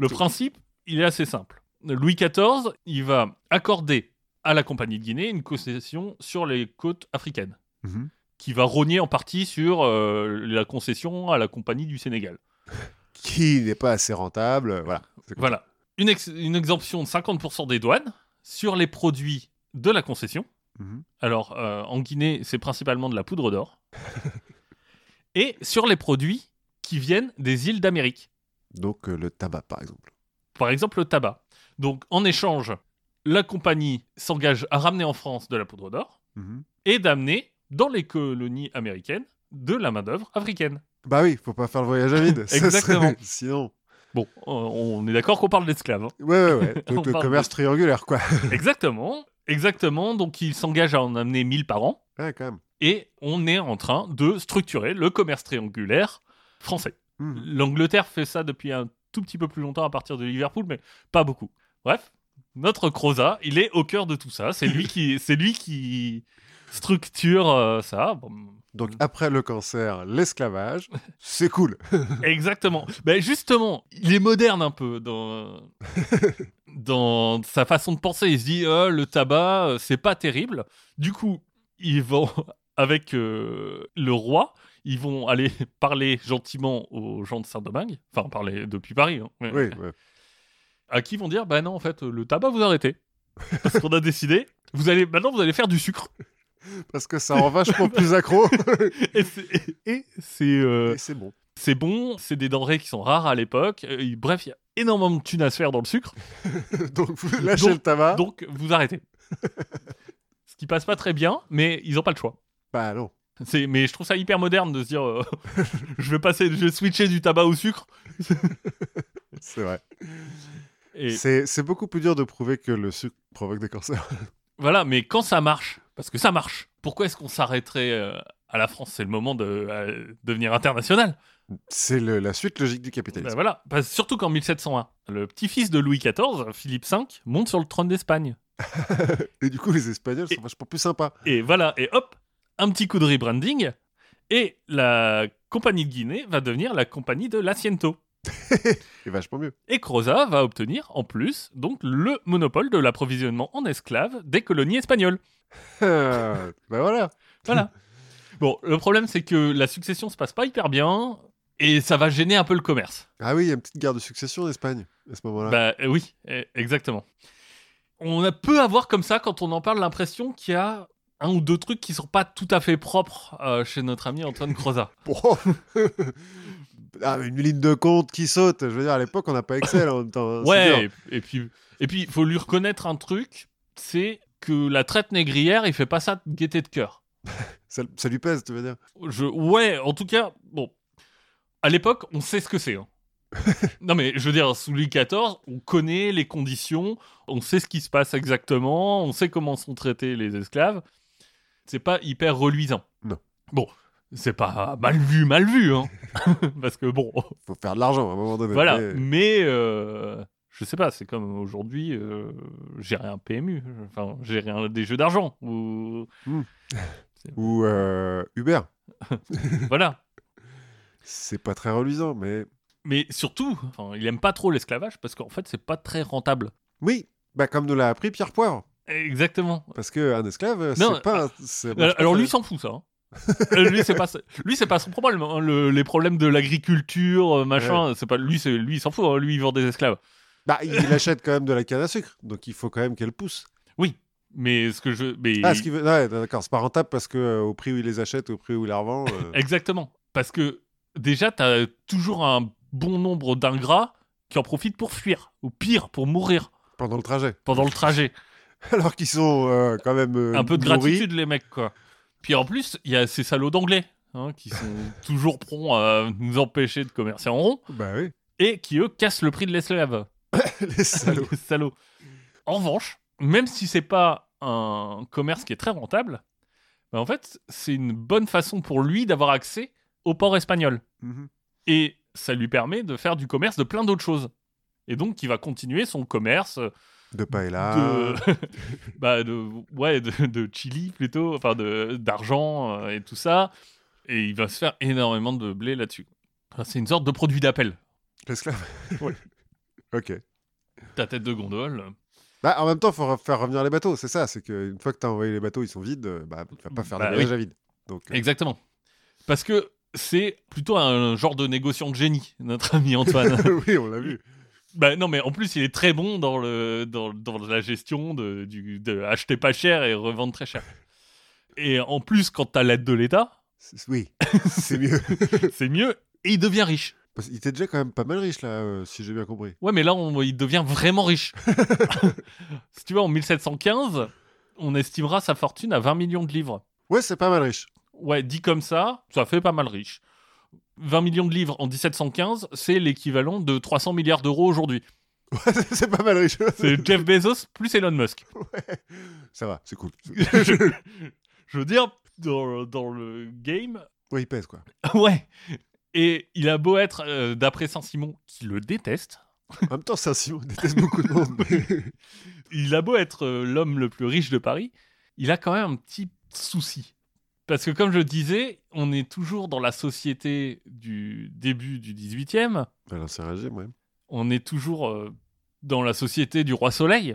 [SPEAKER 1] Tout-
[SPEAKER 2] principe, il est assez simple. Louis XIV, il va accorder à la compagnie de Guinée une concession sur les côtes africaines,
[SPEAKER 1] Mhm.
[SPEAKER 2] qui va rogner en partie sur euh, la concession à la compagnie du Sénégal.
[SPEAKER 1] Qui n'est pas assez rentable, euh, voilà. C'est quoi
[SPEAKER 2] Voilà. Une, ex- une exemption de 50% des douanes sur les produits de la concession.
[SPEAKER 1] Mhm.
[SPEAKER 2] Alors, euh, en Guinée, c'est principalement de la poudre d'or. Et sur les produits qui viennent des îles d'Amérique.
[SPEAKER 1] Donc euh, le tabac par exemple.
[SPEAKER 2] Par exemple, le tabac. Donc, en échange, la compagnie s'engage à ramener en France de la poudre d'or
[SPEAKER 1] Mhm.
[SPEAKER 2] et d'amener dans les colonies américaines de la main-d'œuvre africaine.
[SPEAKER 1] Bah oui, faut pas faire le voyage à vide. ça serait-
[SPEAKER 2] Exactement.
[SPEAKER 1] Sinon.
[SPEAKER 2] Bon, euh, on est d'accord qu'on parle d'esclaves. hein.
[SPEAKER 1] Ouais, ouais, ouais.
[SPEAKER 2] On
[SPEAKER 1] Donc le
[SPEAKER 2] parle
[SPEAKER 1] commerce
[SPEAKER 2] de-
[SPEAKER 1] triangulaire quoi.
[SPEAKER 2] exactement, exactement. Donc, il s'engage à en amener 1000 par an.
[SPEAKER 1] Ouais, quand même.
[SPEAKER 2] et on est en train de structurer le commerce triangulaire français.
[SPEAKER 1] Mhm.
[SPEAKER 2] L'Angleterre fait ça depuis un tout petit peu plus longtemps à partir de Liverpool, mais pas beaucoup. Bref, notre Croza, il est au cœur de tout ça. C'est lui qui, c'est lui qui structure euh, ça. Bon,
[SPEAKER 1] Donc
[SPEAKER 2] Hmm.
[SPEAKER 1] après le cancer, l'esclavage, c'est cool.
[SPEAKER 2] Exactement. Ben justement, il est moderne un peu dans dans sa façon de penser. Il se dit Euh, le tabac, euh, c'est pas terrible. Du coup, ils vont avec euh, le roi, ils vont aller parler gentiment aux gens de Saint-Domingue, enfin parler depuis Paris, hein, mais-
[SPEAKER 1] Oui, ouais.
[SPEAKER 2] à qui vont dire bah non en fait le tabac vous arrêtez parce qu'on a décidé. Vous allez maintenant vous allez faire du sucre
[SPEAKER 1] parce que ça rend vachement plus accro
[SPEAKER 2] et c'est et c'est, euh,
[SPEAKER 1] et c'est bon.
[SPEAKER 2] c'est bon, c'est des denrées qui sont rares à l'époque. Euh, il- bref, il y a énormément de thunes à se faire dans le sucre.
[SPEAKER 1] Donc vous lâchez
[SPEAKER 2] Donc-
[SPEAKER 1] le tabac.
[SPEAKER 2] Donc, vous arrêtez. Ce qui passe pas très bien, mais ils ont pas le choix.
[SPEAKER 1] Bah non.
[SPEAKER 2] C'est, mais je trouve ça hyper moderne de se dire, euh, je vais passer, je vais switcher du tabac au sucre.
[SPEAKER 1] C'est vrai.
[SPEAKER 2] Et
[SPEAKER 1] C'est c'est beaucoup plus dur de prouver que le sucre provoque des cancers.
[SPEAKER 2] voilà, mais quand ça marche, parce que ça marche, pourquoi est-ce qu'on s'arrêterait euh, à la France C'est le moment de euh, devenir international.
[SPEAKER 1] C'est le- la suite logique du
[SPEAKER 2] Ben
[SPEAKER 1] capitalisme.
[SPEAKER 2] voilà, Parce- surtout qu'en 1701, le petit-fils de Louis XIV, Philippe V, monte sur le trône d'Espagne.
[SPEAKER 1] Et du coup, les Espagnols
[SPEAKER 2] Et-
[SPEAKER 1] sont vachement plus sympas.
[SPEAKER 2] Et voilà, et hop, un petit coup de rebranding, et la compagnie de Guinée va devenir la compagnie de l'Asiento.
[SPEAKER 1] C'est vachement mieux.
[SPEAKER 2] Et Croza va obtenir, en plus, donc le monopole de l'approvisionnement en esclaves des colonies espagnoles.
[SPEAKER 1] Euh, ben voilà.
[SPEAKER 2] Voilà. bon, le problème, c'est que la succession se passe pas hyper bien, et ça va gêner un peu le commerce.
[SPEAKER 1] Ah oui, il y a une petite guerre de succession en Espagne à ce moment-là.
[SPEAKER 2] Bah euh, oui, eh, exactement. On a peut avoir comme ça, quand on en parle, l'impression qu'il y a un ou deux trucs qui sont pas tout à fait propres euh, chez notre ami Antoine Croza.
[SPEAKER 1] Bon. Ah, mais une ligne de compte qui saute. Je veux dire, à l'époque, on n'a pas Excel en même temps. hein, c'est
[SPEAKER 2] ouais,
[SPEAKER 1] dur.
[SPEAKER 2] et, et puis et puis il faut lui reconnaître un truc, c'est que la traite négrière, il fait pas ça de gaieté de cœur.
[SPEAKER 1] Ça, ça lui pèse, tu veux dire.
[SPEAKER 2] Je ouais, en tout cas, bon. À l'époque, on sait ce que c'est. hein. non mais je veux dire, sous Louis XIV, on connaît les conditions, on sait ce qui se passe exactement, on sait comment sont traités les esclaves. C'est pas hyper reluisant.
[SPEAKER 1] Non.
[SPEAKER 2] Bon, c'est pas mal vu, mal vu, hein. Parce que bon,
[SPEAKER 1] Faut faire de l'argent à un moment donné.
[SPEAKER 2] voilà.
[SPEAKER 1] Mais-
[SPEAKER 2] Mais euh, je sais pas, c'est comme aujourd'hui euh, gérer un PMU, enfin gérer un- des jeux d'argent ou
[SPEAKER 1] Ou euh, Uber.
[SPEAKER 2] voilà.
[SPEAKER 1] C'est pas très reluisant, mais
[SPEAKER 2] Mais surtout, enfin, il aime pas trop l'esclavage parce qu'en fait, c'est pas très rentable.
[SPEAKER 1] oui. Bah, comme nous l'a appris Pierre Poivre.
[SPEAKER 2] Exactement.
[SPEAKER 1] Parce qu'un esclave, euh,
[SPEAKER 2] Non, ah,
[SPEAKER 1] c'est pas. un- c'est- marche
[SPEAKER 2] Alors,
[SPEAKER 1] pas
[SPEAKER 2] alors,
[SPEAKER 1] très
[SPEAKER 2] lui s'en fout ça. hein. Euh, lui c'est pas ça- lui c'est pas son problème hein, le- les problèmes de l'agriculture euh, machin c'est pas lui c'est lui il s'en fout hein, lui il vend des esclaves
[SPEAKER 1] Bah, il achète quand même de la canne à sucre, donc il faut quand même qu'elle pousse.
[SPEAKER 2] mais ce que je mais
[SPEAKER 1] Ah, ce qui veut... ouais, d'accord, c'est pas rentable parce que euh, au prix où il les achète, au prix où il les revend. euh,
[SPEAKER 2] exactement parce que déjà t'as toujours un bon nombre d'ingrats qui en profitent pour fuir ou pire pour mourir
[SPEAKER 1] pendant le trajet.
[SPEAKER 2] pendant le trajet
[SPEAKER 1] Alors qu'ils sont euh, quand même. euh,
[SPEAKER 2] un peu de
[SPEAKER 1] nourris.
[SPEAKER 2] gratitude les mecs quoi. Puis en plus, il y a ces salauds d'anglais hein, qui sont toujours prompts à nous empêcher de commercer en rond
[SPEAKER 1] Bah oui,
[SPEAKER 2] et qui eux cassent le prix de l'esclave.
[SPEAKER 1] les salauds.
[SPEAKER 2] Les salauds. En revanche, même si c'est pas un commerce qui est très rentable, bah, en fait, c'est une bonne façon pour lui d'avoir accès au port espagnol
[SPEAKER 1] Mhm.
[SPEAKER 2] et ça lui permet de faire du commerce de plein d'autres choses. Et donc, il va continuer son commerce
[SPEAKER 1] De paella.
[SPEAKER 2] de, bah, de- ouais, de, de chili plutôt, enfin de- d'argent euh, et tout ça. Et il va se faire énormément de blé là-dessus. Enfin, c'est une sorte de produit d'appel.
[SPEAKER 1] L'esclave.
[SPEAKER 2] Ouais.
[SPEAKER 1] ok.
[SPEAKER 2] Ta tête de gondole.
[SPEAKER 1] Bah, en même temps, faut re- faire revenir les bateaux, c'est ça. C'est qu'une fois que t'as envoyé les bateaux, ils sont vides, euh, bah, tu vas pas faire
[SPEAKER 2] Bah
[SPEAKER 1] des voyages à vide. Donc, euh,
[SPEAKER 2] Exactement. Parce que c'est plutôt un genre de négociant de génie, notre ami Antoine.
[SPEAKER 1] oui, on l'a vu.
[SPEAKER 2] bah, non, mais en plus, il est très bon dans, le, dans, dans la gestion de, du, de acheter pas cher et revendre très cher. Et en plus, quand t'as l'aide de l'État,
[SPEAKER 1] C'est- Oui, c'est mieux.
[SPEAKER 2] c'est mieux et il devient riche.
[SPEAKER 1] Parce qu'il était déjà quand même pas mal riche, là, euh, si j'ai bien compris.
[SPEAKER 2] Ouais, mais là, on- il devient vraiment riche. si tu veux, en 1715, on estimera sa fortune à 20 millions de livres.
[SPEAKER 1] Ouais, c'est pas mal riche.
[SPEAKER 2] Ouais, dit comme ça, ça fait pas mal riche. 20 millions de livres en 1715, c'est l'équivalent de 300 milliards d'euros aujourd'hui.
[SPEAKER 1] c'est pas mal riche.
[SPEAKER 2] C'est Jeff Bezos plus Elon Musk.
[SPEAKER 1] Ça va, c'est cool.
[SPEAKER 2] je, je veux dire, dans, dans le game,
[SPEAKER 1] Ouais, il pèse, quoi.
[SPEAKER 2] ouais. Et il a beau être, euh, d'après Saint-Simon, qui le déteste,
[SPEAKER 1] En même temps, Saint-Simon déteste beaucoup de monde.
[SPEAKER 2] il a beau être euh, l'homme le plus riche de Paris, il a quand même un petit souci. Parce que comme je le disais, on est toujours dans la société du début du 18e,
[SPEAKER 1] Bah, L'ancien régime, ouais.
[SPEAKER 2] on est toujours euh, dans la société du roi soleil,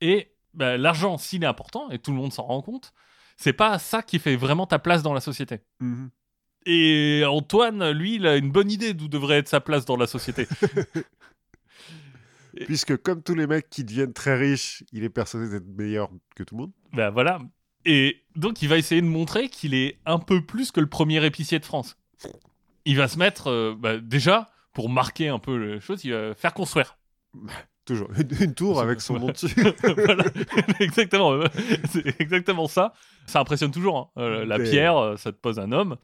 [SPEAKER 2] et bah, l'argent, s'il est important, et tout le monde s'en rend compte, c'est pas ça qui fait vraiment ta place dans la société. Et Antoine, lui, il a une bonne idée d'où devrait être sa place dans la société.
[SPEAKER 1] Puisque, comme tous les mecs qui deviennent très riches, il est persuadé d'être meilleur que tout le monde.
[SPEAKER 2] Ben voilà. Et donc, il va essayer de montrer qu'il est un peu plus que le premier épicier de France. Il va se mettre, euh, bah, déjà, pour marquer un peu les choses, il va faire construire.
[SPEAKER 1] Toujours. Une, une tour avec son nom dessus.
[SPEAKER 2] voilà, exactement. C'est exactement ça. Ça impressionne toujours. hein. Euh, la
[SPEAKER 1] Mais-
[SPEAKER 2] pierre, euh, ça te pose un homme.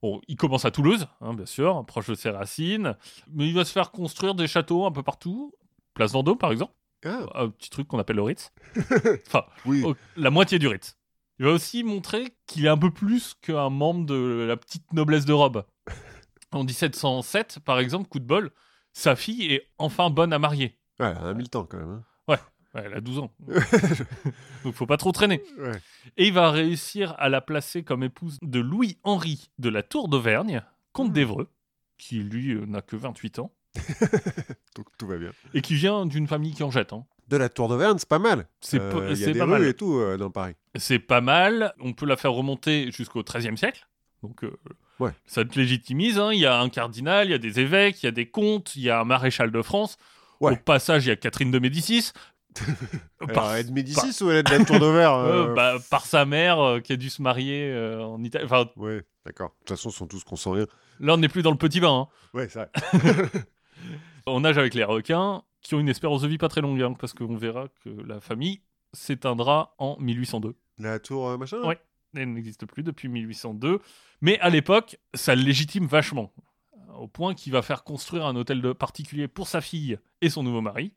[SPEAKER 2] Bon, il commence à Toulouse, hein, bien sûr, proche de ses racines. Mais il va se faire construire des châteaux un peu partout. Place Vendôme, par exemple.
[SPEAKER 1] Ah,
[SPEAKER 2] Un petit truc qu'on appelle le Ritz. enfin,
[SPEAKER 1] oui.
[SPEAKER 2] Oh, la moitié du Ritz. Il va aussi montrer qu'il est un peu plus qu'un membre de la petite noblesse de robe. En 1707, par exemple, coup de bol, sa fille est enfin bonne à marier.
[SPEAKER 1] Ouais, elle a mis le temps, quand même. hein.
[SPEAKER 2] Ouais, elle a 12 ans. Donc faut pas trop traîner.
[SPEAKER 1] Ouais.
[SPEAKER 2] Et il va réussir à la placer comme épouse de Louis-Henri de la Tour d'Auvergne, comte
[SPEAKER 1] Mhm.
[SPEAKER 2] d'Evreux, qui lui euh, n'a que 28 ans,
[SPEAKER 1] Donc tout va bien.
[SPEAKER 2] et qui vient d'une famille qui en jette. hein.
[SPEAKER 1] De la Tour d'Auvergne, c'est pas mal.
[SPEAKER 2] C'est
[SPEAKER 1] Euh,
[SPEAKER 2] pas-
[SPEAKER 1] Il y a
[SPEAKER 2] c'est
[SPEAKER 1] des
[SPEAKER 2] pas
[SPEAKER 1] rues
[SPEAKER 2] mal.
[SPEAKER 1] et tout euh, dans Paris.
[SPEAKER 2] C'est pas mal. On peut la faire remonter jusqu'au XIIIe siècle. Donc, euh,
[SPEAKER 1] Ouais.
[SPEAKER 2] ça te légitimise. hein. Il y a un cardinal, il y a des évêques, il y a des comtes, il y a un maréchal de France.
[SPEAKER 1] Ouais.
[SPEAKER 2] Au passage, il y a Catherine de Médicis.
[SPEAKER 1] Alors, elle est de Médicis ou elle est de la Tour d'Auvergne
[SPEAKER 2] Bah, euh,
[SPEAKER 1] euh,
[SPEAKER 2] bah, par sa mère euh, qui a dû se marier euh, en Italie. Enfin,
[SPEAKER 1] Ouais, d'accord. De toute façon, ils sont tous consents rien.
[SPEAKER 2] là, on n'est plus dans le petit bain. hein.
[SPEAKER 1] Ouais, ça.
[SPEAKER 2] On nage avec les requins qui ont une espérance de vie pas très longue hein, parce qu'on verra que la famille s'éteindra en 1802.
[SPEAKER 1] La Tour euh, machin là
[SPEAKER 2] Ouais. Elle n'existe plus depuis 1802. Mais à l'époque, ça le légitime vachement. Au point qu'il va faire construire un hôtel de particulier pour sa fille et son nouveau mari.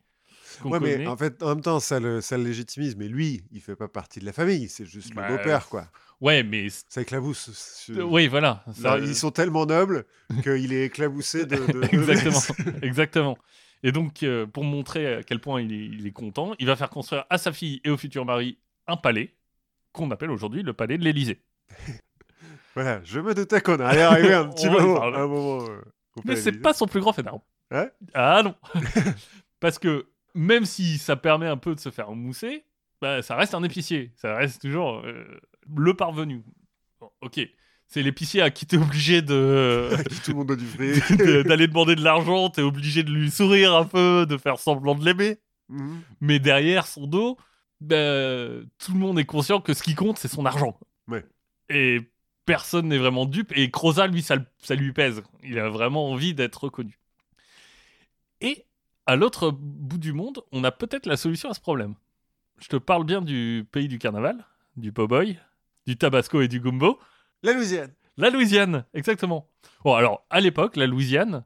[SPEAKER 2] qu'on
[SPEAKER 1] Ouais, mais
[SPEAKER 2] connaît.
[SPEAKER 1] en fait, en même temps, ça le, ça le légitimise. Mais lui, il fait pas partie de la famille. C'est juste
[SPEAKER 2] Bah,
[SPEAKER 1] le beau-père, quoi.
[SPEAKER 2] Ouais, mais.
[SPEAKER 1] Ça éclabousse. euh, ce-
[SPEAKER 2] Oui, voilà.
[SPEAKER 1] Là,
[SPEAKER 2] ça- euh.
[SPEAKER 1] ils sont tellement nobles qu'il est éclaboussé de. de- de-
[SPEAKER 2] Exactement. Exactement. Et donc, euh, pour montrer à quel point il est, il est content, il va faire construire à sa fille et au futur mari un palais qu'on appelle aujourd'hui le palais de l'Élysée.
[SPEAKER 1] voilà, je me doutais qu'on allait arriver un petit
[SPEAKER 2] On va y
[SPEAKER 1] moment.
[SPEAKER 2] parler.
[SPEAKER 1] Un moment euh, au
[SPEAKER 2] Mais
[SPEAKER 1] Palais
[SPEAKER 2] c'est
[SPEAKER 1] des-
[SPEAKER 2] pas son plus grand fainéant.
[SPEAKER 1] Ouais
[SPEAKER 2] Ah non Parce que même si ça permet un peu de se faire mousser, bah, ça reste un épicier. Ça reste toujours euh, le parvenu. Bon, ok, c'est l'épicier à qui t'es obligé de
[SPEAKER 1] Tout le monde doit du fric.
[SPEAKER 2] de- d'aller demander de l'argent, t'es obligé de lui sourire un peu, de faire semblant de l'aimer.
[SPEAKER 1] Mhm,
[SPEAKER 2] Mais derrière son dos, bah, tout le monde est conscient que ce qui compte, c'est son argent.
[SPEAKER 1] Ouais.
[SPEAKER 2] Et personne n'est vraiment dupe. Et Croza, lui, ça, le- ça lui pèse. Il a vraiment envie d'être reconnu. Et à l'autre bout du monde, on a peut-être la solution à ce problème. Je te parle bien du pays du carnaval, du po-boy, du tabasco et du gumbo.
[SPEAKER 1] La Louisiane.
[SPEAKER 2] La Louisiane, exactement. Bon, alors, à l'époque, la Louisiane,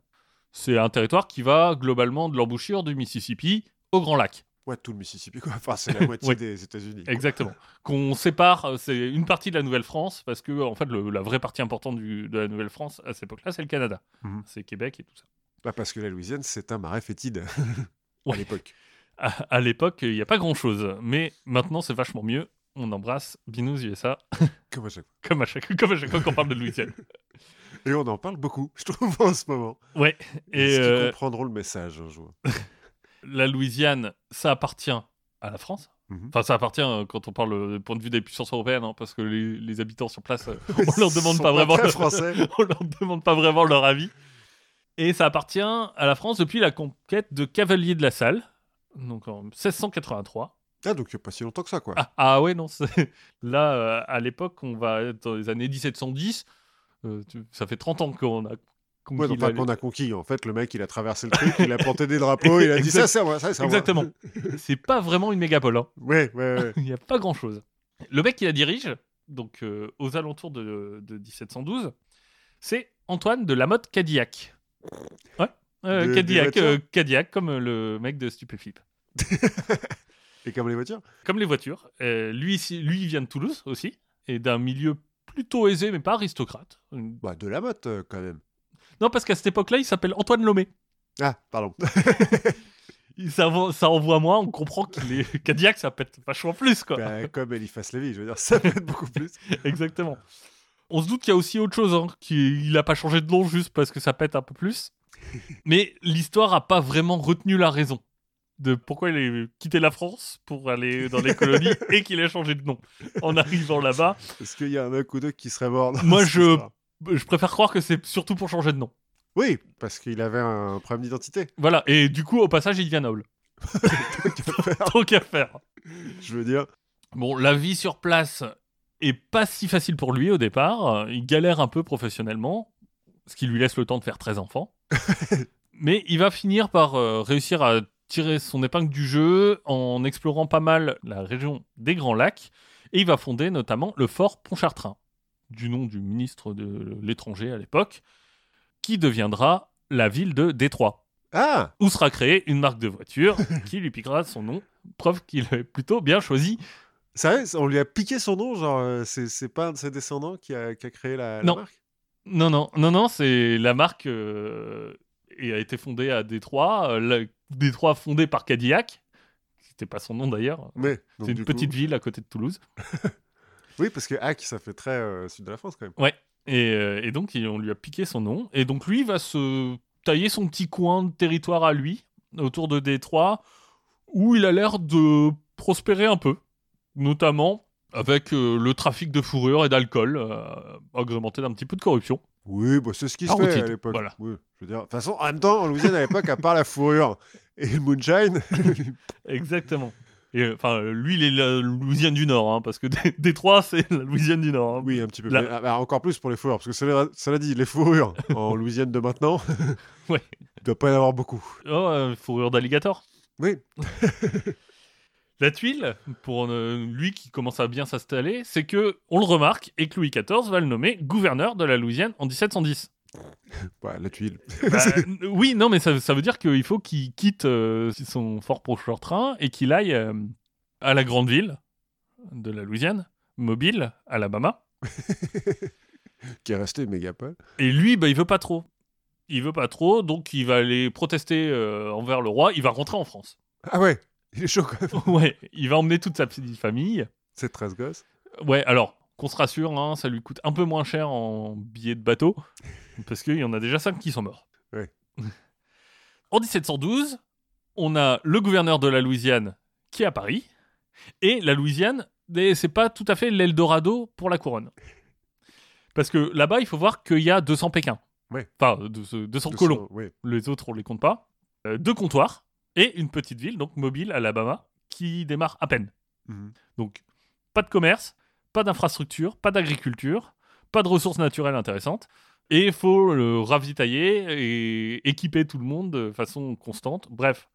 [SPEAKER 2] c'est un territoire qui va globalement de l'embouchure du Mississippi au Grand Lac.
[SPEAKER 1] Ouais, tout le Mississippi, quoi. Enfin, c'est la moitié
[SPEAKER 2] Ouais.
[SPEAKER 1] des États-Unis. quoi.
[SPEAKER 2] Exactement. Qu'on sépare, euh, c'est une partie de la Nouvelle-France, parce que en fait, le- la vraie partie importante du- de la Nouvelle-France à cette époque-là, c'est le Canada.
[SPEAKER 1] Mhm.
[SPEAKER 2] C'est Québec et tout ça.
[SPEAKER 1] Bah, parce que la Louisiane, c'est un marais fétide à
[SPEAKER 2] Ouais.
[SPEAKER 1] l'époque.
[SPEAKER 2] À, à l'époque, il n'y a pas grand-chose, mais maintenant, c'est vachement mieux. On embrasse Binous USA,
[SPEAKER 1] Comme à chaque fois.
[SPEAKER 2] comme à chaque, comme à chaque fois qu'on parle de Louisiane.
[SPEAKER 1] Et on en parle beaucoup, je trouve, en ce moment.
[SPEAKER 2] Ouais. Et
[SPEAKER 1] Est-ce qu'ils
[SPEAKER 2] euh,
[SPEAKER 1] comprendront le message un jour
[SPEAKER 2] la Louisiane, ça appartient à la France.
[SPEAKER 1] Mhm.
[SPEAKER 2] Enfin, ça appartient euh, quand on parle euh, du point de vue des puissances européennes, hein, parce que les, les habitants sur place, euh, on leur demande
[SPEAKER 1] Ils sont
[SPEAKER 2] pas vraiment.
[SPEAKER 1] très français.
[SPEAKER 2] on leur demande pas vraiment leur avis. Et ça appartient à la France depuis la conquête de Cavalier de la Salle, donc en 1683.
[SPEAKER 1] Ah, donc il n'y a pas si longtemps que ça, quoi.
[SPEAKER 2] Ah, ah ouais, non, c'est- là, euh, à l'époque, on va être dans les années 1710. euh, tu- ça fait 30 ans qu'on a conquis
[SPEAKER 1] Ouais, non,
[SPEAKER 2] la-
[SPEAKER 1] pas qu'on a conquis. En fait, le mec, il a traversé le truc, il a planté des drapeaux, il a dit
[SPEAKER 2] Exact-
[SPEAKER 1] ça, c'est à moi, ça, c'est à moi.
[SPEAKER 2] Exactement. C'est pas vraiment une mégapole. hein.
[SPEAKER 1] Ouais, ouais, ouais.
[SPEAKER 2] Il n'y a pas grand-chose. Le mec qui la dirige, donc euh, aux alentours de, de 1712, c'est Antoine de Lamotte Cadillac. Ouais, euh,
[SPEAKER 1] De- des
[SPEAKER 2] Cadillac,
[SPEAKER 1] voitures
[SPEAKER 2] euh, Cadillac, comme euh, le mec de Stupéflip.
[SPEAKER 1] Et comme les voitures
[SPEAKER 2] Comme les voitures. Euh, lui, ici- lui, il vient de Toulouse aussi, et d'un milieu plutôt aisé, mais pas aristocrate. Une-
[SPEAKER 1] Bah, de la motte, euh, quand même.
[SPEAKER 2] Non, parce qu'à cette époque-là, il s'appelle Antoine Lomé.
[SPEAKER 1] Ah, pardon.
[SPEAKER 2] Il- Ça, envoie- ça envoie moins, on comprend que les Cadillac, ça pète vachement plus, quoi.
[SPEAKER 1] bah, comme Eliphas Lévy, je veux dire, ça peut être beaucoup plus.
[SPEAKER 2] Exactement. On se doute qu'il y a aussi autre chose, hein, qu'il n'a pas changé de nom juste parce que ça pète un peu plus. Mais l'histoire a pas vraiment retenu la raison de pourquoi il a quitté la France pour aller dans les colonies et qu'il a changé de nom en arrivant là-bas.
[SPEAKER 1] Est-ce qu'il y a un mec ou deux qui serait mort dans
[SPEAKER 2] Moi,
[SPEAKER 1] cette
[SPEAKER 2] je-
[SPEAKER 1] histoire
[SPEAKER 2] Je préfère croire que c'est surtout pour changer de nom.
[SPEAKER 1] Oui, parce qu'il avait un problème d'identité.
[SPEAKER 2] Voilà, et du coup, au passage, il devient noble. Tant qu'à faire.
[SPEAKER 1] Je veux dire,
[SPEAKER 2] Bon, la vie sur place est pas si facile pour lui au départ. Euh, Il galère un peu professionnellement, ce qui lui laisse le temps de faire 13 enfants. Mais il va finir par euh, réussir à tirer son épingle du jeu en explorant pas mal la région des Grands Lacs. Et il va fonder notamment le fort Pontchartrain, du nom du ministre de l'étranger à l'époque, qui deviendra la ville de Détroit
[SPEAKER 1] ah,
[SPEAKER 2] où sera créée une marque de voiture qui lui piquera son nom, preuve qu'il avait plutôt bien choisi.
[SPEAKER 1] sérieux, on lui a piqué son nom, genre, euh, c'est c'est pas un de ses descendants qui a, qui a créé la, la
[SPEAKER 2] Non.
[SPEAKER 1] marque
[SPEAKER 2] Non, non, non, non, c'est la marque euh, et a été fondée à Détroit, euh, la- Détroit fondée par Cadillac, c'était pas son nom d'ailleurs.
[SPEAKER 1] Mais, donc,
[SPEAKER 2] C'est une
[SPEAKER 1] du coup-
[SPEAKER 2] petite ville à côté de Toulouse.
[SPEAKER 1] Oui, parce que Hack, ça fait très euh, sud de la France quand même.
[SPEAKER 2] Et, euh, et donc, il- on lui a piqué son nom. Et donc, lui il va se tailler son petit coin de territoire à lui, autour de Détroit, où il a l'air de prospérer un peu, notamment avec euh, le trafic de fourrure et d'alcool, euh, agrémenté d'un petit peu de corruption.
[SPEAKER 1] Oui, bah, c'est ce qui se
[SPEAKER 2] Carottide,
[SPEAKER 1] fait à l'époque.
[SPEAKER 2] voilà.
[SPEAKER 1] Oui, je veux dire, de toute façon, en même temps, en Louisiane à l'époque, à part la fourrure et le moonshine,
[SPEAKER 2] Exactement. Et euh, enfin, euh, lui, il est la Louisiane du Nord, hein, parce que Dé- Détroit, c'est la Louisiane du Nord. hein.
[SPEAKER 1] oui, un petit peu.
[SPEAKER 2] La-
[SPEAKER 1] mais, ah, bah, encore plus pour les fourrures, parce que cela, cela dit, les fourrures en Louisiane de maintenant,
[SPEAKER 2] Ouais.
[SPEAKER 1] il doit pas y en avoir beaucoup.
[SPEAKER 2] Oh, euh, fourrure d'alligator.
[SPEAKER 1] Oui.
[SPEAKER 2] La tuile, pour euh, lui qui commence à bien s'installer, c'est que on le remarque et que Louis XIV va le nommer gouverneur de la Louisiane en 1710.
[SPEAKER 1] Ouais, la tuile.
[SPEAKER 2] Bah, euh, oui, non, mais ça, ça veut dire qu'il faut qu'il quitte euh, son fort proche train et qu'il aille euh, à la grande ville de la Louisiane, mobile, Alabama.
[SPEAKER 1] qui est restée mégapole.
[SPEAKER 2] Et lui, bah, il veut pas trop. Il veut pas trop, donc il va aller protester euh, envers le roi. Il va rentrer en France.
[SPEAKER 1] Ah ouais, il est chaud quand même.
[SPEAKER 2] ouais, il va emmener toute sa petite famille.
[SPEAKER 1] C'est 13 gosses.
[SPEAKER 2] Ouais, alors, qu'on se rassure, hein, ça lui coûte un peu moins cher en billets de bateau, parce qu'il y en a déjà 5 qui sont morts.
[SPEAKER 1] Ouais.
[SPEAKER 2] En 1712, on a le gouverneur de la Louisiane qui est à Paris, et la Louisiane, eh, c'est pas tout à fait l'Eldorado pour la couronne. Parce que là-bas, il faut voir qu'il y a 200 Pékins.
[SPEAKER 1] Ouais.
[SPEAKER 2] Enfin, de- de- 200 colons
[SPEAKER 1] Oui.
[SPEAKER 2] les autres on les compte pas, Euh, deux comptoirs et une petite ville, donc mobile, Alabama, qui démarre à peine.
[SPEAKER 1] Mhm.
[SPEAKER 2] Donc pas de commerce, pas d'infrastructure, pas d'agriculture, pas de ressources naturelles intéressantes, et il faut le ravitailler et équiper tout le monde de façon constante. Bref,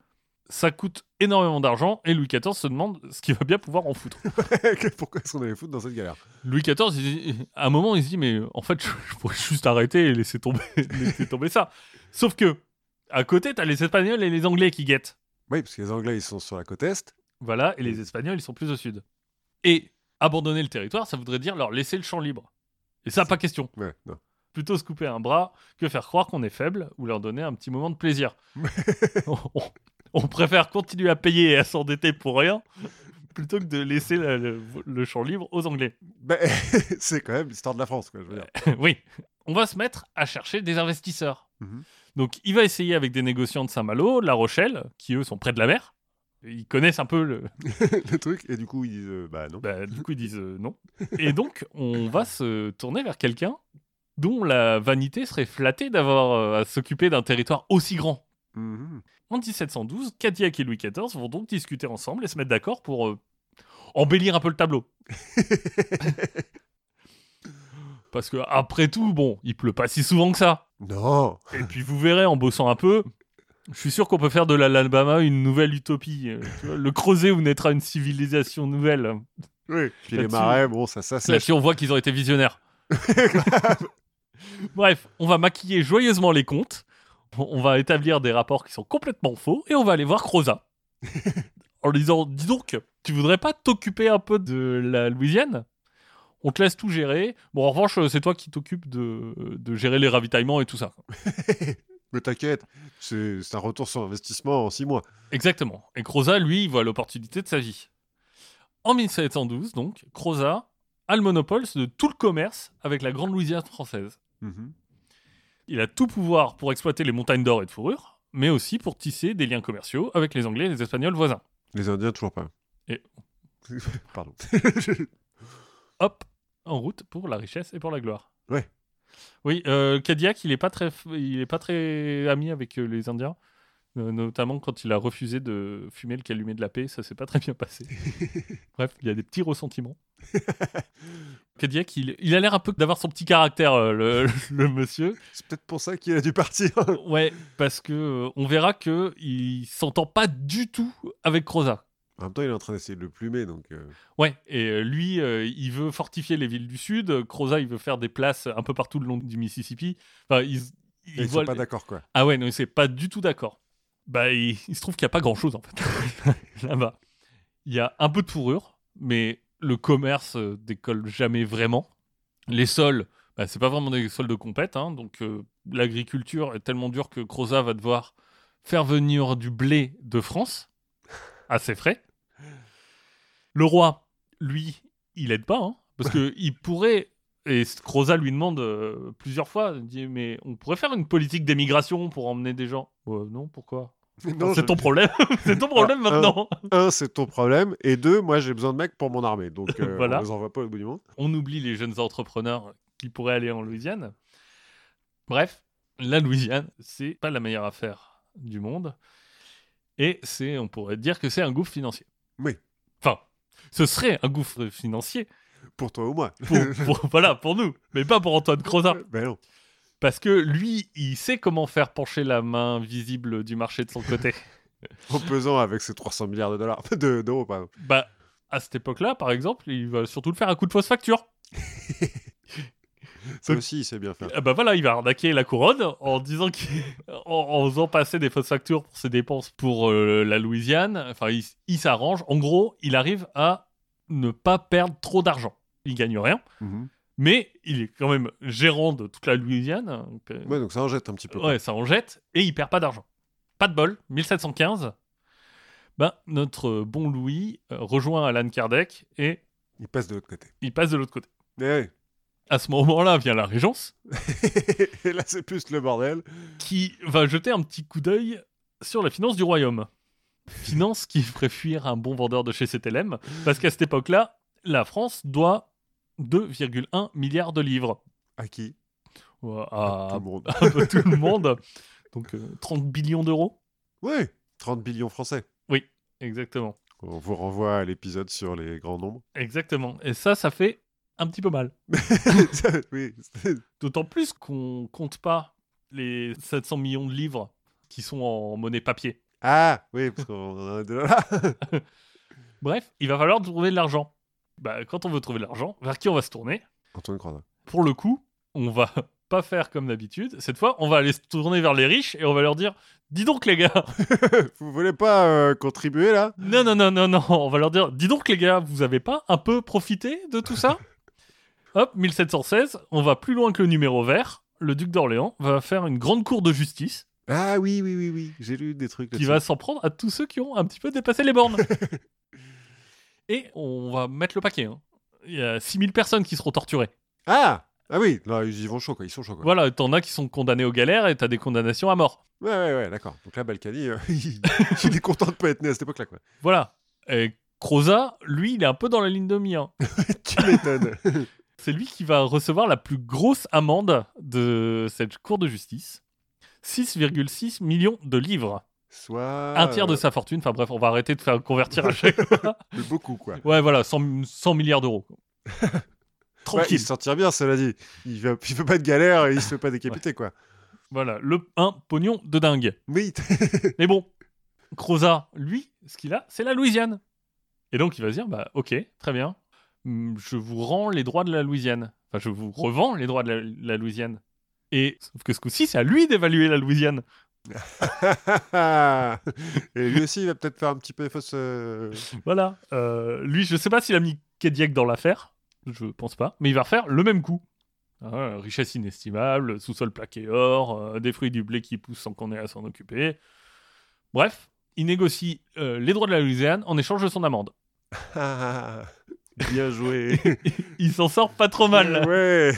[SPEAKER 2] ça coûte énormément d'argent et Louis XIV se demande ce qu'il va bien pouvoir en foutre.
[SPEAKER 1] Pourquoi est-ce qu'on allait foutre dans cette galère
[SPEAKER 2] Louis XIV, il dit- à un moment, il se dit, mais en fait, je, je pourrais juste arrêter et laisser tomber, laisser tomber ça. Sauf que, à côté, t'as les Espagnols et les Anglais qui guettent.
[SPEAKER 1] Oui, parce que les Anglais, ils sont sur la côte Est.
[SPEAKER 2] Voilà, et les Espagnols, ils sont plus au sud. Et abandonner le territoire, ça voudrait dire leur laisser le champ libre. Et ça, pas question.
[SPEAKER 1] Ouais, non.
[SPEAKER 2] Plutôt se couper un bras que faire croire qu'on est faible ou leur donner un petit moment de plaisir. on, on- on préfère continuer à payer et à s'endetter pour rien plutôt que de laisser la- le- le champ libre aux Anglais.
[SPEAKER 1] Ben, c'est quand même l'histoire de la France, quoi, je veux dire.
[SPEAKER 2] oui, on va se mettre à chercher des investisseurs.
[SPEAKER 1] Mhm.
[SPEAKER 2] Donc, il va essayer avec des négociants de Saint-Malo, de La Rochelle, qui eux sont près de la mer. Ils connaissent un peu le.
[SPEAKER 1] le truc. Et du coup, ils disent, euh, bah non.
[SPEAKER 2] bah, du coup, ils disent euh, non. Et donc, on va se tourner vers quelqu'un dont la vanité serait flattée d'avoir euh, à s'occuper d'un territoire aussi grand.
[SPEAKER 1] Mhm.
[SPEAKER 2] En 1712, Cadillac et Louis XIV vont donc discuter ensemble et se mettre d'accord pour euh, embellir un peu le tableau. Parce que, après tout, bon, il pleut pas si souvent que ça.
[SPEAKER 1] Non
[SPEAKER 2] Et puis vous verrez en bossant un peu, je suis sûr qu'on peut faire de la- l'Alabama une nouvelle utopie. Euh, tu vois, le creuset où naîtra une civilisation nouvelle.
[SPEAKER 1] Oui. Puis les
[SPEAKER 2] Là-dessus-
[SPEAKER 1] marais, bon, ça, ça, c'est.
[SPEAKER 2] Là-dessus, on voit qu'ils ont été visionnaires. Bref, on va maquiller joyeusement les comptes. On- On va établir des rapports qui sont complètement faux et on va aller voir Croza. en lui disant Dis donc, tu voudrais pas t'occuper un peu de la Louisiane On te laisse tout gérer. Bon, en revanche, euh, c'est toi qui t'occupes de, de gérer les ravitaillements et tout ça.
[SPEAKER 1] Mais t'inquiète, c'est c'est un retour sur investissement en six mois.
[SPEAKER 2] Exactement. Et Croza, lui, il voit l'opportunité de sa vie. En 1712, donc, Croza a le monopole de tout le commerce avec la Grande Louisiane française. Mmh.
[SPEAKER 1] Mhm.
[SPEAKER 2] Il a tout pouvoir pour exploiter les montagnes d'or et de fourrure, mais aussi pour tisser des liens commerciaux avec les Anglais et les Espagnols voisins.
[SPEAKER 1] Les Indiens, toujours pas.
[SPEAKER 2] Et-
[SPEAKER 1] Pardon.
[SPEAKER 2] Hop, en route pour la richesse et pour la gloire.
[SPEAKER 1] Ouais.
[SPEAKER 2] Oui, euh, Cadillac, il est pas très, f- il est pas très ami avec euh, les Indiens, euh, notamment quand il a refusé de fumer le calumet de la paix. Ça s'est pas très bien passé. Bref, il y a des petits ressentiments. Cadillac, il, il a l'air un peu d'avoir son petit caractère, euh, le- le monsieur.
[SPEAKER 1] c'est peut-être pour ça qu'il a dû partir.
[SPEAKER 2] Ouais, parce que euh, on verra que il s'entend pas du tout avec Croza.
[SPEAKER 1] en même temps, il est en train d'essayer de le plumer, donc. euh,
[SPEAKER 2] Ouais, et euh, lui, euh, il veut fortifier les villes du sud. euh, Croza, il veut faire des places un peu partout le long du Mississippi. Enfin, ils, ils
[SPEAKER 1] Ils
[SPEAKER 2] voient
[SPEAKER 1] sont pas
[SPEAKER 2] les-
[SPEAKER 1] d'accord, quoi.
[SPEAKER 2] Ah ouais, non, c'est pas du tout d'accord. Bah, il, il se trouve qu'il n'y a pas grand-chose, en fait, là-bas. Il y a un peu de fourrure, mais le commerce euh, décolle jamais vraiment. Les sols, bah, c'est pas vraiment des sols de compète, hein, donc euh, l'agriculture est tellement dure que Croza va devoir faire venir du blé de France, à ses frais, Le roi, lui, il aide pas, hein, parce qu'il pourrait. Et Croza lui demande euh, plusieurs fois, il dit, mais on pourrait faire une politique d'émigration pour emmener des gens. Ouais, non, pourquoi
[SPEAKER 1] Non, je-
[SPEAKER 2] C'est
[SPEAKER 1] Ah,
[SPEAKER 2] ton problème. c'est ton problème
[SPEAKER 1] Alors, un-
[SPEAKER 2] maintenant.
[SPEAKER 1] Un, c'est ton problème. Et deux, moi, j'ai besoin de mecs pour mon armée. Donc, euh,
[SPEAKER 2] Voilà.
[SPEAKER 1] on les envoie pas au bout du monde.
[SPEAKER 2] on oublie les jeunes entrepreneurs qui pourraient aller en Louisiane. Bref, la Louisiane, c'est pas la meilleure affaire du monde. Et c'est, on pourrait dire que c'est un gouffre financier.
[SPEAKER 1] Oui.
[SPEAKER 2] Enfin, ce serait un gouffre financier
[SPEAKER 1] Pour toi ou moi.
[SPEAKER 2] pour, pour- voilà, pour nous, mais pas pour Antoine Crozat.
[SPEAKER 1] Ben non.
[SPEAKER 2] Parce que lui, il sait comment faire pencher la main visible du marché de son côté.
[SPEAKER 1] En pesant avec ses 300 milliards de dollars. de- D'euros, pardon.
[SPEAKER 2] Bah, à cette époque-là, par exemple, il va surtout le faire à coup de fausse facture.
[SPEAKER 1] Ça
[SPEAKER 2] Donc-
[SPEAKER 1] aussi, il sait bien faire.
[SPEAKER 2] Ah bah voilà, il va arnaquer la couronne en disant qu'il- en, en faisant passer des fausses factures pour ses dépenses pour euh, la Louisiane. Enfin, il, s- il s'arrange. En gros, il arrive à ne pas perdre trop d'argent. Il gagne rien,
[SPEAKER 1] Mhm.
[SPEAKER 2] mais il est quand même gérant de toute la Louisiane. Donc, euh,
[SPEAKER 1] Ouais, donc ça en jette un petit peu.
[SPEAKER 2] ouais, ça en jette et il perd pas d'argent. Pas de bol. 1715. Ben, notre bon Louis euh, rejoint Alan Kardec et
[SPEAKER 1] Il passe de l'autre côté. Eh
[SPEAKER 2] il passe de l'autre côté.
[SPEAKER 1] Mais
[SPEAKER 2] À ce moment-là vient la Régence.
[SPEAKER 1] ouais. Et là, c'est plus le bordel.
[SPEAKER 2] qui va jeter un petit coup d'œil sur la finance du royaume. Finance qui ferait fuir un bon vendeur de chez CTLM, parce qu'à cette époque-là, la France doit 2,1 milliards de livres
[SPEAKER 1] À qui
[SPEAKER 2] Ouais,
[SPEAKER 1] À
[SPEAKER 2] à
[SPEAKER 1] Tout le monde.
[SPEAKER 2] un peu tout le monde, donc euh, 30 billions d'euros.
[SPEAKER 1] Ouais. 30 billions français.
[SPEAKER 2] Exactement.
[SPEAKER 1] On vous renvoie à l'épisode sur les grands nombres.
[SPEAKER 2] Exactement. Et ça, ça fait un petit peu mal.
[SPEAKER 1] oui.
[SPEAKER 2] D'autant plus qu'on compte pas les 700 millions de livres qui sont en monnaie papier.
[SPEAKER 1] Ah, oui, parce qu'on en a de là.
[SPEAKER 2] Bref, il va falloir trouver de l'argent. Bah, quand on veut trouver de l'argent, vers qui on va se tourner
[SPEAKER 1] Antoine Croizat.
[SPEAKER 2] Pour le coup, on va pas faire comme d'habitude. Cette fois, on va aller se tourner vers les riches et on va leur dire Dis donc, les gars
[SPEAKER 1] vous voulez pas euh, contribuer là
[SPEAKER 2] Non, non, non, non, non On va leur dire Dis donc, les gars, vous avez pas un peu profité de tout ça Hop, 1716, on va plus loin que le numéro vert. Le duc d'Orléans va faire une grande cour de justice
[SPEAKER 1] Ah oui, oui, oui, oui. J'ai lu des trucs
[SPEAKER 2] qui
[SPEAKER 1] là-dessus.
[SPEAKER 2] va s'en prendre à tous ceux qui ont un petit peu dépassé les bornes. et on va mettre le paquet. hein. Il y a 6000 personnes qui seront torturées.
[SPEAKER 1] Ah Ah oui, non, ils y vont chaud, quoi. Ils sont chauds, quoi.
[SPEAKER 2] Voilà, t'en as qui sont condamnés aux galères et t'as des condamnations à mort.
[SPEAKER 1] Ouais, ouais, ouais, d'accord. Donc là, Balkany, euh, il, il est content de pas être né à cette époque-là, quoi.
[SPEAKER 2] Voilà. Et Croza, lui, il est un peu dans la ligne de mire.
[SPEAKER 1] tu m'étonnes.
[SPEAKER 2] C'est lui qui va recevoir la plus grosse amende de cette cour de justice. 6,6 millions de livres.
[SPEAKER 1] Soit.
[SPEAKER 2] un tiers de sa fortune. Enfin bref, on va arrêter de faire convertir à chaque...
[SPEAKER 1] euh, mais beaucoup, quoi.
[SPEAKER 2] Ouais, voilà, 100, 100 milliards d'euros.
[SPEAKER 1] Ouais, il
[SPEAKER 2] Tranquille.
[SPEAKER 1] se sortira bien, cela dit. Il ne il fait pas de galère et il se fait pas décapiter, quoi.
[SPEAKER 2] Voilà, le un pognon de dingue.
[SPEAKER 1] Oui,
[SPEAKER 2] Mais bon, Croza, lui, ce qu'il a, c'est la Louisiane. Et donc il va se dire, bah ok, très bien, Hum, je vous rends les droits de la Louisiane. Enfin, je vous revends les droits de la, la Louisiane. Et sauf que ce coup-ci, c'est à lui d'évaluer la Louisiane.
[SPEAKER 1] et lui aussi, il va peut-être faire un petit peu fausse. euh,
[SPEAKER 2] Voilà. Euh, lui, je sais pas s'il a mis Kediak dans l'affaire, je pense pas, mais il va refaire le même coup. Hein, richesse inestimable, sous-sol plaqué or, euh, des fruits du blé qui poussent sans qu'on ait à s'en occuper. Bref, il négocie euh, les droits de la Louisiane en échange de son amende.
[SPEAKER 1] bien joué.
[SPEAKER 2] il s'en sort pas trop mal.
[SPEAKER 1] Ouais.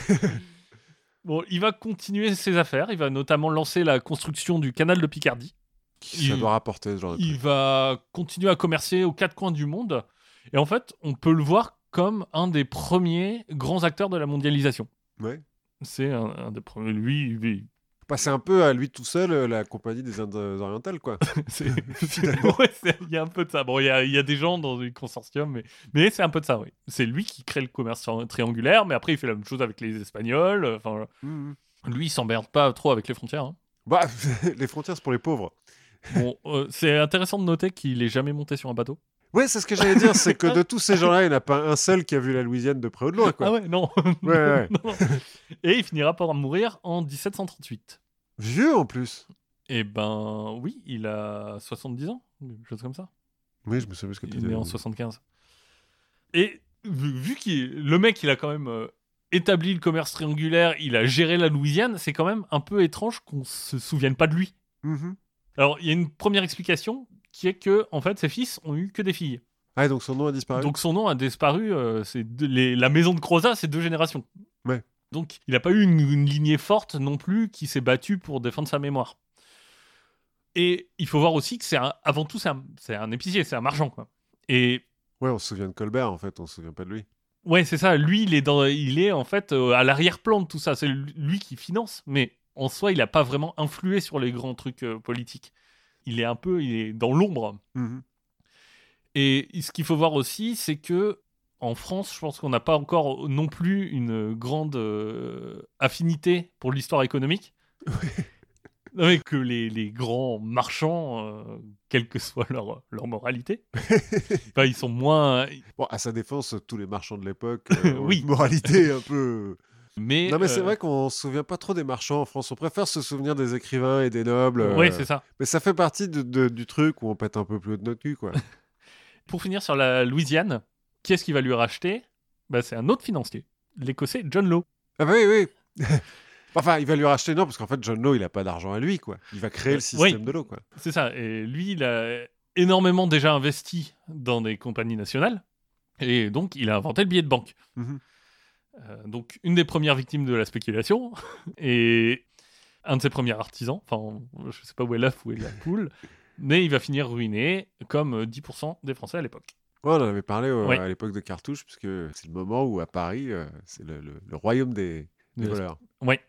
[SPEAKER 2] Bon, il va continuer ses affaires. Il va notamment lancer la construction du canal de Picardie.
[SPEAKER 1] Ça doit rapporter ce genre de
[SPEAKER 2] Il va continuer à commercer aux quatre coins du monde. Et en fait, on peut le voir comme un des premiers grands acteurs de la mondialisation.
[SPEAKER 1] Ouais.
[SPEAKER 2] C'est un, un des premiers. Lui, lui,
[SPEAKER 1] Passer un peu à lui tout seul, euh, la compagnie des Indes orientales, quoi.
[SPEAKER 2] c'est- Ouais, c'est- il y a un peu de ça. Bon, il y a, il y a des gens dans le consortium, mais, mais c'est un peu de ça, oui. C'est lui qui crée le commerce triangulaire, mais après, il fait la même chose avec les Espagnols. Enfin,
[SPEAKER 1] Mhm.
[SPEAKER 2] lui, il s'emmerde pas trop avec les frontières. hein.
[SPEAKER 1] Bah, les frontières, c'est pour les pauvres.
[SPEAKER 2] Bon, euh, c'est intéressant de noter qu'il est jamais monté sur un bateau.
[SPEAKER 1] Ouais, c'est ce que j'allais dire, c'est que de tous ces gens-là, il n'y en a pas un seul qui a vu la Louisiane de près ou de loin, quoi.
[SPEAKER 2] Ah ouais, non.
[SPEAKER 1] ouais, ouais, ouais.
[SPEAKER 2] Non, non. Et il finira par mourir en 1738.
[SPEAKER 1] Vieux en plus.
[SPEAKER 2] Eh ben oui, il a 70 ans, quelque chose comme ça.
[SPEAKER 1] Oui, je me souviens ce que tu
[SPEAKER 2] Il est
[SPEAKER 1] disais.
[SPEAKER 2] né en 75. Et vu, vu qu'il le mec, il a quand même euh, établi le commerce triangulaire, il a géré la Louisiane, c'est quand même un peu étrange qu'on se souvienne pas de lui.
[SPEAKER 1] Mhm.
[SPEAKER 2] Alors, il y a une première explication qui est que en fait ses fils ont eu que des filles.
[SPEAKER 1] Ah, donc son nom a disparu.
[SPEAKER 2] Donc son nom a disparu. euh, c'est deux- les- la maison de Croza, c'est deux générations.
[SPEAKER 1] Ouais.
[SPEAKER 2] Donc il n'a pas eu une, une lignée forte non plus qui s'est battue pour défendre sa mémoire. Et il faut voir aussi que c'est un- avant tout c'est un, c'est un épicier, c'est un marchand quoi. Et
[SPEAKER 1] Ouais, on se souvient de Colbert en fait, on se souvient pas de lui.
[SPEAKER 2] ouais c'est ça, lui il est dans, il est en fait euh, à l'arrière-plan de tout ça, c'est lui qui finance, mais en soi il n'a pas vraiment influé sur les grands trucs euh, politiques. Il est un peu, il est dans l'ombre.
[SPEAKER 1] Mhm.
[SPEAKER 2] Et ce qu'il faut voir aussi, c'est que en France, je pense qu'on n'a pas encore non plus une grande euh, affinité pour l'histoire économique. Non, mais que les, les grands marchands, euh, quelle que soit leur, leur moralité, enfin, ils sont moins.
[SPEAKER 1] Bon, à sa défense, tous les marchands de l'époque euh, ont
[SPEAKER 2] Oui.
[SPEAKER 1] une moralité un peu.
[SPEAKER 2] Mais,
[SPEAKER 1] non, mais c'est
[SPEAKER 2] euh,
[SPEAKER 1] vrai qu'on se souvient pas trop des marchands en France. On préfère se souvenir des écrivains et des nobles. euh,
[SPEAKER 2] Ouais, c'est ça.
[SPEAKER 1] Mais ça fait partie de- de- du truc où on pète un peu plus haut de notre cul, quoi.
[SPEAKER 2] Pour finir sur la Louisiane, qui est-ce qui va lui racheter Bah, C'est un autre financier, l'Écossais John Law.
[SPEAKER 1] ah bah oui, oui. enfin, il va lui racheter non, parce qu'en fait, John Law, il a pas d'argent à lui, quoi. Il va créer le
[SPEAKER 2] Oui.
[SPEAKER 1] système de l'eau, quoi.
[SPEAKER 2] C'est ça. Et lui, il a énormément déjà investi dans des compagnies nationales. Et donc, il a inventé le billet de banque.
[SPEAKER 1] Mhm.
[SPEAKER 2] Euh, donc, une des premières victimes de la spéculation. et un de ses premiers artisans. Enfin, je ne sais pas où est l'œuf, où est la poule. mais il va finir ruiné, comme euh, 10% des Français à l'époque.
[SPEAKER 1] Ouais, on en avait parlé euh,
[SPEAKER 2] Ouais.
[SPEAKER 1] à l'époque de Cartouche, puisque c'est le moment où à Paris, euh, c'est le, le- le royaume des, des
[SPEAKER 2] De la-
[SPEAKER 1] voleurs.
[SPEAKER 2] Ouais.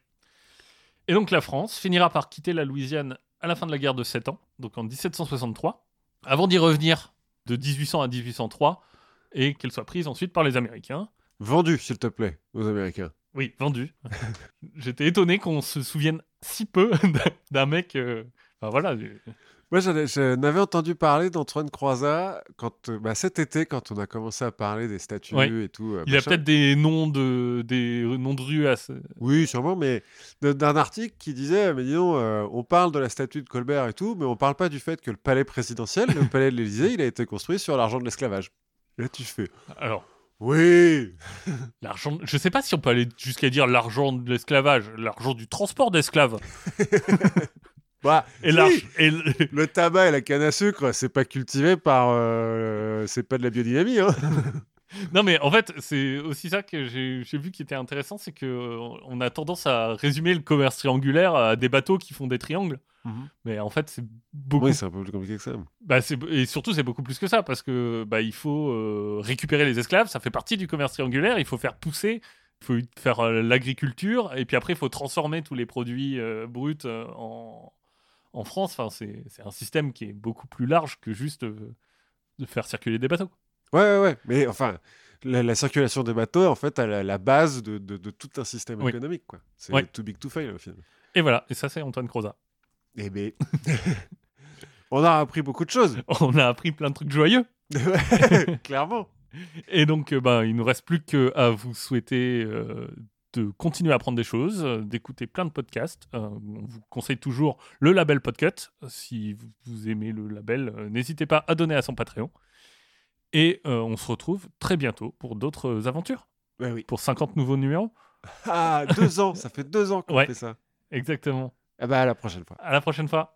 [SPEAKER 2] Et donc la France finira par quitter la Louisiane à la fin de la guerre de 7 ans, donc en 1763, avant d'y revenir de 1800 à 1803, et qu'elle soit prise ensuite par les Américains.
[SPEAKER 1] Vendu, s'il te plaît, aux Américains.
[SPEAKER 2] Oui, vendue. J'étais étonné qu'on se souvienne si peu d'un- d'un mec... euh, Enfin voilà, du-
[SPEAKER 1] Moi, j'en ai- je n'avais entendu parler d'Antoine Croizat quand, euh, bah, cet été, quand on a commencé à parler des statues
[SPEAKER 2] Ouais.
[SPEAKER 1] et tout. euh,
[SPEAKER 2] il a
[SPEAKER 1] machin.
[SPEAKER 2] peut-être des noms de des noms de rues à ce-
[SPEAKER 1] Oui, sûrement, mais de- d'un article qui disait, mais disons, on parle de la statue de Colbert et tout, mais on parle pas du fait que le palais présidentiel, le palais de l'Élysée, il a été construit sur l'argent de l'esclavage. Et Là, tu fais,
[SPEAKER 2] Alors,
[SPEAKER 1] oui
[SPEAKER 2] l'argent... Je sais pas si on peut aller jusqu'à dire l'argent de l'esclavage, l'argent du transport d'esclaves.
[SPEAKER 1] Bah,
[SPEAKER 2] Et
[SPEAKER 1] si,
[SPEAKER 2] l'argent... et l-
[SPEAKER 1] Le tabac et la canne à sucre, c'est pas cultivé par... euh, c'est pas de la biodynamie, hein
[SPEAKER 2] Non, mais en fait, c'est aussi ça que j'ai j'ai vu qui était intéressant, c'est que euh, on a tendance à résumer le commerce triangulaire à des bateaux qui font des triangles.
[SPEAKER 1] Mhm.
[SPEAKER 2] Mais en fait, c'est beaucoup.
[SPEAKER 1] Oui, c'est un peu plus compliqué que ça.
[SPEAKER 2] bah, c'est- et surtout, c'est beaucoup plus que ça, parce que bah, il faut euh, récupérer les esclaves, ça fait partie du commerce triangulaire, il faut faire pousser, il faut faire euh, l'agriculture, et puis après, il faut transformer tous les produits euh, bruts euh, en, en France. Enfin, c'est c'est un système qui est beaucoup plus large que juste euh, de faire circuler des bateaux.
[SPEAKER 1] Ouais, ouais, ouais. Mais enfin, la, la circulation des bateaux, en fait, à la, la base de, de- de tout un système
[SPEAKER 2] Oui.
[SPEAKER 1] économique, quoi. C'est
[SPEAKER 2] Ouais.
[SPEAKER 1] too big to fail, au final.
[SPEAKER 2] Et voilà, et ça, c'est Antoine Croza.
[SPEAKER 1] Eh ben... On a appris beaucoup de choses,
[SPEAKER 2] On a appris plein de trucs joyeux.
[SPEAKER 1] clairement.
[SPEAKER 2] Et donc, euh, bah, il nous reste plus qu'à vous souhaiter euh, de continuer à apprendre des choses, euh, d'écouter plein de podcasts. Euh, on vous conseille toujours le label Podcut. Euh, Si vous- vous aimez le label, euh, n'hésitez pas à donner à son Patreon. Et euh, on se retrouve très bientôt pour d'autres aventures,
[SPEAKER 1] Ouais, Bah oui.
[SPEAKER 2] pour 50 nouveaux numéros.
[SPEAKER 1] Ah, deux ans, ça fait deux ans qu'on
[SPEAKER 2] Ouais.
[SPEAKER 1] fait ça.
[SPEAKER 2] Exactement.
[SPEAKER 1] Eh ben, à la prochaine fois.
[SPEAKER 2] À la prochaine fois.